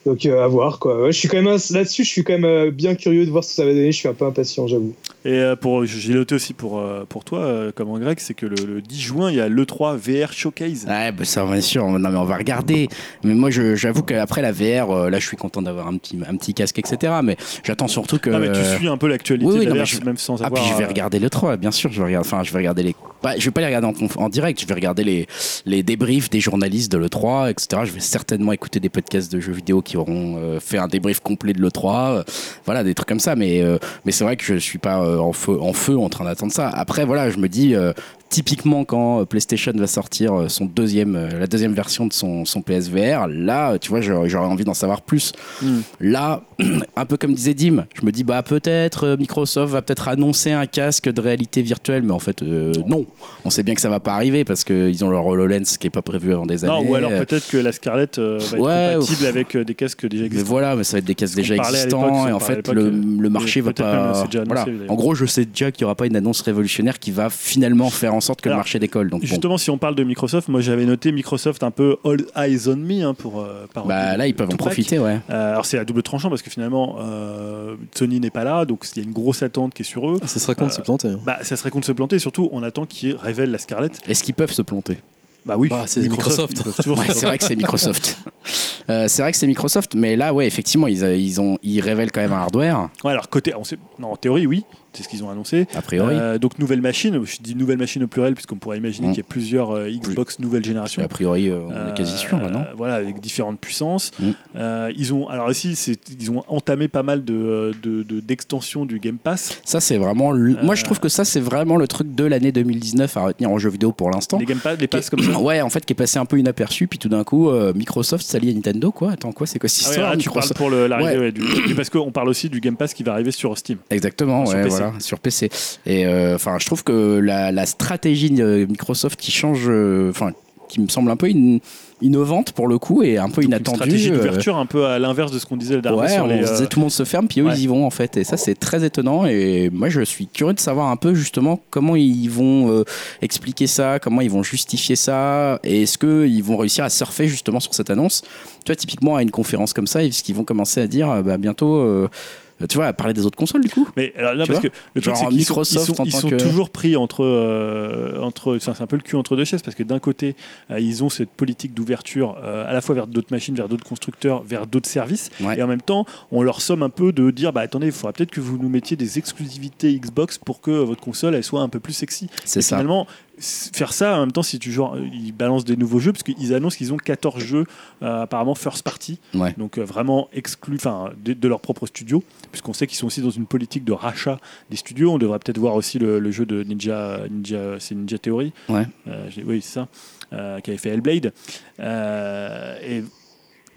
Donc euh, à voir quoi. Ouais, je suis quand même un- là-dessus, je suis quand même euh, bien curieux de voir ce que ça va donner. Je suis un peu impatient, j'avoue. Et euh, pour, j'ai noté aussi pour, euh, pour toi, euh, comme en grec, c'est que le, le 10 juin, il y a l'E3 VR Showcase. Ouais, bah ça, bien sûr. Non, mais on va regarder. Mais moi, je- j'avoue qu'après la VR, euh, là, je suis content d'avoir un petit, un petit casque, etc. Mais j'attends surtout que. Ah, mais tu suis un peu l'actualité euh, oui, oui, de la non, mais VR, je- même sans Ah, avoir. puis je vais euh, regarder le 3, bien sûr. Je vais regarder, enfin, je vais regarder les. bah, je vais pas les regarder en, conf- en direct. Je vais regarder les, les débriefs des journalistes de l'E3, etc. Je vais certainement écouter des podcasts de jeux vidéo qui auront euh, fait un débrief complet de l'E3. euh, voilà, des trucs comme ça. Mais, euh, mais c'est vrai que je suis pas euh, en, feu, en feu en train d'attendre ça. Après, voilà, je me dis. euh, Typiquement, quand euh, PlayStation va sortir euh, son deuxième, euh, la deuxième version de son, son PSVR, là, euh, tu vois, j'aurais j'aurais envie d'en savoir plus. Hmm. Là, un peu comme disait Dim, je me dis bah peut-être euh, Microsoft va peut-être annoncer un casque de réalité virtuelle, mais en fait euh, non. On sait bien que ça va pas arriver parce qu'ils ont leur HoloLens qui est pas prévu avant des années. Non, ou alors peut-être que la Scarlett euh, va Ouais, être compatible avec euh, des casques déjà mais existants. voilà, mais ça va être des casques Parce qu'on déjà parlait à l'époque, existants ça, et on en parlait à fait l'époque, le, euh, le marché va peut-être même, pas. c'est déjà annoncé, voilà. d'ailleurs. En gros, je sais déjà qu'il y aura pas une annonce révolutionnaire qui va finalement faire en sorte que Alors, le marché décolle. Donc bon, Justement, si on parle de Microsoft, moi j'avais noté Microsoft un peu all eyes on me hein, pour euh, parodier bah là ils peuvent en Tupac. profiter, ouais. Euh, alors c'est à double tranchant parce que finalement euh, Sony n'est pas là, donc il y a une grosse attente qui est sur eux. Ça serait con de Euh, se planter. hein. Bah, ça serait con de se planter, et surtout on attend qu'ils révèlent la Scarlett. Est-ce qu'ils peuvent se planter Bah oui, Bah, c'est Microsoft. ils peuvent toujours Ouais, se c'est vrai que c'est Microsoft. Euh, c'est vrai que c'est Microsoft, mais là, ouais, effectivement, ils, euh, ils, ont, ils révèlent quand même un hardware, Ouais, alors côté, on sait- non, en théorie oui, c'est ce qu'ils ont annoncé. a priori. Euh, donc nouvelle machine, je dis nouvelle machine au pluriel puisqu'on pourrait imaginer Mm. qu'il y a plusieurs euh, Xbox nouvelle génération. a priori, euh, on est quasi sûr, là, non Euh, Voilà, avec différentes puissances. Mm. Euh, ils ont, alors ici, c'est- ils ont entamé pas mal de euh, de- de- d'extensions du Game Pass. Ça, c'est vraiment. le- Euh, Moi, je trouve que ça, c'est vraiment le truc de l'année 2019 à retenir en jeu vidéo pour l'instant. Les Game Pass, les Qui est- passes comme ça. Ouais, en fait, qui est passé un peu inaperçu, puis tout d'un coup, euh, Microsoft s'allie à Nintendo, quoi. Attends, quoi, c'est quoi cette Ah ouais, histoire ah, tu parles Microsoft pour le- l'arrivée Ouais. ouais, du, du- parce qu'on parle aussi du Game Pass qui va arriver sur Steam. Exactement, Sur ouais, PC. voilà, sur PC. Et euh, enfin, je trouve que la, la stratégie euh, Microsoft qui change, euh, enfin, qui me semble un peu in- innovante pour le coup et un peu Une inattendue. stratégie euh, d'ouverture un peu à l'inverse de ce qu'on disait la dernière fois Ouais, sur on les, se disait euh, tout le monde se ferme, puis eux ouais. ils y vont en fait. Et ça c'est très étonnant. Et moi je suis curieux de savoir un peu justement comment ils vont euh, expliquer ça, comment ils vont justifier ça, et est-ce qu'ils vont réussir à surfer justement sur cette annonce. Tu vois, typiquement à une conférence comme ça, est-ce qu'ils vont commencer à dire euh, bah, bientôt, euh, tu vois, à parler des autres consoles du coup Mais alors là, Tu parce vois que le truc, Genre c'est qu'ils sont, ils Microsoft sont, en ils tant sont que- toujours pris entre. euh, entre c'est un peu le cul entre deux chaises, parce que d'un côté, euh, ils ont cette politique d'ouverture euh, à la fois vers d'autres machines, vers d'autres constructeurs, vers d'autres services. Ouais. Et en même temps, on leur somme un peu de dire bah attendez, il faudra peut-être que vous nous mettiez des exclusivités Xbox pour que votre console elle soit un peu plus sexy. C'est Et ça. Finalement, s- faire ça en même temps, si tu genre, ils balancent des nouveaux jeux, parce qu'ils annoncent qu'ils ont 14 jeux euh, apparemment first party, Ouais. donc euh, vraiment exclus enfin, de, de leur propre studio, puisqu'on sait qu'ils sont aussi dans une politique de rachat des studios. On devrait peut-être voir aussi le, le jeu de Ninja, Ninja c'est Ninja Theory, Ouais. Euh, j'ai- oui c'est ça, euh, qui avait fait Hellblade. Euh, et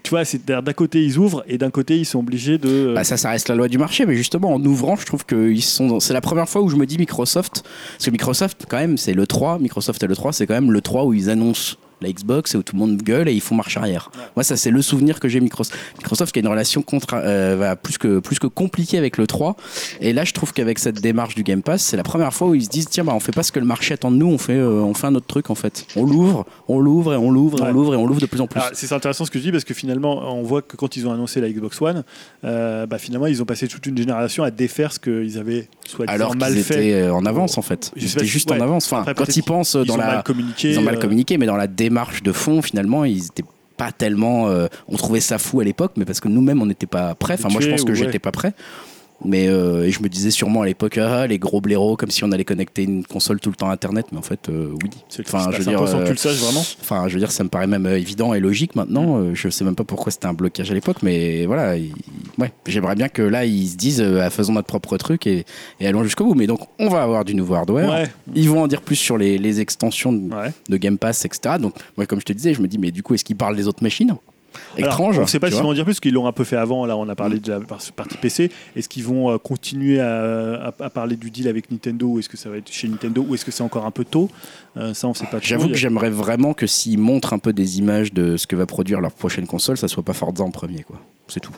tu vois, c'est d'un d'un côté ils ouvrent et d'un côté ils sont obligés de. euh, Bah, ça, ça reste la loi du marché, mais justement en ouvrant, je trouve que ils sont. dans- C'est la première fois où je me dis Microsoft, parce que Microsoft, quand même, c'est le 3. Microsoft et le 3, c'est quand même le 3 où ils annoncent la Xbox et où tout le monde gueule et ils font marche arrière. Moi, ça, c'est le souvenir que j'ai Microsoft. Microsoft qui a une relation contra- euh, bah, plus que plus que compliquée avec le 3. Et là, je trouve qu'avec cette démarche du Game Pass, c'est la première fois où ils se disent tiens, bah, on fait pas ce que le marché attend de nous, on fait euh, on fait un autre truc en fait. On l'ouvre, on l'ouvre et on l'ouvre et Ouais. on l'ouvre et on l'ouvre de plus en plus. Alors, c'est intéressant ce que je dis parce que finalement, on voit que quand ils ont annoncé la Xbox One, euh, bah, finalement, ils ont passé toute une génération à défaire ce qu'ils avaient soit Alors mal qu'ils fait. étaient euh, en avance en fait. Je Ils sais pas étaient si- juste ouais. en avance. Enfin, Après, quand peut-être ils pensent euh, Ils dans ont la, mal communiqué. ils ont mal euh, communiqué, mais dans la démarche de fond, finalement, ils étaient pas tellement. euh, on trouvait ça fou à l'époque, mais parce que nous-mêmes, on n'était pas prêts. Enfin, moi, je pense que Habitués, ouais. j'étais pas prêt. Mais euh, et je me disais sûrement à l'époque, ah, les gros blaireaux, comme si on allait connecter une console tout le temps à Internet. Mais en fait, euh, oui. c'est le- Enfin, c'est je veux un dire, peu sans que tu euh, le saches vraiment. Enfin, je veux dire, ça me paraît même euh, évident et logique maintenant. Euh, je sais même pas pourquoi c'était un blocage à l'époque, mais voilà. il- ouais, j'aimerais bien que là, ils se disent, euh, Ah, faisons notre propre truc et, et allons jusqu'au bout. Mais donc, on va avoir du nouveau hardware. Ouais, Ils vont en dire plus sur les, les extensions de, ouais. de Game Pass, etc. Donc, moi, comme je te disais, je me dis, mais du coup, est-ce qu'ils parlent des autres machines Étrange. Alors, on ne sait pas tu si vois. Mm. en dire plus, parce qu'ils l'ont un peu fait avant. Là, on a parlé de la par- partie PC. Est-ce qu'ils vont euh, continuer à, à- à parler du deal avec Nintendo ou est-ce que ça va être chez Nintendo ou est-ce que c'est encore un peu tôt Euh, Ça, on ne sait pas. trop. J'avoue Il y que a- j'aimerais vraiment que s'ils montrent un peu des images de ce que va produire leur prochaine console, ça soit pas Forza en premier, quoi. C'est tout.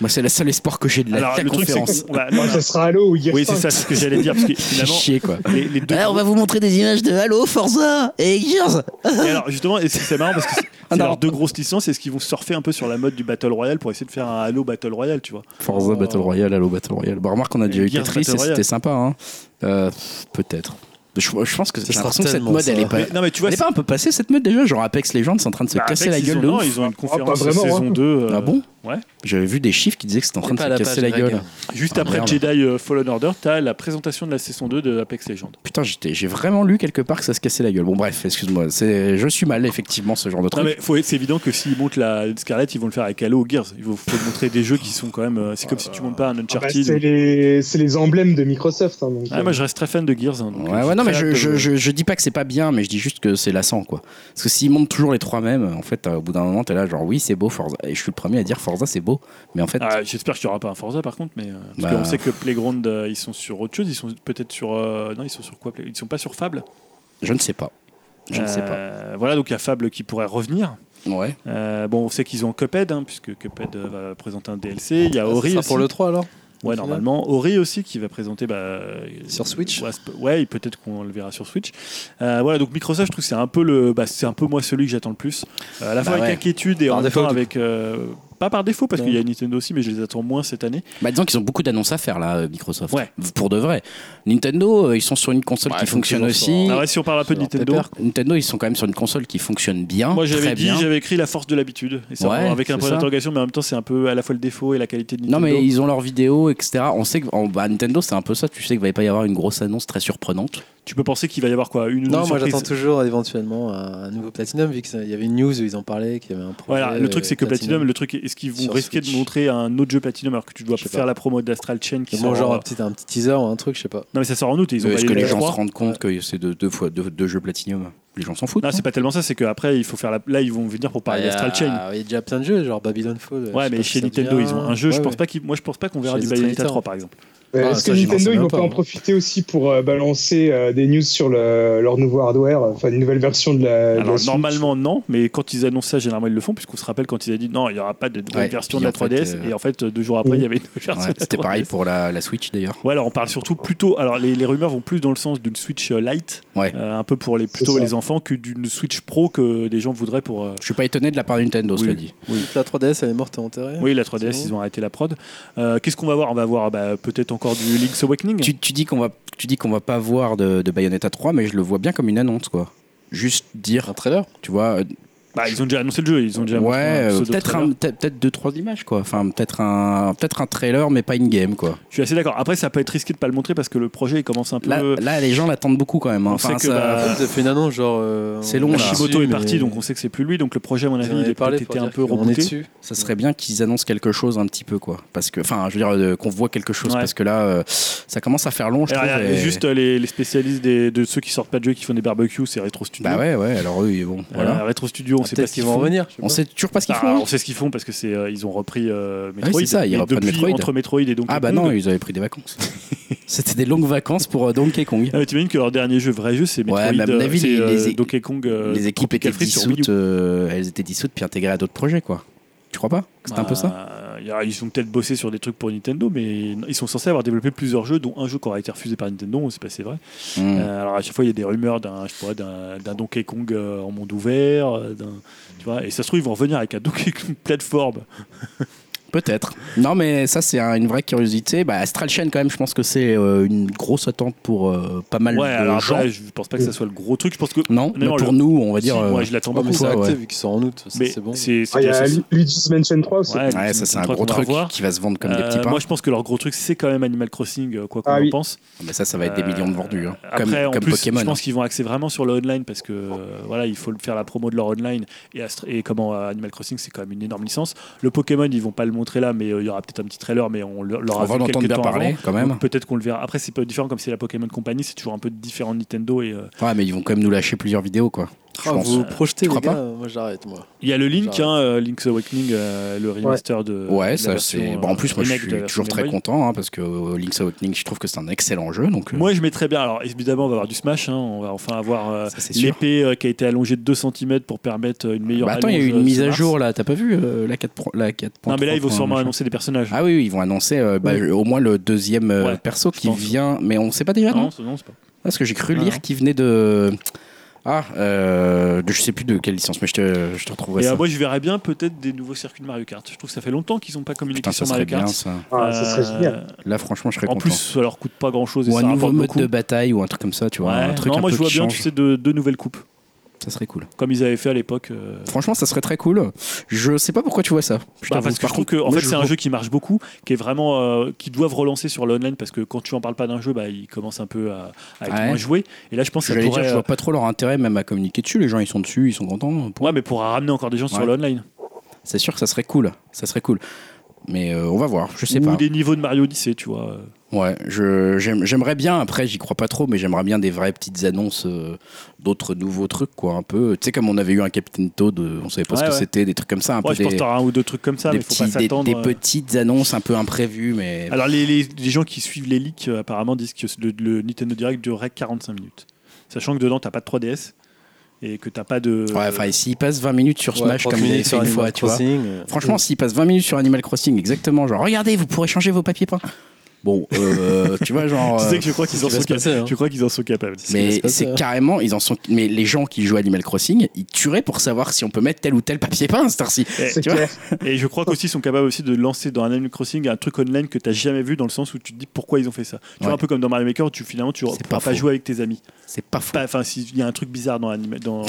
Moi, c'est le seul espoir que j'ai de la, Alors, la le truc, c'est conférence. qu'on- bah, Ça voilà. sera Halo ou Gears Oui, c'est 5. ça, c'est ce que j'allais dire. Parce que Fais finalement, chier, quoi. les, les deux. vous montrer des images de Halo, Forza et Gears. Et alors justement, et c'est c'est marrant parce que c'est- Ah C'est non. leurs deux grosses licences. Est-ce qu'ils vont surfer un peu sur la mode du Battle Royale pour essayer de faire un Halo Battle Royale, tu vois Forza Oh. Battle Royale, Halo Battle Royale. Bah, remarque, on a Et déjà eu Gears 4 et Battle Royale. c'était sympa. Hein. Euh, pff, Peut-être. Je, je pense que j'ai sera l'impression que cette tellement mode, elle est ça. pas. Mais- Non, mais tu vois, elle est pas un peu passée cette mode déjà Genre Apex Legends, c'est en train de se Bah, casser Apex, la gueule ils ont, de non, ouf. ils ont une conférence vraiment, de saison hein. 2. euh, Ah bon Ouais. J'avais vu des chiffres qui disaient que c'était en train de pas se la casser la page, gueule. Greg. Juste Ah, après merde. Jedi euh, Fallen Order, t'as la présentation de la saison 2 de Apex Legends. Putain, j'étais- j'ai vraiment lu quelque part que ça se cassait la gueule. Bon, bref, excuse-moi. c'est- Je suis mal, effectivement, ce genre de Non, truc. mais faut- c'est évident que s'ils montent la Scarlett, ils vont le faire avec Halo ou Gears. Il faut, faut montrer des jeux qui sont quand même. euh, C'est comme si tu montes pas un Ah bah, Uncharted. c'est les, c'est les emblèmes de Microsoft. hein, donc, Ah, moi, je reste très fan de Gears. hein, donc, Ouais, euh, ouais, non, mais j'ai je, très hâte je, de- je, je dis pas que c'est pas bien, mais je dis juste que c'est lassant, quoi. Parce que s'ils montent toujours les trois mêmes, en fait, euh, au bout d'un moment, t'es là, genre, oui, c'est beau, Forza. Et je suis le premier à dire Forza, c'est beau. Mais en fait, Ah, J'espère qu'il n'y aura pas un Forza par contre, mais euh, parce Bah. qu'on sait que Playground euh, ils sont sur autre chose, ils sont peut-être sur euh, non ils sont sur quoi Play- Ils sont pas sur Fable. je ne sais pas. Je ne sais pas. Euh, Voilà donc il y a Fable qui pourrait revenir. Ouais. Euh, bon on sait qu'ils ont Cuphead hein, puisque Cuphead euh, va présenter un DLC. Il y a Ça Ori sera aussi. pour le 3 alors Ouais Au final. normalement Ori aussi qui va présenter bah, euh, Sur Switch Ouais, c'est- ouais, et peut-être qu'on le verra sur Switch. Euh, voilà donc Microsoft je trouve que c'est un peu le bah, c'est un peu moi celui que j'attends le plus. Euh, à la Bah fois avec ouais. inquiétude et Par en même défaut, temps du avec euh, pas par défaut parce Non. qu'il y a Nintendo aussi mais je les attends moins cette année. Bah, disons qu'ils ont beaucoup d'annonces à faire, là, euh, Microsoft. Ouais. Pour de vrai. Nintendo, euh, ils sont sur une console Ouais, qui ils font fonctionne toujours aussi. sur- Ah ouais, si on parle un peu de Leur Nintendo. pépère, Nintendo, ils sont quand même sur une console qui fonctionne bien. Moi très j'avais dit, bien. j'avais écrit la force de l'habitude. Et ça, Ouais, avec un c'est point ça. d'interrogation, mais en même temps, c'est un peu à la fois le défaut et la qualité de Non Nintendo. mais ils ont leurs vidéos, etc. On sait que en- bah, Nintendo c'est un peu ça. Tu sais qu'il va pas y avoir une grosse annonce très surprenante. Tu peux penser qu'il va y avoir quoi Une ou Non, deux moi j'attends surprises toujours éventuellement un nouveau Platinum, vu qu'il y avait une news où ils en parlaient, qu'il y avait un projet. Voilà, le truc euh, c'est que Platinum, le truc est-ce qu'ils vont Sur risquer de Switch. montrer un autre jeu Platinum alors que tu dois Je sais faire pas. la promo d'Astral Chain qui Bon, sort euh, genre en- un petit, un petit teaser ou un truc, je sais pas. Non mais ça sort en août et ils ont Euh, Est-ce validé que les les gens trois. se rendent compte que c'est deux, deux fois deux, deux jeux Platinum Les gens s'en foutent. Non, non c'est pas tellement ça, c'est qu'après il faut faire la... là ils vont venir pour parler Bah, d'Astral il y a- Chain. Il y a déjà plein de jeux, genre Babylon Fall. je Ouais, sais mais pas chez si ça Nintendo, vient. ils ont un jeu, je Ouais, pense ouais. pas qu'ils- moi je pense pas qu'on verra Chez du les autres Bayonetta éditeurs. 3 par exemple. euh, Ah, Est-ce ça, que j'y pensais Nintendo, ils même vont pas, pas en moi. profiter aussi pour euh, balancer euh, des news sur le- leur nouveau hardware, enfin une nouvelle version de la. Euh, de la Alors Switch normalement non, mais quand ils annoncent ça, généralement ils le font puisqu'on se rappelle quand ils avaient dit non, il n'y aura pas de nouvelle Ouais, version de puis la en fait, 3DS euh, et en fait deux jours après oui. il y avait une nouvelle version. de la C'était pareil 3DS. pour la, la Switch d'ailleurs. Ouais, alors on parle surtout plutôt. Alors les, les rumeurs vont plus dans le sens d'une Switch euh, Lite, Ouais. euh, un peu pour les plutôt C'est ça. les enfants que d'une Switch Pro que des gens voudraient pour. euh, Je suis pas étonné de la part de Nintendo, Oui. cela dit. Toute La 3DS, elle est morte et enterrée. Oui, la 3DS, Ah, C'est bon. ils ont arrêté la prod. Euh, Qu'est-ce qu'on va voir On va voir bah, peut-être encore du Link's Awakening. Tu, tu dis qu'on va tu dis qu'on va pas voir de, de Bayonetta 3, mais je le vois bien comme une annonce quoi. Juste dire, Un trailer tu vois, euh, Bah, ils ont déjà annoncé le jeu. Ils ont déjà ouais, montré un euh, pseudo peut-être trailer. un- peut-être peut-être deux trois images quoi. Enfin peut-être un peut-être un trailer, mais pas une game quoi. Je suis assez d'accord. Après, ça peut être risqué de pas le montrer parce que le projet il commence un peu. Là, là les gens l'attendent beaucoup quand même. hein. Euh, On Enfin, sait que, ça- bah, En fait, Ils ont fait une annonce, genre. euh, C'est on long, là. dessus, Shiboto est mais- parti, donc on sait que c'est plus lui. Donc le projet, à mon Ils en avis, il avaient est parlé peut-être pour été un dire peu qu'on est rebooté. dessus. Ça serait bien qu'ils annoncent quelque chose un petit peu, quoi. Parce que, enfin, je veux dire, euh, qu'on voit quelque chose, Ouais. parce que là, euh, ça commence à faire long, je Alors, trouve. regarde, et- Juste euh, les, les spécialistes des- de ceux qui sortent pas de jeux, qui font des barbecues, c'est Retro Studio. Bah ouais, ouais, alors eux, ils- bon, voilà. Euh, Retro Studio, on Ah, sait pas Peut-être ce qu'ils qu'ils vont font. revenir. je sais On pas. sait toujours pas ce qu'ils Ah, font. hein. on sait ce qu'ils font parce que c'est euh, ils ont repris euh, Metroid. Ah oui, c'est ça, ils Mais reprennent depuis, Metroid. Entre Metroid et Donkey Ah bah Kong, non, ils avaient pris des vacances. C'était des longues vacances pour euh, Donkey Kong. ah, mais t'imagines que leur dernier jeu, vrai jeu, c'est Ouais, Metroid. mais à mon euh, avis, c'est, les- euh, les- Donkey Kong. euh, Les équipes étaient Tropical Freeze sur Wii U. dissoutes, euh, elles étaient dissoutes puis intégrées à d'autres projets, quoi. Tu crois pas C'était un peu ça Bah, y a- Ils ont peut-être bossé sur des trucs pour Nintendo, mais ils sont censés avoir développé plusieurs jeux, dont un jeu qui aura été refusé par Nintendo, on sait pas si c'est vrai. Hmm. Euh, alors à chaque fois, il y a des rumeurs d'un, je sais pas, d'un, d'un Donkey Kong euh, en monde ouvert, euh, d'un- tu vois. Et ça se trouve, ils vont revenir avec un Donkey Kong plateforme. Peut-être. Non, mais ça, c'est un- une vraie curiosité. Bah, Astral Chain, quand même, je pense que c'est euh, une grosse attente pour euh, pas mal Ouais, de alors gens. après, je pense pas que ça soit le gros truc. Je pense que Non, mais non, pour le- nous, on va dire. Si, moi, euh, je l'attends Ouais, beaucoup. mais c'est Ouais, acté ouais. vu qu'ils sont en août. ça, Mais C'est bon. c'est, c'est Ah, Il y déjà- a c'est- Luigi's Mansion 3 aussi. Ouais, Ouais, c'est ça un c'est un truc gros qu'on va truc voir. qui va se vendre comme des petits Euh, pains. Moi, je pense que leur gros truc, c'est quand même Animal Crossing, euh, quoi qu'on Ah en oui. pense. Mais ça, ça va être des Euh, millions de vendus. hein. Après, comme en comme plus, Pokémon. hein. je pense qu'ils vont axer vraiment sur le online parce que euh, voilà, il faut le- faire la promo de leur online. Et, Astra- et comment euh, Animal Crossing, c'est quand même une énorme licence. Le Pokémon, ils vont pas le montrer là, mais euh, il y aura peut-être un petit trailer, mais on le- On l'aura va vu l'entendre quelques bien temps parler avant. quand même. Donc, Peut-être qu'on le verra. Après, c'est pas différent comme c'est la Pokémon Company, c'est toujours un peu différent de Nintendo. Et euh, Ouais, mais ils vont quand même nous lâcher plusieurs vidéos quoi. Je Ah, pense. vous projetez, crois les pas gars, moi j'arrête, moi. il y a le Link, J'arrête. hein, euh, Link's Awakening, euh, le remaster de. de Ouais, la ça version, c'est. euh, Bon, en plus, moi je remake de la suis version toujours Game très Boy. content hein, parce que euh, Link's Awakening, je trouve que c'est un excellent jeu. Donc, euh, Moi, je mettrais bien. Alors, évidemment, on va avoir du Smash. hein, on va enfin avoir euh, Ça, c'est sûr. l'épée euh, qui a été allongée de 2 cm pour permettre euh, une meilleure. bah, attends, il y a eu allonge, une euh, mise à mars. jour là. T'as pas vu euh, la 4 la 4. Non, mais là, ils vont sûrement annoncer des personnages. Ah oui, oui, ils vont annoncer euh, bah, Oui. au moins le deuxième euh, Ouais, perso qui pense. vient, mais on sait pas déjà Ah, non, non, c'est- non, c'est pas. Parce que j'ai cru Non, lire non. qu'il venait de Ah, euh, de- je sais plus de quelle licence, mais je te, je te retrouverai Et ça. euh, moi, je verrais bien peut-être des nouveaux circuits de Mario Kart. Je trouve que ça fait longtemps qu'ils n'ont pas communiqué Putain, ça sur serait Mario bien Kart. ça. Ah, ça serait Euh, génial. Là, franchement, je serais En content. plus, ça leur coûte pas grand-chose. et ou un ça nouveau rapporte mode beaucoup. de bataille ou un truc comme ça, tu vois. Ouais. un truc non, un moi, peu je vois qui bien, change. tu sais, deux deux nouvelles coupes, Ça serait cool. comme ils avaient fait à l'époque. euh, Franchement, ça serait très cool. Je sais pas pourquoi tu vois ça. Je Bah, t'avoue. parce que Par je trouve contre, que en moi, fait je c'est un vois- jeu qui marche beaucoup, qui est vraiment euh, qui doivent relancer sur le online parce que quand tu en parles pas d'un jeu, bah il commence un peu à, à être Ouais. moins joué. Et là je pense que ça J'allais pourrait. dire, je euh, vois pas trop leur intérêt même à communiquer dessus. Les gens, ils sont dessus, ils sont contents. Pour- euh, Ouais, mais pour ramener encore des gens sur Ouais. l'online. C'est sûr que ça serait cool. Ça serait cool. Mais euh, on va voir. Je sais Ou pas. des niveaux de Mario Odyssey, tu vois. euh. Ouais, je- j'aime- j'aimerais bien, après j'y crois pas trop, mais j'aimerais bien des vraies petites annonces euh, d'autres nouveaux trucs, quoi, un peu. Tu sais, comme on avait eu un Captain Toad, euh, on savait pas ce Ouais, que ouais. c'était, des trucs comme ça, un Ouais, peu je pense que des, t'auras un ou deux trucs comme ça, des mais faut petits- pas des- s'attendre. des euh. petites annonces un peu imprévues, mais Alors les, les- les gens qui suivent les leaks euh, apparemment disent que le, le Nintendo Direct durerait 45 minutes, sachant que dedans t'as pas de 3DS et que t'as pas de. euh, ouais, enfin, s'ils passent 20 minutes sur Smash, comme j'ai fait une fois, tu vois. euh. Franchement, s'ils passent 20 minutes sur Animal Crossing, exactement, genre, regardez, vous pourrez changer vos papiers peints. Bon, euh, tu vois, genre. tu euh, sais que je crois qu'ils en qui va sont se passer, capables. hein. Je crois qu'ils en sont capables. C'est ce qui Mais va se passer, c'est hein. carrément, ils en sont. Mais les gens qui jouent à Animal Crossing, ils tueraient pour savoir si on peut mettre tel ou tel papier peint, cette heure-ci. Eh, C'est tu vois clair. Et je crois qu'aussi ils sont capables aussi de lancer dans un Animal Crossing un truc online que t'as jamais vu dans le sens où tu te dis pourquoi ils ont fait ça. Tu Ouais. vois un peu comme dans Mario Maker où tu finalement tu C'est pourras pas, pas faux. jouer avec tes amis. C'est pas faux. Pas- Enfin s'il y a un truc bizarre dans l'anima- dans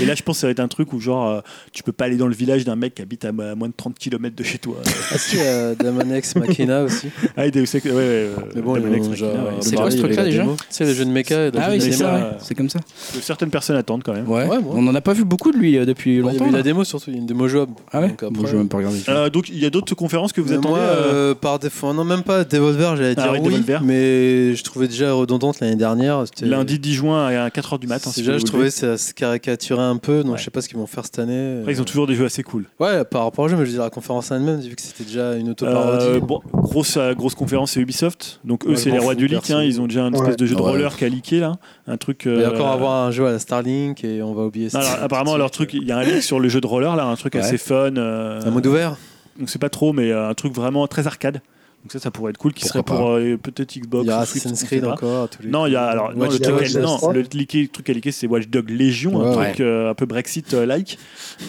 et là je pense que ça va être un truc où genre euh, tu peux pas aller dans le village d'un mec qui habite à mo- à moins de 30 km de chez toi. Ah, si, euh, Damon X Machina aussi. ah et Deus Ex- ouais, ouais, euh, Mais bon, Deus ils Ex ont Machina, déjà- ouais. C'est le quoi Barbie, ce truc-là, il y a la déjà démo. Tu sais, le jeu de mecha. Ah oui, Mais c'est ça, vrai, euh, c'est comme ça. Que certaines personnes attendent quand même. Ouais. Ouais, moi. On n'en a pas vu beaucoup de lui euh, depuis Il y longtemps. avait la là. démo surtout, il y a une démo jouable. Ah ouais Donc après, Bon, je vais même pas regarder. Euh, donc il y a d'autres conférences que vous Mais attendez moi, euh, euh, par défaut, non, même pas Devolver, j'allais Ah dire oui, oui, Devolver. mais je trouvais déjà redondante l'année dernière. c'était- Lundi 10 juin à 4h du matin. c'est si déjà, vous je voulez. trouvais que ça se caricaturait un peu, donc Ouais. je sais pas ce qu'ils vont faire cette année. Après, ils ont toujours des jeux assez cool. Ouais, par rapport au jeu, mais je veux dire, la conférence en elle-même, j'ai vu que c'était déjà une autoparodie. Euh, bon, grosse, euh, grosse conférence, c'est Ubisoft. Donc eux, Ouais, c'est je m'en les rois fous, du leak. perso. hein. Ils ont déjà un espèce Ouais. de jeu de Ouais. roller qui a leaké là. Un truc. Il va euh, encore avoir un jeu à la Starlink et on va oublier Non, ça. alors, apparemment, leur truc, il y a un leak sur le jeu de roller là, un truc Ouais. assez fun. euh, Un mode ouvert on sait pas trop, mais euh, un truc vraiment très arcade. Donc ça, ça pourrait être cool. Qui serait Pourquoi pour euh, peut-être Xbox. Il y a ou Assassin's Switch, on Creed sait pas. encore. tous les Non, il y a alors non, Watch le, Dogs. truc, Dogs, non, Watch Dogs. le leaké- le truc à leaker, c'est Watch Dog Légion, un Ouais, truc euh, un peu Brexit-like.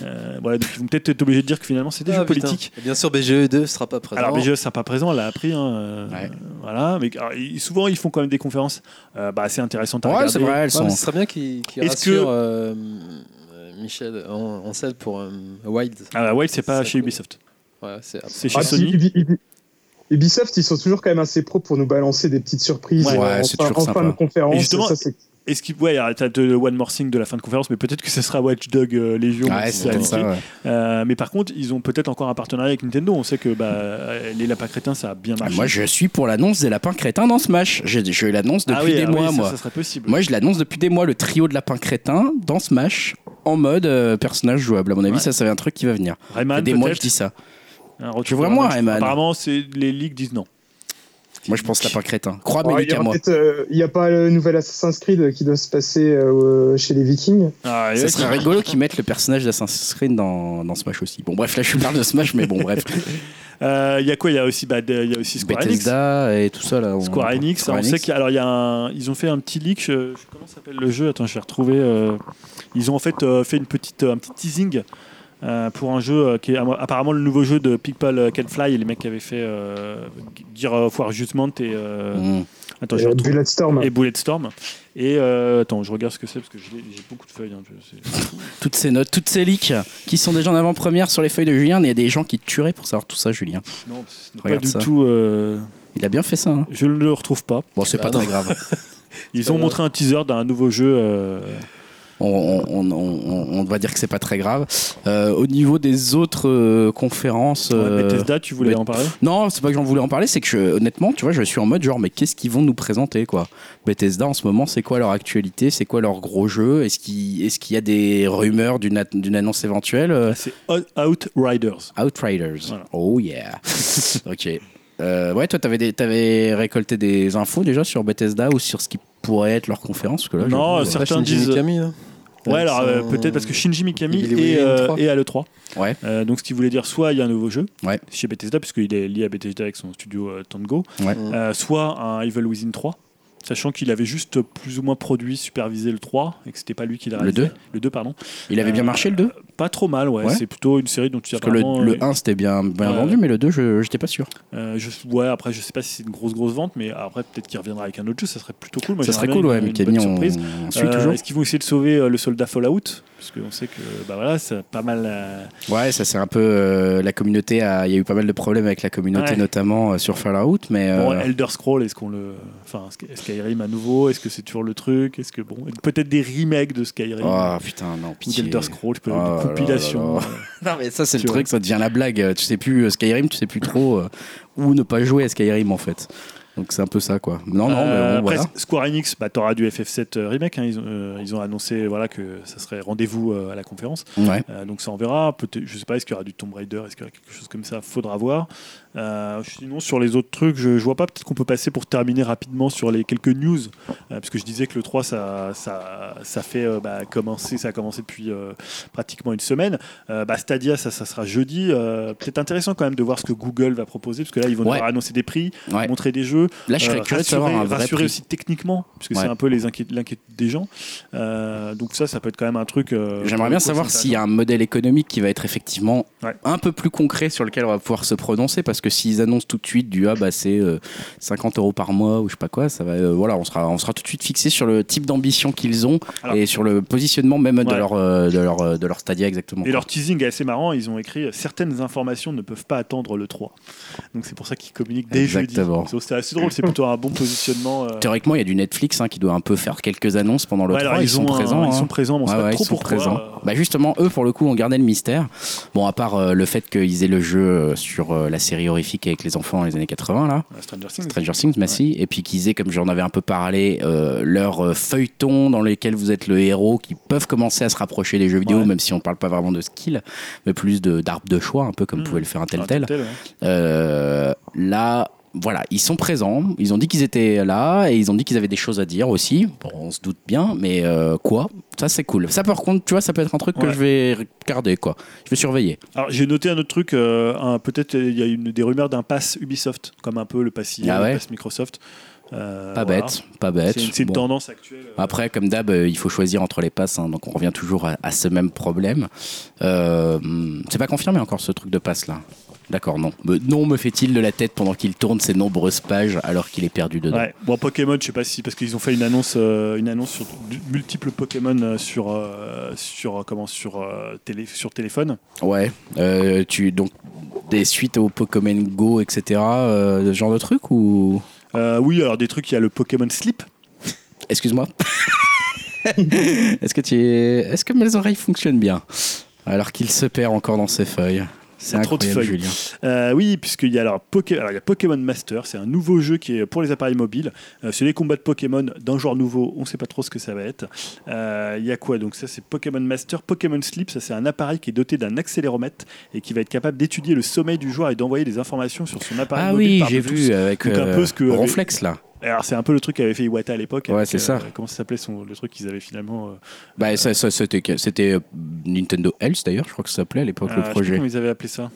Euh, voilà, donc ils vont peut-être être obligés de dire que finalement c'est des Ah, jeux putain. politiques. Et Bien sûr, BGE 2 sera pas présent. Alors E BGE sera pas présent, elle l'a appris. hein, euh, Ouais. Voilà, mais alors, ils- souvent ils font quand même des conférences euh, bah, assez intéressantes à Ouais, regarder. c'est vrai, elles Ouais, sont. mais ce serait bien qu'il qu'il Est-ce rassure que- euh, euh, Michel en, en selle pour euh, Wild. Ah bah, Wild, c'est pas Ça, chez cool. Ubisoft, Ouais, c'est après. c'est chez Ah, si, Sony. Ubi- Ubi- Ubisoft, ils sont toujours quand même assez pros pour nous balancer des petites surprises Ouais, euh, ouais, en, c'est fin, toujours en sympa. fin de conférence. Et justement, ça, c'est- Est-ce qu'il ouais, alors, t'as de le One More Thing de la fin de conférence, mais peut-être que ce sera Watch Dog euh, Légion. Ouais, si c'est ça a peut-être leaké. ça. ouais. Euh, mais par contre, ils ont peut-être encore un partenariat avec Nintendo. On sait que bah, euh, les lapins crétins, ça a bien Ah, marché. Moi, je suis pour l'annonce des lapins crétins dans Smash. Je, je l'annonce depuis Ah oui, des ah oui, mois, ça, moi. Ça, serait possible. Moi, je l'annonce depuis des mois, le trio de lapins crétins dans Smash en mode euh, personnage jouable. À mon avis, Ouais. ça, ça va être un truc qui va venir. Rayman, Et des mois, je peut-être. dis ça. Un retour Je vois de moi, Rayman. Rayman. Apparemment, c'est les ligues disent non. Moi, je pense lapin crétin. Crois Oh, Mélic il y à aura moi. peut-être, euh, il n'y a pas le nouvel Assassin's Creed qui doit se passer euh, chez les Vikings. Ah, Ça ouais, serait rigolo qu'ils mettent le personnage d'Assassin's Creed dans, dans Smash aussi. Bon, bref, là, je parle de Smash, mais bon, bref. Euh, Il y a quoi Il y a aussi, bah, de- il y a aussi Square Enix. Bethesda et tout ça, là. on- Square Enix, Square on Enix. sait qu'il y a- alors il y a un- ils ont fait un petit leak. je- je- comment s'appelle le jeu Attends, je vais retrouver. euh, ils ont en fait euh, fait une petite, euh, un petit teasing euh, pour un jeu euh, qui est am- apparemment le nouveau jeu de People Can Fly et les mecs qui avaient fait euh, Gear of War Judgment et euh, Mm. attends, je Euh, retrouve Bullet Storm. et Bulletstorm. Et euh, attends, je regarde ce que c'est parce que j'ai j'ai beaucoup de feuilles. hein, je- c'est- Toutes ces notes, toutes ces leaks qui sont déjà en avant-première sur les feuilles de Julien. Il y a des gens qui te tueraient pour savoir tout ça, Julien. non, ce n'est pas Regarde du ça. tout. euh, Il a bien fait ça. hein. je ne le retrouve pas. Bon, c'est pas Ah non. très grave. Ils pas ont grave. montré un teaser d'un nouveau jeu. euh, On, on, on- on- on va dire que c'est pas très grave. Euh, au niveau des autres euh, conférences. euh, Bethesda, tu voulais Beth- en parler Non, c'est pas que j'en voulais en parler, c'est que je- honnêtement, tu vois, je suis en mode genre, mais qu'est-ce qu'ils vont nous présenter, quoi Bethesda en ce moment, c'est quoi leur actualité C'est quoi leur gros jeu Est-ce qu'il est qu'il y a des rumeurs d'une at- d'une annonce éventuelle Euh, C'est Outriders. Outriders. Voilà. Oh yeah. ok. Euh, ouais, toi, t'avais des- t'avais récolté des infos déjà sur Bethesda ou sur ce qui pourrait être leur conférence parce que là, Non, j'avoue, certains Smash Ninja disent- Mikami, là. Ouais, Avec alors euh, son- peut-être parce que Shinji Mikami Il est est, au euh, E3. est à l'E3. Ouais. Euh, donc ce qui voulait dire soit il y a un nouveau jeu Ouais. chez Bethesda, puisqu'il est lié à Bethesda avec son studio euh, Tango, Ouais. Euh, soit un Evil Within 3. sachant qu'il avait juste plus ou moins produit, supervisé le 3 et que c'était pas lui qui l'a Le réalisé. 2? Le 2, pardon. Il avait bien Euh, marché le 2 Pas trop mal, ouais. Ouais. C'est plutôt une série dont tu as Parce que le, vraiment, euh, le 1 c'était bien, bien Ouais, vendu, ouais. mais le 2 je j'étais pas sûr. euh, je- ouais, après, je sais pas si c'est une grosse, grosse vente, mais après, peut-être qu'il reviendra avec un autre jeu, ça serait plutôt cool. Moi, ça serait j'aimerais bien cool, une- ouais, une mais bonne Camille, on, surprise. on suit Euh, toujours. Est-ce qu'ils vont essayer de sauver euh, le soldat Fallout Parce qu'on sait que bah voilà, c'est pas mal. euh, Ouais, ça c'est un peu euh, la communauté. a- Il y a eu pas mal de problèmes avec la communauté, Ouais. notamment euh, sur Fallout, mais Bon, euh, Elder Scroll, est-ce qu'on le. Enfin, Sky- Skyrim à nouveau Est-ce que c'est toujours le truc Est-ce que. Bon, peut-être des remakes de Skyrim oh putain non ou pitié. d'Elder Scroll, je peux Oh là des compilations. là Non mais ça c'est le Tu vois. truc, ça devient la blague. Euh, Tu sais plus euh, Skyrim, tu sais plus trop euh, où ne pas jouer à Skyrim en fait. Donc c'est un peu ça quoi. Oh Non non Euh, mais bon, après, voilà. Square Enix, bah, t'auras du FF7 euh, remake. hein, ils, ont, euh, ils ont annoncé voilà, que ça serait rendez-vous euh, à la conférence. Ouais. Euh, donc ça on verra. Peut-être, je sais pas, est-ce qu'il y aura du Tomb Raider, est-ce qu'il y aura quelque chose comme ça, faudra voir. Euh, sinon sur les autres trucs, je, je vois pas. Peut-être qu'on peut passer pour terminer rapidement sur les quelques news, euh, parce que je disais que le 3 ça ça, ça fait euh, bah, commencer, ça a commencé depuis euh, pratiquement une semaine. Euh, bah, Stadia ça, ça sera jeudi. Euh, peut-être intéressant quand même de voir ce que Google va proposer, parce que là ils vont Ouais. devoir annoncer des prix, Ouais. montrer des jeux. Là je serais Euh, curieux de rassurer, savoir un vrai rassurer prix. aussi techniquement, parce que Ouais. c'est un peu les inquiét- l'inquiétude des gens. Euh, donc ça, ça peut être quand même un truc. euh, pour J'aimerais le bien coup, savoir c'est s'il y a un modèle économique qui va être effectivement Ouais. un peu plus concret sur lequel on va pouvoir se prononcer parce que s'ils annoncent tout de suite du ah bah c'est euh, 50 euros par mois ou je sais pas quoi, ça va euh, voilà on sera on sera tout de suite fixé sur le type d'ambition qu'ils ont Alors- et sur le positionnement même de Ouais. leur euh, de leur euh, de leur stadia exactement. Et leur teasing est assez marrant, ils ont écrit euh, certaines informations ne peuvent pas attendre le 3. Donc c'est pour ça qu'ils communiquent dès Exactement. jeudi. Donc C'est assez drôle, c'est plutôt un bon positionnement. euh. Théoriquement, il y a du Netflix hein, qui doit un peu faire quelques annonces pendant le Ouais, 3. alors, ils, ont sont un- présents. ils hein. sont présents, mais on Ouais, sait pas ouais, trop ils sont pourquoi. présents. euh. Bah justement, eux, pour le coup, ont gardé le mystère. Bon, à part euh, le fait qu'ils aient le jeu euh, sur euh, la série horrifique avec les enfants dans les années 80, là, Stranger Things. Stranger Things, merci, et puis qu'ils aient, comme j'en avais un peu parlé, euh, leur euh, feuilleton dans lequel vous êtes le héros, qui peuvent commencer à se rapprocher des jeux vidéo, Ouais. même si on parle pas vraiment de skill, mais plus de- d'arbre de, choix, un peu comme Mm. pouvait le faire un tel Ah, tel. Telltale, ouais. Euh, là, voilà, ils sont présents. Ils ont dit qu'ils étaient là et ils ont dit qu'ils avaient des choses à dire aussi. Bon, on se doute bien, mais euh, quoi Ça, c'est cool. Ça, par contre, tu vois, ça peut être un truc que Ouais. je vais regarder, quoi. Je vais surveiller. Alors j'ai noté un autre truc, euh, un- peut-être euh, il y a une, des rumeurs d'un pass Ubisoft, comme un peu le pass EA, Ah ouais le pass Microsoft. Euh, Pas voilà. bête, pas C'est bête. une, c'est une Bon. tendance actuelle. euh, Après, comme d'hab, euh, il faut choisir entre les passes, hein, donc on revient toujours à, à ce même problème. Euh, hum, c'est pas confirmé encore ce truc de passe là. D'accord, non. Me- non me fait-il de la tête pendant qu'il tourne ses nombreuses pages alors qu'il est perdu dedans. Ouais. Bon, Pokémon, je sais pas si parce qu'ils ont fait une annonce, euh, une annonce sur du- multiples Pokémon euh, sur euh, sur euh, comment sur euh, télé sur téléphone. Ouais, euh, tu donc des suites au Pokémon Go, etc. euh, ce genre de truc ou Euh, oui, alors des trucs, il y a le Pokémon Sleep. excuse-moi. Est-ce que tu es... est-ce que mes oreilles fonctionnent bien alors qu'il se perd encore dans ses feuilles. C'est trop de incroyable, feuilles. Julien. Euh, oui, puisqu'il y a alors, Poké- alors, il y a Pokémon Master, c'est un nouveau jeu qui est pour les appareils mobiles. Euh, c'est les combats de Pokémon d'un genre nouveau, on sait pas trop ce que ça va être. Euh, Il y a quoi Donc ça c'est Pokémon Master, Pokémon Sleep, ça c'est un appareil qui est doté d'un accéléromètre et qui va être capable d'étudier le sommeil du joueur et d'envoyer des informations sur son appareil Ah mobile. oui, par j'ai Bluetooth. vu avec Donc, un euh, peu ce que- Ronflex là. Alors c'est un peu le truc qu'avait fait Iwata à l'époque. Ouais, avec, euh, c'est ça. Comment ça s'appelait son le truc qu'ils avaient finalement. euh, Bah ça, ça, c'était c'était euh, Nintendo Health d'ailleurs, je crois que ça s'appelait à l'époque ah, le je sais plus projet. comment ils avaient appelé ça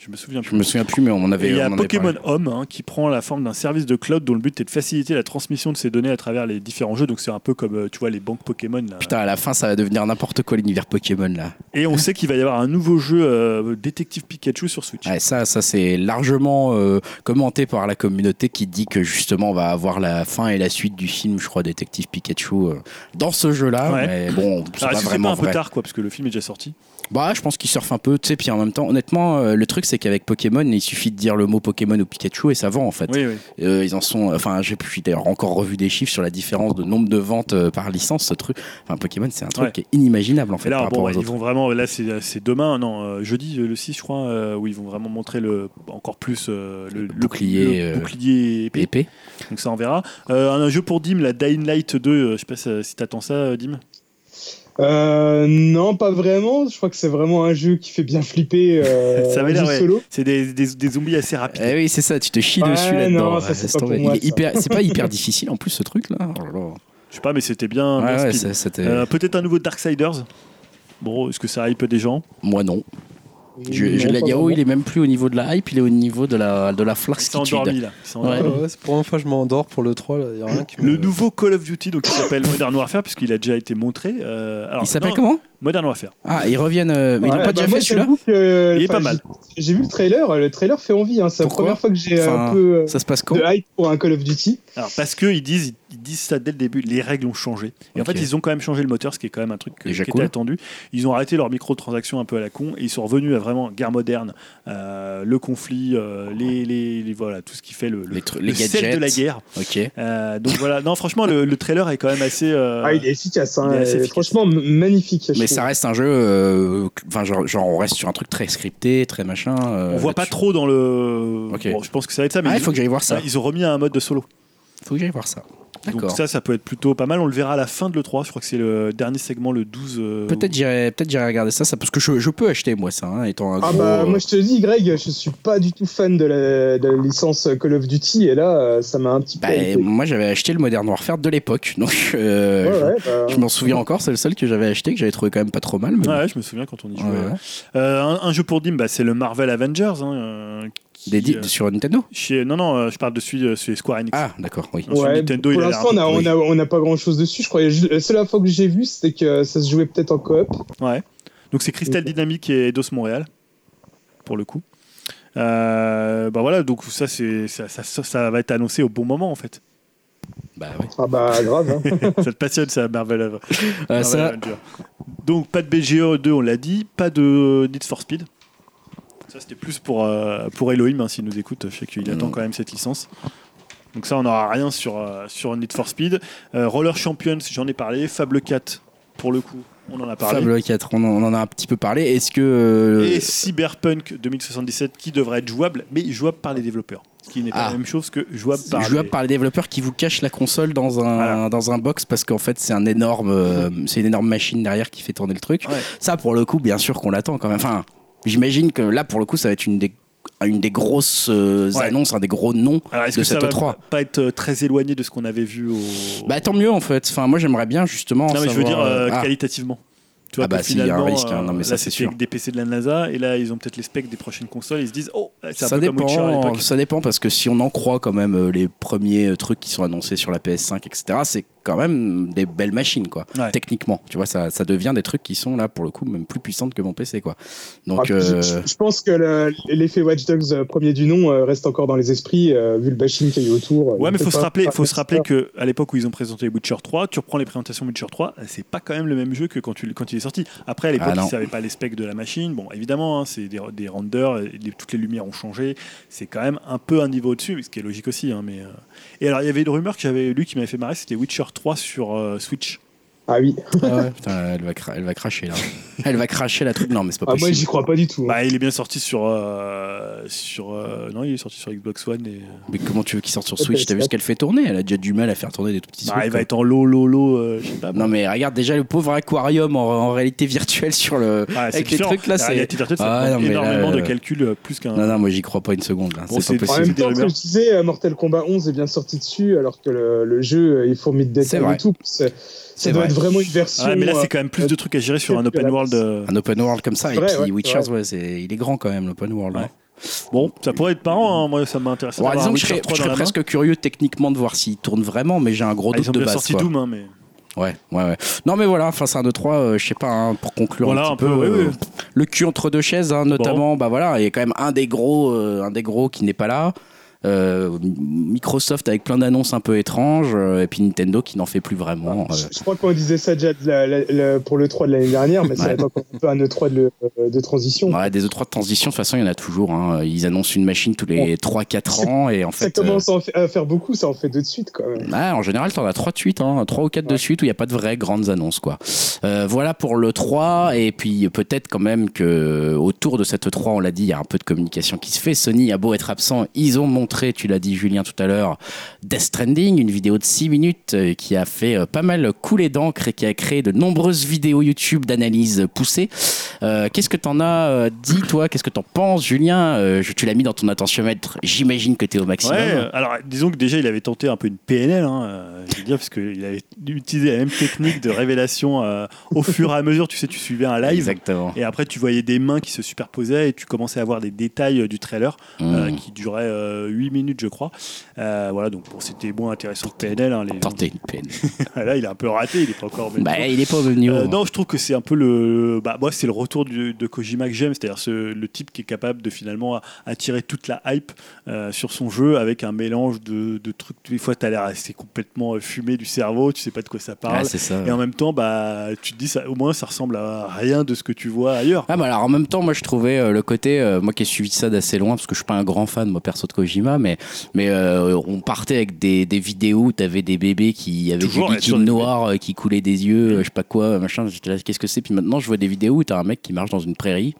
Je me souviens Je plus. me souviens plus mais on en Et avait il y on a en avait parlé. Pokémon Home hein, qui prend la forme d'un service de cloud dont le but est de faciliter la transmission de ces données à travers les différents jeux. Donc c'est un peu comme euh, tu vois les banques Pokémon. là. Putain, à la fin ça va devenir n'importe quoi l'univers Pokémon là. Et on sait qu'il va y avoir un nouveau jeu euh, détective Pikachu sur Switch. Ouais, ça, ça c'est largement euh, commenté par la communauté qui dit que justement on va avoir la fin et la suite du film, je crois, Détective Pikachu euh, dans ce jeu-là. Ouais. Mais bon, c'est pas Alors, est-ce que Ah, c'est pas vraiment un peu vrai. tard quoi parce que le film est déjà sorti. Bah, je pense qu'ils surfent un peu, tu sais. Puis en même temps, honnêtement, euh, le truc c'est qu'avec Pokémon, il suffit de dire le mot Pokémon ou Pikachu et ça vend en fait. Oui oui. Euh, ils en sont, enfin, j'ai j'ai d'ailleurs encore revu des chiffres sur la différence de nombre de ventes euh, par licence. Ce truc, enfin, Pokémon, c'est un truc Ouais. qui est inimaginable en fait Et là par bon, rapport aux ils autres. vont vraiment là c'est c'est demain non euh, jeudi euh, le 6 je crois euh, où ils vont vraiment montrer le encore plus euh, le, le- bouclier, le euh, bouclier épée. Épée. Donc ça, on verra. Euh, un jeu pour Dim, la Dying Light 2. euh, je sais pas si- si t'attends ça, euh, Dim. Euh, non, pas vraiment. Je crois que c'est vraiment un jeu qui fait bien flipper. euh, Ça un avait jeu l'air, ouais. solo. C'est des, des- des zombies assez rapides. Eh oui, c'est ça, tu te chies Ouais, dessus là-dedans. non, ça, c'est Laisse pas pour tomber. moi, Il est ça. hyper- c'est pas hyper difficile en plus ce truc là. Oh là là. Je sais pas, mais c'était bien. Ouais, bien ouais, speed. c'est- c'était- Euh, Peut-être un nouveau Darksiders. Bon, est-ce que ça hype des gens Moi non. Je, je- la- Yao, il est même plus au niveau de la hype, il est au niveau de la, de la Il s'est flarsquitude. endormi là. Il s'est endormi. Ouais. Ouais, ouais, c'est pour la première fois que je m'endors pour le 3. Là. Y a rien qui me- Le nouveau Call of Duty, donc qui s'appelle Modern Warfare, puisqu'il a déjà été montré. euh, alors, Il s'appelle non, comment Modern Warfare. Ah, ils reviennent. euh, mais ils Ouais, l'ont pas bah déjà moi, fait celui-là j'avoue que, Il est enfin, pas mal. J'ai j'ai vu le trailer, euh, le trailer fait envie. hein. C'est la Pourquoi première fois que j'ai euh, Enfin, un peu euh, Ça se passe quand de hype pour un Call of Duty. Alors, parce qu'ils disent, ils- ils disent ça dès le début, les règles ont changé. Et en Ok. fait, ils ont quand même changé le moteur, ce qui est quand même un truc que- qui Déjà était cool. attendu. Ils ont arrêté leur microtransaction un peu à la con et ils sont revenus à vraiment guerre moderne, euh, le conflit, euh, les, les- les- voilà, tout ce qui fait le, le, Les tru- le les sel de la gadgets. guerre. Ok. Euh, donc voilà, non, franchement, le, le trailer est quand même assez. euh, Ah, il est efficace. hein. il est assez efficace. Franchement, m- magnifique. je Mais trouve. ça reste un jeu. euh, Enfin, genre, genre, on reste sur un truc très scripté, très machin. euh, on voit pas là-dessus. trop dans le. Ok. Bon, je pense que ça va être ça, mais Ah, il ils, faut que j'aille voir ont, ça. ils ont remis un mode de solo. faut que j'aille voir ça. Donc D'accord. ça, ça peut être plutôt pas mal. On le verra à la fin de l'E3. Je crois que c'est le dernier segment, le 12. euh, Peut-être j'irai, peut-être j'irai regarder ça, ça, parce que je, je peux acheter moi ça, hein, étant un Ah gros. bah euh, moi je te dis Greg, je suis pas du tout fan de la, de la licence Call of Duty et là euh, ça m'a un petit peu. bah, hypé. moi j'avais acheté le Modern Warfare de l'époque, donc euh, Ouais, je- ouais, bah, je, m'en souviens encore. C'est le seul que j'avais acheté que j'avais trouvé quand même pas trop mal. Mais Ouais, bon. ouais, je me souviens quand on y jouait. Ouais, ouais. Euh, un, un jeu pour Dim, bah, c'est le Marvel Avengers. hein, euh, qui, Des di- euh, sur Nintendo. chez- Non, non, euh, je parle de celui, euh, celui Square Enix. Ah d'accord, oui. sur Nintendo, il pour a l'air l'instant, un on peu a, on, a, on a pas grand chose dessus. Je crois Je- la seule info que j'ai vue, c'était que ça se jouait peut-être en coop. Ouais. Donc c'est Crystal Ok. Dynamics et Eidos Montréal, pour le coup. Euh, bah voilà, donc ça, c'est, ça, ça, ça- ça va être annoncé au bon moment en fait. Bah ouais. Ah bah grave. hein. ça te passionne ça, Marvel, Av- Euh, Marvel ça, Avengers. Ah, Donc pas de BGE 2, on l'a dit, pas de Need for Speed. Ça c'était plus pour, euh, pour Elohim, hein, s'il nous écoute, je sais qu'il Mm. attend quand même cette licence. Donc ça, on n'aura rien sur, euh, sur Need for Speed. Euh, Roller Champions, j'en ai parlé. Fable 4, pour le coup, on en a parlé. Fable 4, on en, on en a un petit peu parlé. Est-ce que euh, et Cyberpunk 2077 qui devrait être jouable, mais jouable par les développeurs. Ce qui n'est pas Ah. la même chose que jouable c'est par. jouable les- par les développeurs qui vous cachent la console dans un Voilà. Mhm. dans un box parce qu'en fait c'est un énorme euh, c'est une énorme machine derrière qui fait tourner le truc. Ouais. Ça pour le coup bien sûr qu'on l'attend quand même. Enfin j'imagine que là pour le coup ça va être une des une des grosses euh, Ouais. annonces, un des gros noms Alors, est-ce de que ça cette va E3. pas être euh, très éloigné de ce qu'on avait vu au. Bah tant mieux en fait. Enfin moi j'aimerais bien justement. non, mais je veux dire savoir, euh, euh, ah, qualitativement. Tu vois, Ah bah, que si, il y a un finalement, risque, hein. Non, mais euh, ça, là, c'est c'était sûr. avec des PC de la NASA, et là, ils ont peut-être les specs des prochaines consoles, ils se disent, oh, c'est un ça peu comme Witcher à dépend. l'époque. Ça dépend parce que si on en croit quand même euh, les premiers euh, trucs qui sont annoncés sur la PS5 etc. C'est quand même des belles machines quoi. Ouais. Techniquement tu vois ça ça devient des trucs qui sont là pour le coup même plus puissantes que mon PC quoi. Donc Ah, je- euh, je, je pense que le- l'effet Watch Dogs euh, premier du nom euh, reste encore dans les esprits euh, vu le bashing qu'il y a eu autour. Ouais, Euh, mais c'est faut se pas- rappeler, pas- faut se pas- rappeler que à l'époque où ils ont présenté Witcher 3, tu reprends les présentations Witcher 3, c'est pas quand même le même jeu que quand, tu, quand il est sorti. Après, à l'époque, Ah, non. ils savaient pas les specs de la machine. Bon, évidemment, hein, c'est des, des renders, euh, les- toutes les lumières ont changé. C'est quand même un peu un niveau au-dessus, ce qui est logique aussi. hein, mais euh. et alors, il y avait une rumeur que j'avais lue qui m'avait fait marrer, c'était Witcher 3 sur euh, Switch. Ah oui. Putain, elle va, cra- elle va cracher là. elle va cracher la truc. Non, mais c'est pas Ah, moi possible. j'y crois pas du tout. hein. Bah, il est bien sorti sur euh, sur euh, non, il est sorti sur Xbox One et mais comment tu veux qu'il sorte sur Ok, Switch T'as vu c'est ce qu'elle fait tourner Elle a déjà du mal à faire tourner des tout petits Bah, trucs, il va quoi. être en low low low, euh, je sais pas. Non, bon. mais regarde déjà le pauvre aquarium en, en réalité virtuelle sur le. Ouais, Ah, c'est avec les différent. trucs, là, La c'est- réalité virtuelle, ça Ah, demande non, mais là, énormément de euh, calculs euh, plus qu'un Non, non, moi j'y crois pas une seconde. là. Bon, c'est pas c'est- En possible. même temps, des comme je disais, euh, Mortal Kombat 11 est bien sorti dessus, alors que le, le jeu euh, est fourmi de C'est détails vrai. et tout. C'est- C'est Ça doit vrai. être vraiment une version. Ouais, Ah, mais là, euh, c'est quand même plus de trucs à gérer sur un open world. euh. Un open world comme ça, C'est et vrai, puis ouais, Witchers, c'est ouais, c'est- il est grand quand même, l'open world. Ouais. hein. euh, Bon, ça pourrait être marrant, hein, moi ça m'intéresse. Bon, d'avoir disons un que je Witcher serais, 3 je dans serais la main. presque curieux techniquement de voir s'il tourne vraiment, mais j'ai un gros Ah, ils doute ont de bien base. sorti quoi. Doom, hein, mais Ouais, ouais, ouais. Non, mais voilà, enfin, c'est un 2, 3, je sais pas, hein, pour conclure Voilà, un un petit peu. peu, oui, euh, oui. Le cul entre deux chaises, hein, notamment, bah voilà, il y a quand même un des gros, euh, un des gros qui n'est pas là. Euh, Microsoft avec plein d'annonces un peu étranges, euh, et puis Nintendo qui n'en fait plus Ah, vraiment. euh. Je, je crois qu'on disait ça déjà de la- la- la- pour le 3 de l'année dernière, mais ça va Ouais. être encore un peu un E3 de, le- euh, de transition. Ouais, des E3 de transition, de toute façon, il y en a toujours. hein. Ils annoncent une machine tous les 3-4 ans, et en ça fait. commence à en fa- à faire beaucoup, ça en fait deux de suite quand même. euh, ouais, en général, t'en as 3 de suite, hein, 3 ou 4 de Ouais. suite où il n'y a pas de vraies grandes annonces. quoi. Euh, voilà pour le 3, et puis peut-être quand même que autour de cette 3, on l'a dit, il y a un peu de communication qui se fait. Sony a beau être absent, ils ont montré montré, tu l'as dit Julien tout à l'heure, Death Stranding, une vidéo de 6 minutes euh, qui a fait euh, pas mal couler d'encre et qui a créé de nombreuses vidéos YouTube d'analyse poussée. Euh, Qu'est-ce que t'en as euh, dit toi Qu'est-ce que t'en penses Julien Euh, je- Tu l'as mis dans ton attentiomètre, j'imagine que t'es au maximum. Ouais, euh, alors disons que déjà il avait tenté un peu une PNL, hein, euh, je veux dire, parce qu'il avait utilisé la même technique de révélation euh, au fur et à mesure. Tu sais, tu suivais un live Exactement. et après tu voyais des mains qui se superposaient et tu commençais à voir des détails euh, du trailer euh, Mmh. qui durait 8 minutes, je crois. Euh, voilà, donc bon, c'était moins intéressant que PNL. hein, les gens- Tenter une peine. Là, il a un peu raté, il est pas encore. au même niveau. Bah, il est pas au même niveau. Euh, non, je trouve que c'est un peu le. Bah, moi, c'est le retour du- de Kojima que j'aime, c'est-à-dire ce- le type qui est capable de finalement attirer toute la hype euh, sur son jeu avec un mélange de, de trucs. Des fois, t'as l'air assez complètement euh, fumé du cerveau, tu sais pas de quoi ça Ouais, parle. c'est ça. et en même temps, bah, tu te dis, ça, au moins, ça ressemble à rien de ce que tu vois ailleurs. Ah bah alors en même temps moi je trouvais euh, le côté euh, moi qui ai suivi ça d'assez loin parce que je suis pas un grand fan moi perso de Kojima mais mais euh, on partait avec des, des vidéos où t'avais des bébés qui avaient Toujours, des ouais, toujours liquides des noirs euh, qui coulaient des yeux euh, je sais pas quoi euh, machin j'étais là qu'est-ce que c'est puis maintenant je vois des vidéos où t'as un mec qui marche dans une prairie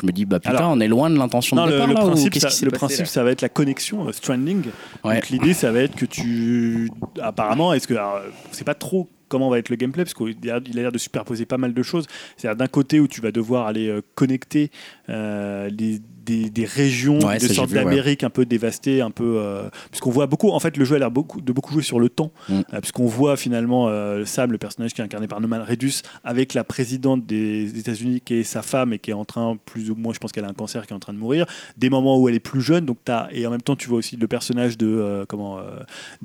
je me dis bah putain Alors- on est loin de l'intention Non, de le, départ le là, ou principe, qu'est-ce ça, qui s'est le passé, principe, là ça va être la connexion euh, Stranding. Ouais. Donc l'idée, ça va être que tu, apparemment, est-ce que alors, on sait pas trop comment va être le gameplay parce qu'il a il a l'air de superposer pas mal de choses. C'est-à-dire d'un côté où tu vas devoir aller euh, connecter euh, les- des, des régions, Ouais, ça, des j'ai sortes vu, ouais. d'Amérique un peu dévastées, un peu euh, puisqu'on voit beaucoup. En fait, le jeu a l'air beaucoup de beaucoup jouer sur le temps, Mm. euh, puisqu'on voit finalement euh, Sam, le personnage qui est incarné par Norman Redus, avec la présidente des États-Unis qui est sa femme et qui est en train plus ou moins, je pense qu'elle a un cancer qui est en train de mourir des moments où elle est plus jeune donc t'as et en même temps tu vois aussi le personnage de euh, comment euh,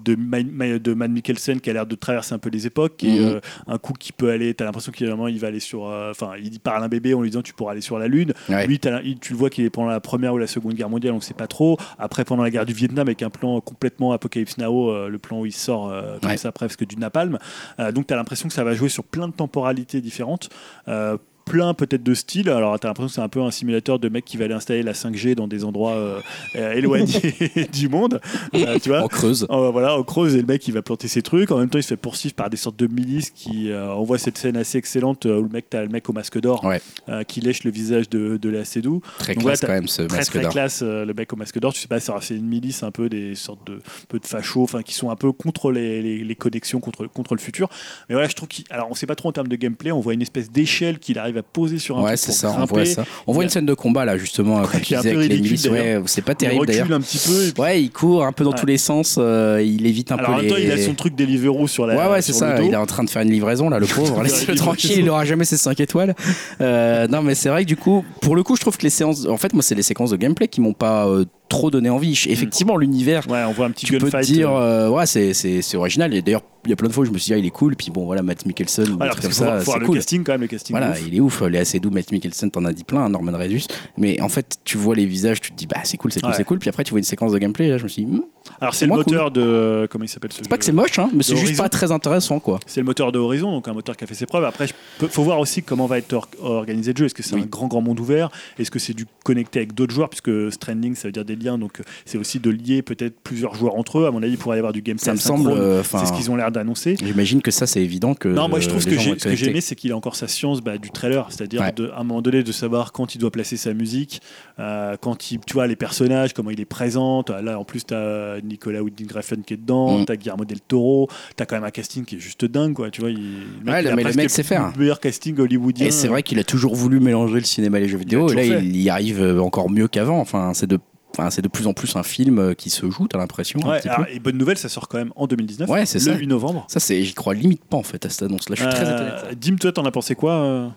de Ma- Ma- de Matt Mikkelsen qui a l'air de traverser un peu les époques et Mhm. euh, un coup qui peut aller t'as l'impression qu'il vraiment, il va aller sur euh, enfin il parle à un bébé en lui disant tu pourras aller sur la lune Ouais. lui t'as- il- tu le vois qu'il est pendant la première ou la seconde guerre mondiale on sait pas trop après pendant la guerre du Vietnam avec un plan complètement apocalypse now euh, le plan où il sort euh, comme Ouais. ça presque du napalm Euh, donc t'as l'impression que ça va jouer sur plein de temporalités différentes euh, plein peut-être de styles. Alors t'as l'impression que c'est un peu un simulateur de mec qui va aller installer la 5G dans des endroits euh, euh, éloignés du monde. Euh, tu vois on creuse Oh, voilà, on creuse et le mec il va planter ses trucs. En même temps, il se fait poursuivre par des sortes de milices qui. euh, on voit cette scène assez excellente euh, où le mec, t'as le mec au masque d'or Ouais. euh, qui lèche le visage de, de la Sédou très Donc, classe ouais, quand même ce très masque très d'or classe euh, le mec au masque d'or tu sais pas c'est c'est une milice un peu des sortes de un peu de fachos enfin qui sont un peu contre les, les, les connexions contre contre le futur mais voilà je trouve qu'il alors on sait pas trop en termes de gameplay on voit une espèce d'échelle qu'il arrive à poser sur un Ouais, truc c'est ça, pour on grimper. voit ça. On voit Il y a- une scène de combat là, justement, quand tu qui est un disais peu avec les ridicule, milices. Ouais, c'est pas il terrible d'ailleurs. recule un petit peu et puis- Ouais, il court un peu dans Ouais. tous les sens, euh, il évite un alors en peu même les. temps il a son truc Deliveroo sur la ouais, ouais, c'est sur ça. le dos. Il est en train de faire une livraison, là, le pauvre. Laisse-le tranquille, il aura jamais ses 5 étoiles. Euh, non, mais c'est vrai que du coup, pour le coup, je trouve que les séances. En fait, moi, c'est les séquences de gameplay qui m'ont pas euh, trop donné envie. Je- Effectivement, l'univers. ouais on voit un petit Tu peux te gunfight dire, euh, euh, ouais, c'est- c'est c'est original. Et d'ailleurs, il y a plein de fois où je me suis dit, ah, il est cool. Puis bon, voilà, Matt Mikkelsen, ou des voilà, trucs comme parce qu'il faut ça, voir- faut voir c'est le cool. casting quand même le casting Voilà, de ouf. il est ouf. Les assez doux, Matt Mikkelsen, t'en as dit plein, hein, Norman Reedus. Mais en fait, tu vois les visages, tu te dis, bah, c'est cool, c'est cool, Ouais. c'est cool. Puis après, tu vois une séquence de gameplay. Là, je me suis dit, hmm, alors c'est c'est le moins moteur de euh, comment il s'appelle ce c'est pas jeu que c'est moche, hein, mais c'est juste Horizon. pas très intéressant, quoi. C'est le moteur de Horizon, donc un moteur qui a fait ses preuves. Après, il faut voir aussi comment va être or- organisé le jeu. Est-ce que c'est Oui. un grand, grand monde ouvert Est-ce que c'est du connecté avec d'autres joueurs Puisque Stranding, ça veut dire des liens, donc euh, c'est aussi de lier peut-être plusieurs joueurs entre eux. À mon avis, il pourrait y avoir du gameplay. Ça me semble. synchrone. euh, C'est ce enfin, qu'ils ont l'air d'annoncer. J'imagine que ça, c'est évident que. Non, moi je trouve euh, ce que les gens j'ai vont ce que j'ai connecter. aimé, c'est qu'il a encore sa science bah, du trailer, c'est-à-dire Ouais. de- à un moment donné de savoir quand il doit placer sa musique, euh, quand il, tu vois les personnages, comment il est présent. T'as- Là en plus t'as Nicolas Winding Refn qui est dedans, Mm. t'as Guillermo del Toro, t'as quand même un casting qui est juste dingue quoi. Tu vois, il, le Ouais, il a mais le presque mec sait faire. Le meilleur casting hollywoodien. Et c'est vrai qu'il a toujours voulu mélanger le cinéma et les jeux vidéo. Et Il a là, euh, toujours il y arrive euh, encore mieux qu'avant. Enfin, c'est de. Enfin, c'est de plus en plus un film euh, qui se joue, t'as l'impression. hein, un Ouais, ah. petit peu. alors, et bonne nouvelle, ça sort quand même en 2019, Ouais, c'est le ça. 8 novembre. Ça, c'est, j'y crois limite pas en fait à cette annonce-là. Je suis très Euh, étonné. de ça. Dim, toi, t'en as pensé quoi euh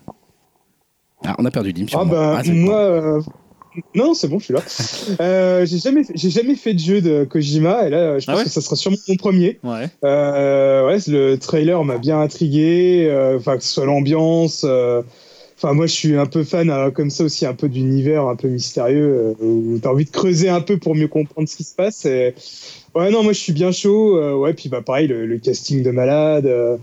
Ah, on a perdu Dim. Ah sûrement. bah Ah, c'est- moi, euh, non c'est bon, je suis là. Euh, j'ai jamais, j'ai jamais fait de jeu de Kojima et là, euh, je Ah pense ouais que ça sera sûrement mon premier. Ouais. Euh, ouais, le trailer m'a bien intrigué, euh, enfin que ce soit l'ambiance. euh, Enfin, moi, je suis un peu fan, euh, comme ça aussi, un peu d'univers un peu mystérieux, euh, où t'as envie de creuser un peu pour mieux comprendre ce qui se passe. et- Ouais, non, moi, je suis bien chaud. euh, ouais, puis bah, pareil, le, le casting de malade, euh,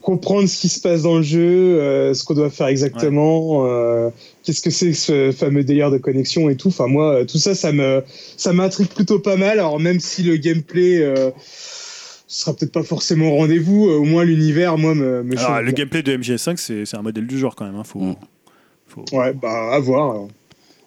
comprendre ce qui se passe dans le jeu, euh, ce qu'on doit faire exactement, euh, qu'est-ce que c'est que ce fameux délire de connexion et tout. Enfin, moi, euh, tout ça, ça me, ça m'intrigue plutôt pas mal. Alors, même si le gameplay, euh, ce sera peut-être pas forcément au rendez-vous, euh, au moins l'univers, moi, me, me Alors, chauffe Ah, le bien. gameplay de MGS5, c'est c'est un modèle du genre quand même. hein, faut, Mm. faut- Ouais, bah, à voir. alors.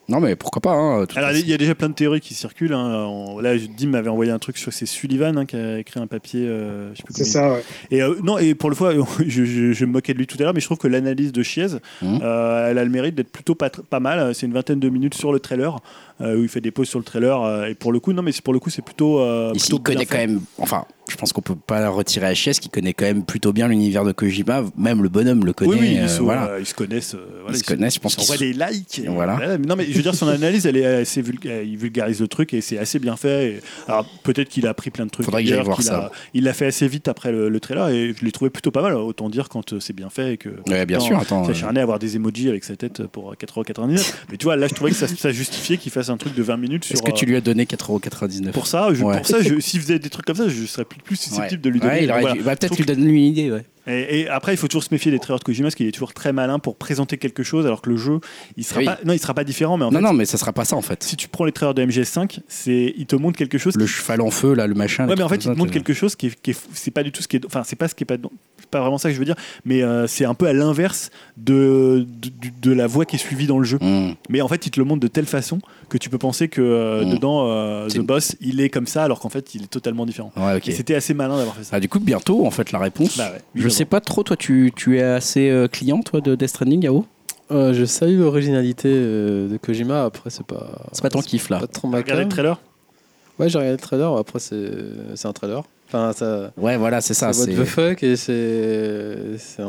Non, mais pourquoi pas hein, de toute Alors, façon. il y a déjà plein de théories qui circulent. hein. On- là, Dim m'avait envoyé un truc sur c'est Sullivan hein, qui a écrit un papier. euh, je sais plus C'est comment il- ça, ouais. Et euh, non, et pour le fois, je, je- je me moquais de lui tout à l'heure, mais je trouve que l'analyse de Chiez, Mhm. euh, elle a le mérite d'être plutôt pas, tr- pas mal. Euh, C'est une vingtaine de minutes sur le trailer euh, où il fait des pauses sur le trailer. euh, et pour le coup, non, mais c'est- pour le coup, c'est plutôt. euh, Ici, plutôt il connaît bien fait. quand même, enfin, je pense qu'on peut pas retirer à Chies qui connaît quand même plutôt bien l'univers de Kojima, même le bonhomme le connaît. Oui, oui, ils, euh, sont, voilà. euh, ils se connaissent. euh, voilà, ils se connaissent, je pense On qu'ils voit sont- des likes. Et voilà. mais non, mais je veux dire, son analyse, elle est assez vulga- euh, il vulgarise le truc et c'est assez bien fait. Et- alors peut-être qu'il a appris plein de trucs. Faudrait que j'aille ailleurs, voir qu'il ça. a- Il l'a fait assez vite après le, le trailer et je l'ai trouvé plutôt pas mal. Autant dire quand euh, c'est bien fait et que. Ouais, bien Non, sûr, attends. euh, S'acharner à avoir des emojis avec sa tête pour 4,99€. mais tu vois, là, je trouvais que ça, ça justifiait qu'il fasse un truc de 20 minutes sur. Est-ce que tu euh, lui as donné 4,99€ pour ça, je, Ouais. pour ça, je- s'il faisait des trucs comme ça, je serais plus, plus Ouais. susceptible de lui donner. Ouais, il aurait Voilà. dû- bah, peut-être Sauf lui donne lui une idée, ouais. Et, et après, il faut toujours se méfier des trailers de Kojima parce qu'il est toujours très malin pour présenter quelque chose alors que le jeu, il sera Oui. pas, non, il sera pas différent. Mais en Non, fait, non, mais ça sera pas ça en fait. si tu prends les trailers de MGS5, c'est, il te montre quelque chose. Le qui- cheval en feu, là, le machin. Ouais, les mais en fait, trucs il te comme ça, montre t'es- quelque chose qui est, qui est fou- c'est pas du tout ce qui est, enfin, c'est pas ce qui est pas, c'est pas vraiment ça que je veux dire, mais euh, c'est un peu à l'inverse de, de, du- de la voie qui est suivie dans le jeu. Mmh. Mais en fait, il te le montre de telle façon que tu peux penser que euh, Mm. dedans, euh, C'est- The Boss, il est comme ça, alors qu'en fait, il est totalement différent. Ouais, ok. Et c'était assez malin d'avoir fait ça. Ah, du coup, bientôt, en fait, la réponse. Bah ouais, je évidemment. sais pas trop, toi, tu, tu es assez euh, client, toi, de Death Stranding, Yao Euh, je salue l'originalité euh, de Kojima. Après, c'est pas. C'est pas ton kiff, là. Pas trop ma Regardez le cam. trailer. Ouais, j'ai regardé le trailer. Après, c'est c'est un trailer. Enfin, ça. Ouais, voilà, c'est ça. c'est what c'est- the fuck et c'est. c'est- On,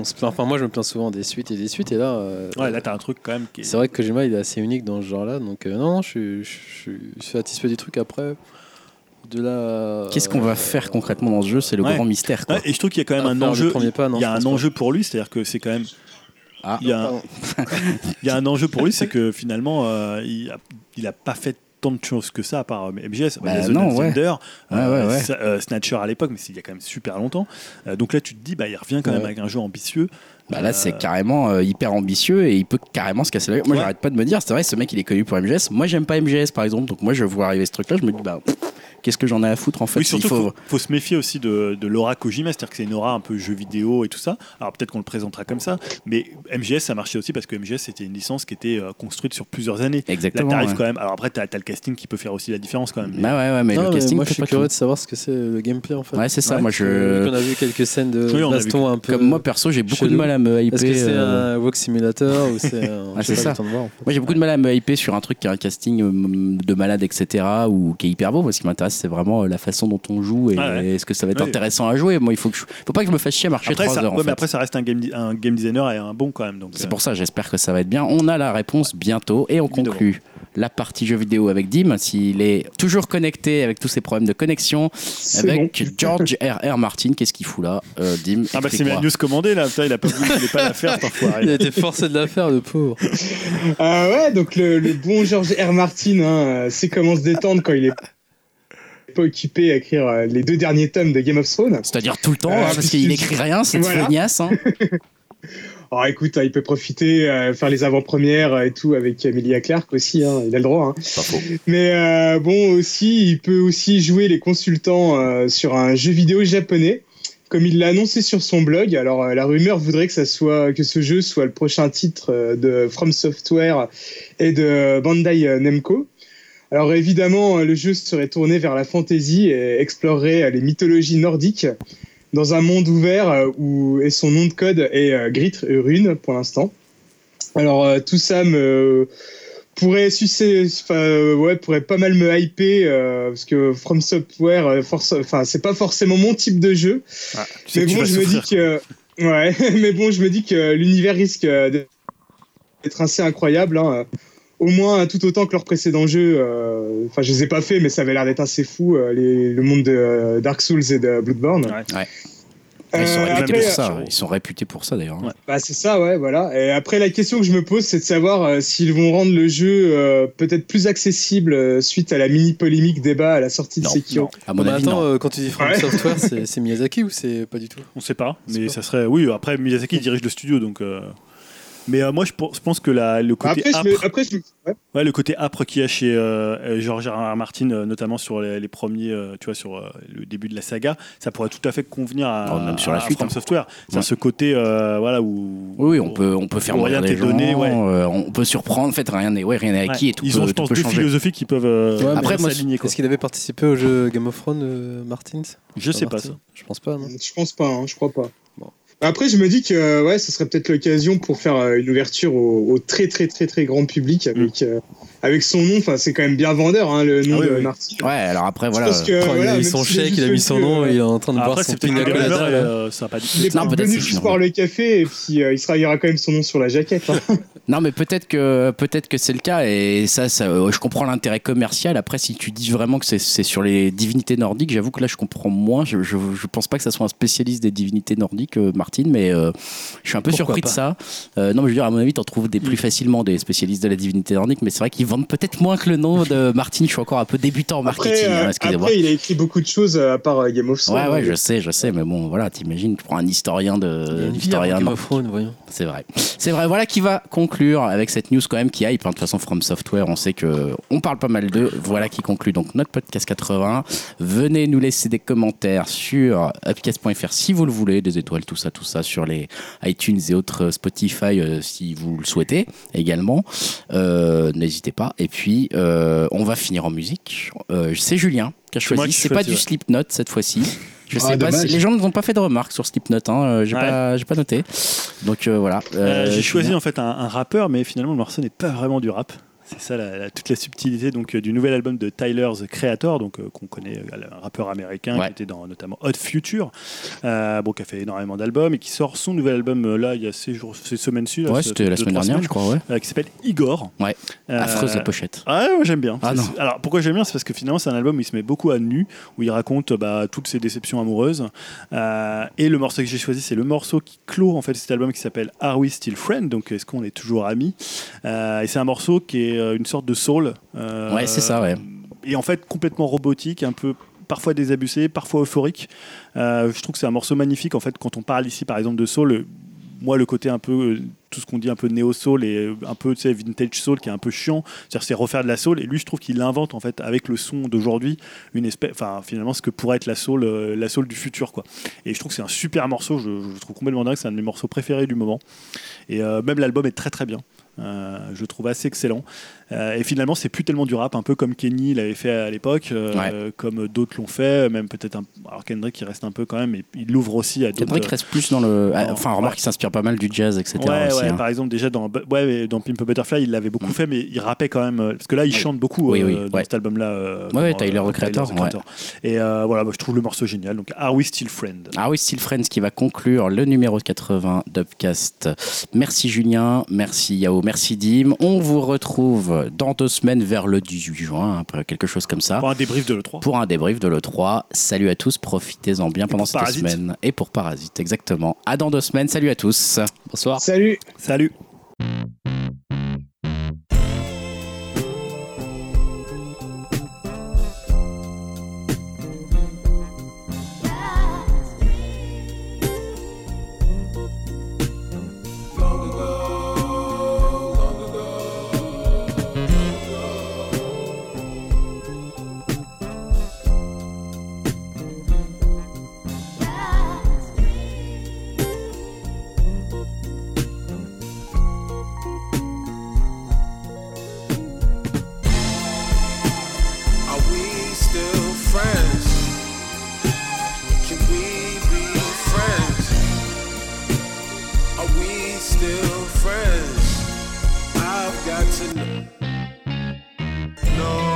on se plaint. Enfin, moi, je me plains souvent des suites et des suites. Et là. euh, Ouais, là, t'as un truc quand même qui est- C'est vrai que Kojima il est assez unique dans ce genre-là, donc euh, non, non, je suis- je suis je suis satisfait du truc après. De la. euh, Qu'est-ce qu'on va faire concrètement dans ce jeu C'est le Ouais. grand mystère, quoi. Ouais, et je trouve qu'il y a quand même À un faire le enjeu. premier pas, non, il y je a un pense pas. enjeu pour lui, c'est-à-dire que c'est quand même. Ah. Il, y a, Pardon. il y a un enjeu pour lui, c'est que finalement, euh, il, a, il a pas fait tant de choses que ça à part euh, MGS, Bah il y a The non, Last ouais. Thunder, Ouais, euh, ouais, ouais. Sa- euh, Snatcher à l'époque, mais c'est il y a quand même super longtemps. Euh, donc là, tu te dis, bah, il revient quand même Ouais. avec un jeu ambitieux. Bah là, c'est Euh, carrément euh, hyper ambitieux et il peut carrément se casser la gueule. Moi, Ouais. j'arrête pas de me dire, c'est vrai, ce mec, il est connu pour MGS. Moi, j'aime pas MGS, par exemple, donc moi, je vois arriver ce truc-là, je me dis, bah, pff, qu'est-ce que j'en ai à foutre, en fait oui, surtout, Il faut- faut... faut se méfier aussi de, de l'aura Kojima, c'est-à-dire que c'est une aura un peu jeu vidéo et tout ça. Alors peut-être qu'on le présentera comme ça, mais MGS, ça marchait aussi parce que MGS, c'était une licence qui était euh, construite sur plusieurs années. Là, Exactement. t'arrives ouais. quand même. Alors après, t'as as le casting qui peut faire aussi la différence quand même. Mais- Bah ouais, ouais, mais Non, le mais casting, moi, je fait suis pas curieux tout. de savoir ce que c'est euh, le gameplay en fait. Ouais, c'est ça, Ouais, moi, je. On a vu quelques scènes de Oui, on a vu baston un peu. Comme moi, perso, j'ai beaucoup de chelou. mal à me hyper. Est-ce que c'est euh, un walk simulator ou c'est un. Ah, je c'est sais pas, ça. le temps de voir, en fait. Moi, j'ai beaucoup de mal à me hyper sur un truc qui a un casting euh, de malade, etc., ou qui est hyper beau. Moi, ce qui m'intéresse, c'est vraiment euh, la façon dont on joue et Ah ouais. est-ce que ça va être Oui. intéressant à jouer. Moi, il faut que je... faut pas que je me fasse chier à marcher Après, 3 ça, heures. en ouais, mais fait. après, ça reste un game, di- un game designer et un bon quand même. Donc, C'est euh, pour ça, j'espère que ça va être bien. On a la réponse bientôt et on Évidemment. conclut la partie jeux vidéo avec Dim, s'il est toujours connecté avec tous ses problèmes de connexion, C'est bon. avec George R.R. Martin. Qu'est-ce qu'il fout là, euh, Dim Ah bah c'est explique-moi. ma news commandée là, putain, il a pas voulu, il est pas à la faire parfois. Il a été forcé de la faire, le pauvre. Ah ouais, donc le, le bon George R. Martin, hein, euh, sait comment se détendre quand il est pas occupé à écrire euh, les deux derniers tomes de Game of Thrones. C'est-à-dire tout le temps, Euh, hein, parce qu'il je- n'écrit rien, cette Voilà. feignasse. hein. Alors écoute, hein, il peut profiter, euh, faire les avant-premières euh, et tout avec Emilia Clarke aussi, hein, il a le droit. hein. Mais euh, bon, aussi, il peut aussi jouer les consultants euh, sur un jeu vidéo japonais, comme il l'a annoncé sur son blog. Alors euh, la rumeur voudrait que, ça soit, que ce jeu soit le prochain titre euh, de From Software et de Bandai euh, Namco. Alors évidemment, euh, le jeu serait tourné vers la fantasy et explorerait euh, les mythologies nordiques dans un monde ouvert euh, où et son nom de code est euh, Grit Rune pour l'instant. Alors euh, tout ça me pourrait sucer, enfin, euh, ouais, pourrait pas mal me hyper euh, parce que From Software, euh, force- enfin c'est pas forcément mon type de jeu, mais bon, je me dis que ouais, mais bon, je me dis que l'univers risque euh, d'être assez incroyable. hein. Au moins tout autant que leurs précédents jeux. euh, Enfin, je les ai pas faits, mais ça avait l'air d'être assez fou euh, les- le monde de euh, Dark Souls et de Bloodborne. Ouais. Ouais. Euh, Ils sont réputés après, pour ça. euh, Ils sont réputés pour ça d'ailleurs. hein. Ouais. bah, c'est ça, ouais, voilà. Et après, la question que je me pose, c'est de savoir euh, s'ils vont rendre le jeu euh, peut-être plus accessible euh, suite à la mini polémique débat à la sortie de Non, Sekiro. À mon Mais bah, avis, attends, non. euh, quand tu dis From Ouais. Software, c'est c'est Miyazaki ou c'est pas du tout On sait pas, C'est mais pas- ça serait oui. Après Miyazaki dirige le studio donc. euh, Mais euh, moi, je pense je pense que la- le côté Bah, Après, je âpre- me- après, je me- ouais. Ouais, le côté âpre qu'il y a chez euh, euh, George R. R. Martin, euh, notamment sur les, les premiers, euh, tu vois, sur euh, le début de la saga, ça pourrait tout à fait convenir à, Oh, même sur la à suite, From hein. Software. C'est Ouais. ce côté, euh, voilà, où. Oui, oui, on peut, on peut faire Où mourir rien les t'est gens, donné, ouais. euh, on peut surprendre, en fait, rien n'est ouais, rien n'est acquis Ouais. et tout Ils peut, ont, je tout pense, peut deux changer. philosophies qui peuvent euh, Ouais, mais après, après, moi, s'aligner. quoi. Est-ce qu'il avait participé au jeu Game of Thrones, euh, Martins Je sais pas. Martin ça. Je pense pas, non Je pense pas, hein, je crois pas. Bon. Après, je me dis que euh, ouais, ce serait peut-être l'occasion pour faire euh, une ouverture au, au très très très très grand public avec euh, avec son nom. Enfin, c'est quand même bien vendeur hein, le nom Ah oui, de oui. Martin. Ouais, alors après, Je voilà. pense que, euh, euh, Oh, Il voilà, a même mis son si c'est chèque, il a juste mis son que, nom, euh, il est en train de boire Après, son c'est peut-être pina une pina colada, erreur, là. euh, ça va pas Il est Non, peut-être venu c'est juste sûr. boire le café et puis euh, il, sera, il y aura quand même son nom sur la jaquette. hein. Non, mais peut-être que peut-être que c'est le cas et ça, ça, euh, je comprends l'intérêt commercial. Après, si tu dis vraiment que c'est- c'est sur les divinités nordiques, j'avoue que là, je comprends moins. Je, je, je pense pas que ça soit un spécialiste des divinités nordiques, euh, Martine, mais euh, je suis un peu Pourquoi surpris de pas. Mm. ça. Euh, non, mais je veux dire, à mon avis, t'en trouves des plus facilement des spécialistes de la divinité nordique, mais c'est vrai qu'ils vendent peut-être moins que le nom de Martine. Je suis encore un peu débutant en marketing. Après, euh, hein, excusez-moi. après, il a écrit beaucoup de choses euh, à part euh, Game of Thrones. Ouais, ouais, je sais, je sais, mais bon, voilà, t'imagines, tu prends un historien Il y a de, une vie hein, avant historien Game of Thrones, voyons. c'est vrai. C'est vrai. Voilà qui va conclure avec cette news quand même qui hype. hein. De toute façon, From Software, on sait que on parle pas mal d'eux. Voilà qui conclut donc notre podcast 80. Venez nous laisser des commentaires sur upcast.fr si vous le voulez, des étoiles, tout ça, tout ça, sur les iTunes et autres euh, Spotify euh, si vous le souhaitez également. Euh, N'hésitez pas. Et puis, euh, on va finir en musique. Euh, c'est Julien qui a C'est moi choisi. qui C'est pas choisis, du ouais. Slipknot cette fois-ci. Je Ah, sais pas dommage. si- les gens n'ont pas fait de remarques sur Slipknot, hein. Euh, j'ai Ouais. pas, j'ai pas noté. Donc euh, voilà. Euh, Euh, J'ai choisi Julien. en fait un, un rappeur, mais finalement le morceau n'est pas vraiment du rap. C'est ça la- la- toute la subtilité donc euh, du nouvel album de Tyler the Creator, donc euh, qu'on connaît, euh, un rappeur américain Ouais. qui était dans notamment Hot Future, euh, bon qui a fait énormément d'albums et qui sort son nouvel album euh, là il y a ces jours, ces semaines-ci, là, Ouais, ce- c'était la deux, semaine trois dernière, je semaines, crois, ouais. euh, qui s'appelle Igor. Ouais. Euh, Affreuse la pochette. ah ouais, ouais, j'aime bien. Ah C'est- non. c'est- Alors pourquoi j'aime bien, c'est parce que finalement c'est un album où il se met beaucoup à nu, où il raconte euh, bah, toutes ses déceptions amoureuses. Euh, et le morceau que j'ai choisi, c'est le morceau qui clôt en fait cet album qui s'appelle Are We Still Friends Donc est-ce qu'on est toujours amis Euh, Et c'est un morceau qui est euh, une sorte de soul. euh, Ouais, c'est ça, ouais. Et en fait complètement robotique, un peu parfois désabusé, parfois euphorique. Euh, je trouve que c'est un morceau magnifique en fait quand on parle ici par exemple de soul. euh, Moi, le côté un peu, euh, tout ce qu'on dit un peu néo soul et euh, un peu tu sais, vintage soul qui est un peu chiant, c'est-à-dire c'est refaire de la soul et lui je trouve qu'il invente en fait avec le son d'aujourd'hui une espèce enfin finalement ce que pourrait être la soul euh, la soul du futur quoi. Et je trouve que c'est un super morceau, je, je trouve complètement dingue, c'est un de mes morceaux préférés du moment. Et euh, même l'album est très très bien. Euh, je le trouve assez excellent. Euh, et finalement, c'est plus tellement du rap, un peu comme Kenny l'avait fait à l'époque, euh, comme d'autres l'ont fait, même peut-être un... alors Kendrick il reste un peu quand même, mais il l'ouvre aussi à d'autres. euh, Kendrick reste plus dans le. ah, non, Enfin, remarque, il s'inspire pas mal du jazz, etc. Ouais, aussi, ouais, hein. par exemple, déjà dans, Bu- ouais, mais dans Pimp a Butterfly, il l'avait beaucoup Mm. fait, mais il rappait quand même. euh, Parce que là, il Oui. chante beaucoup Oui, euh, oui, dans ouais. cet album-là. euh, Ouais, ouais, dans, Tyler, euh, the Creator, ouais. Et euh, voilà, moi, je trouve le morceau génial. Donc, Are We Still Friends Ah oui, Still Friends qui va conclure le numéro 80 d'Upcast. Merci Julien, merci Yao, merci Dim. On vous retrouve dans deux semaines vers le 18 juin, hein, après quelque chose comme ça, Pour un débrief de l'E3. pour un débrief de l'E3. Salut à tous, profitez-en bien pendant pour cette Parasite. semaine. Et pour Parasite, exactement. À dans deux semaines, salut à tous. Bonsoir. Salut. Salut Are we still friends? Can we be friends? Are we still friends? I've got to kn- know.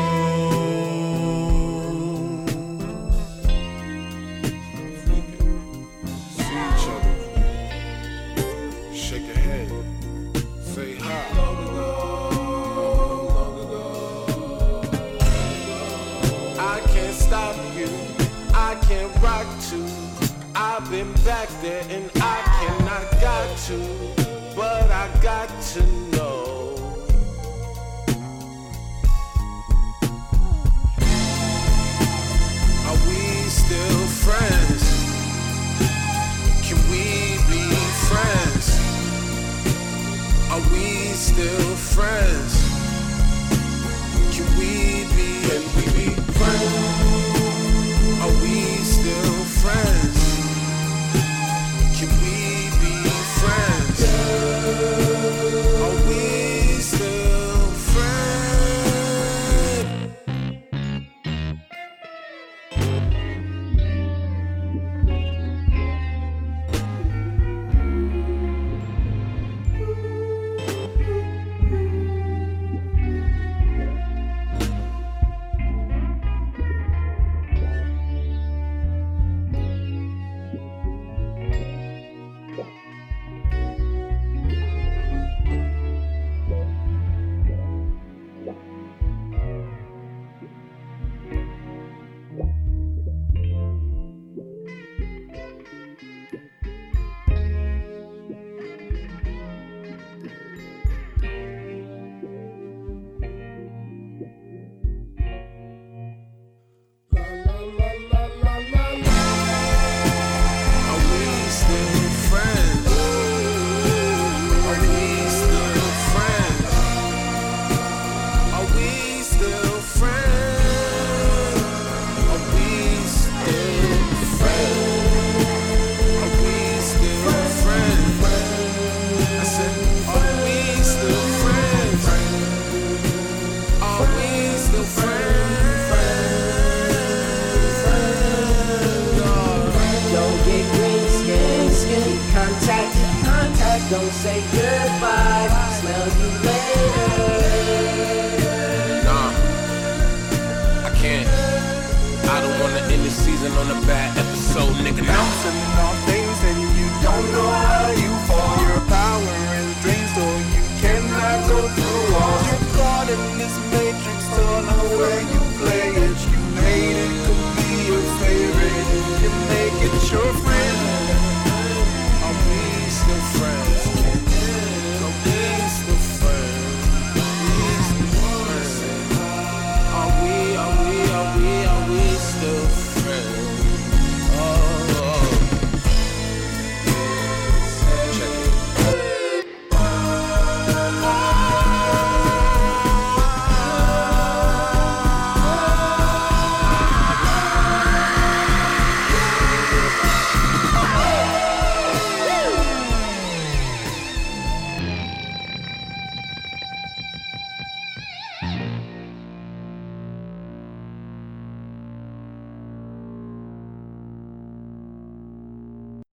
If we could see each other, shake a hand, say hi. long ago. I can't stop you. I can't rock to. I've been back there and I cannot got to. But I got to know. Are we still friends? Can we be friends? still friends? Can we be and we be friends? Are we still friends? Can we be friends? Are we still friends? Are we still friends? Are we still friends? Are we still friends? Are we still friends? Are we still friends? I said, are we still friends? Are we still friends? Don't get green skin, skin contact, contact. Don't say goodbye. Smell you later. Nah, I can't. I don't wanna end the season on a bad episode, nigga. Nah. Bouncing off things that you don't know. Oh,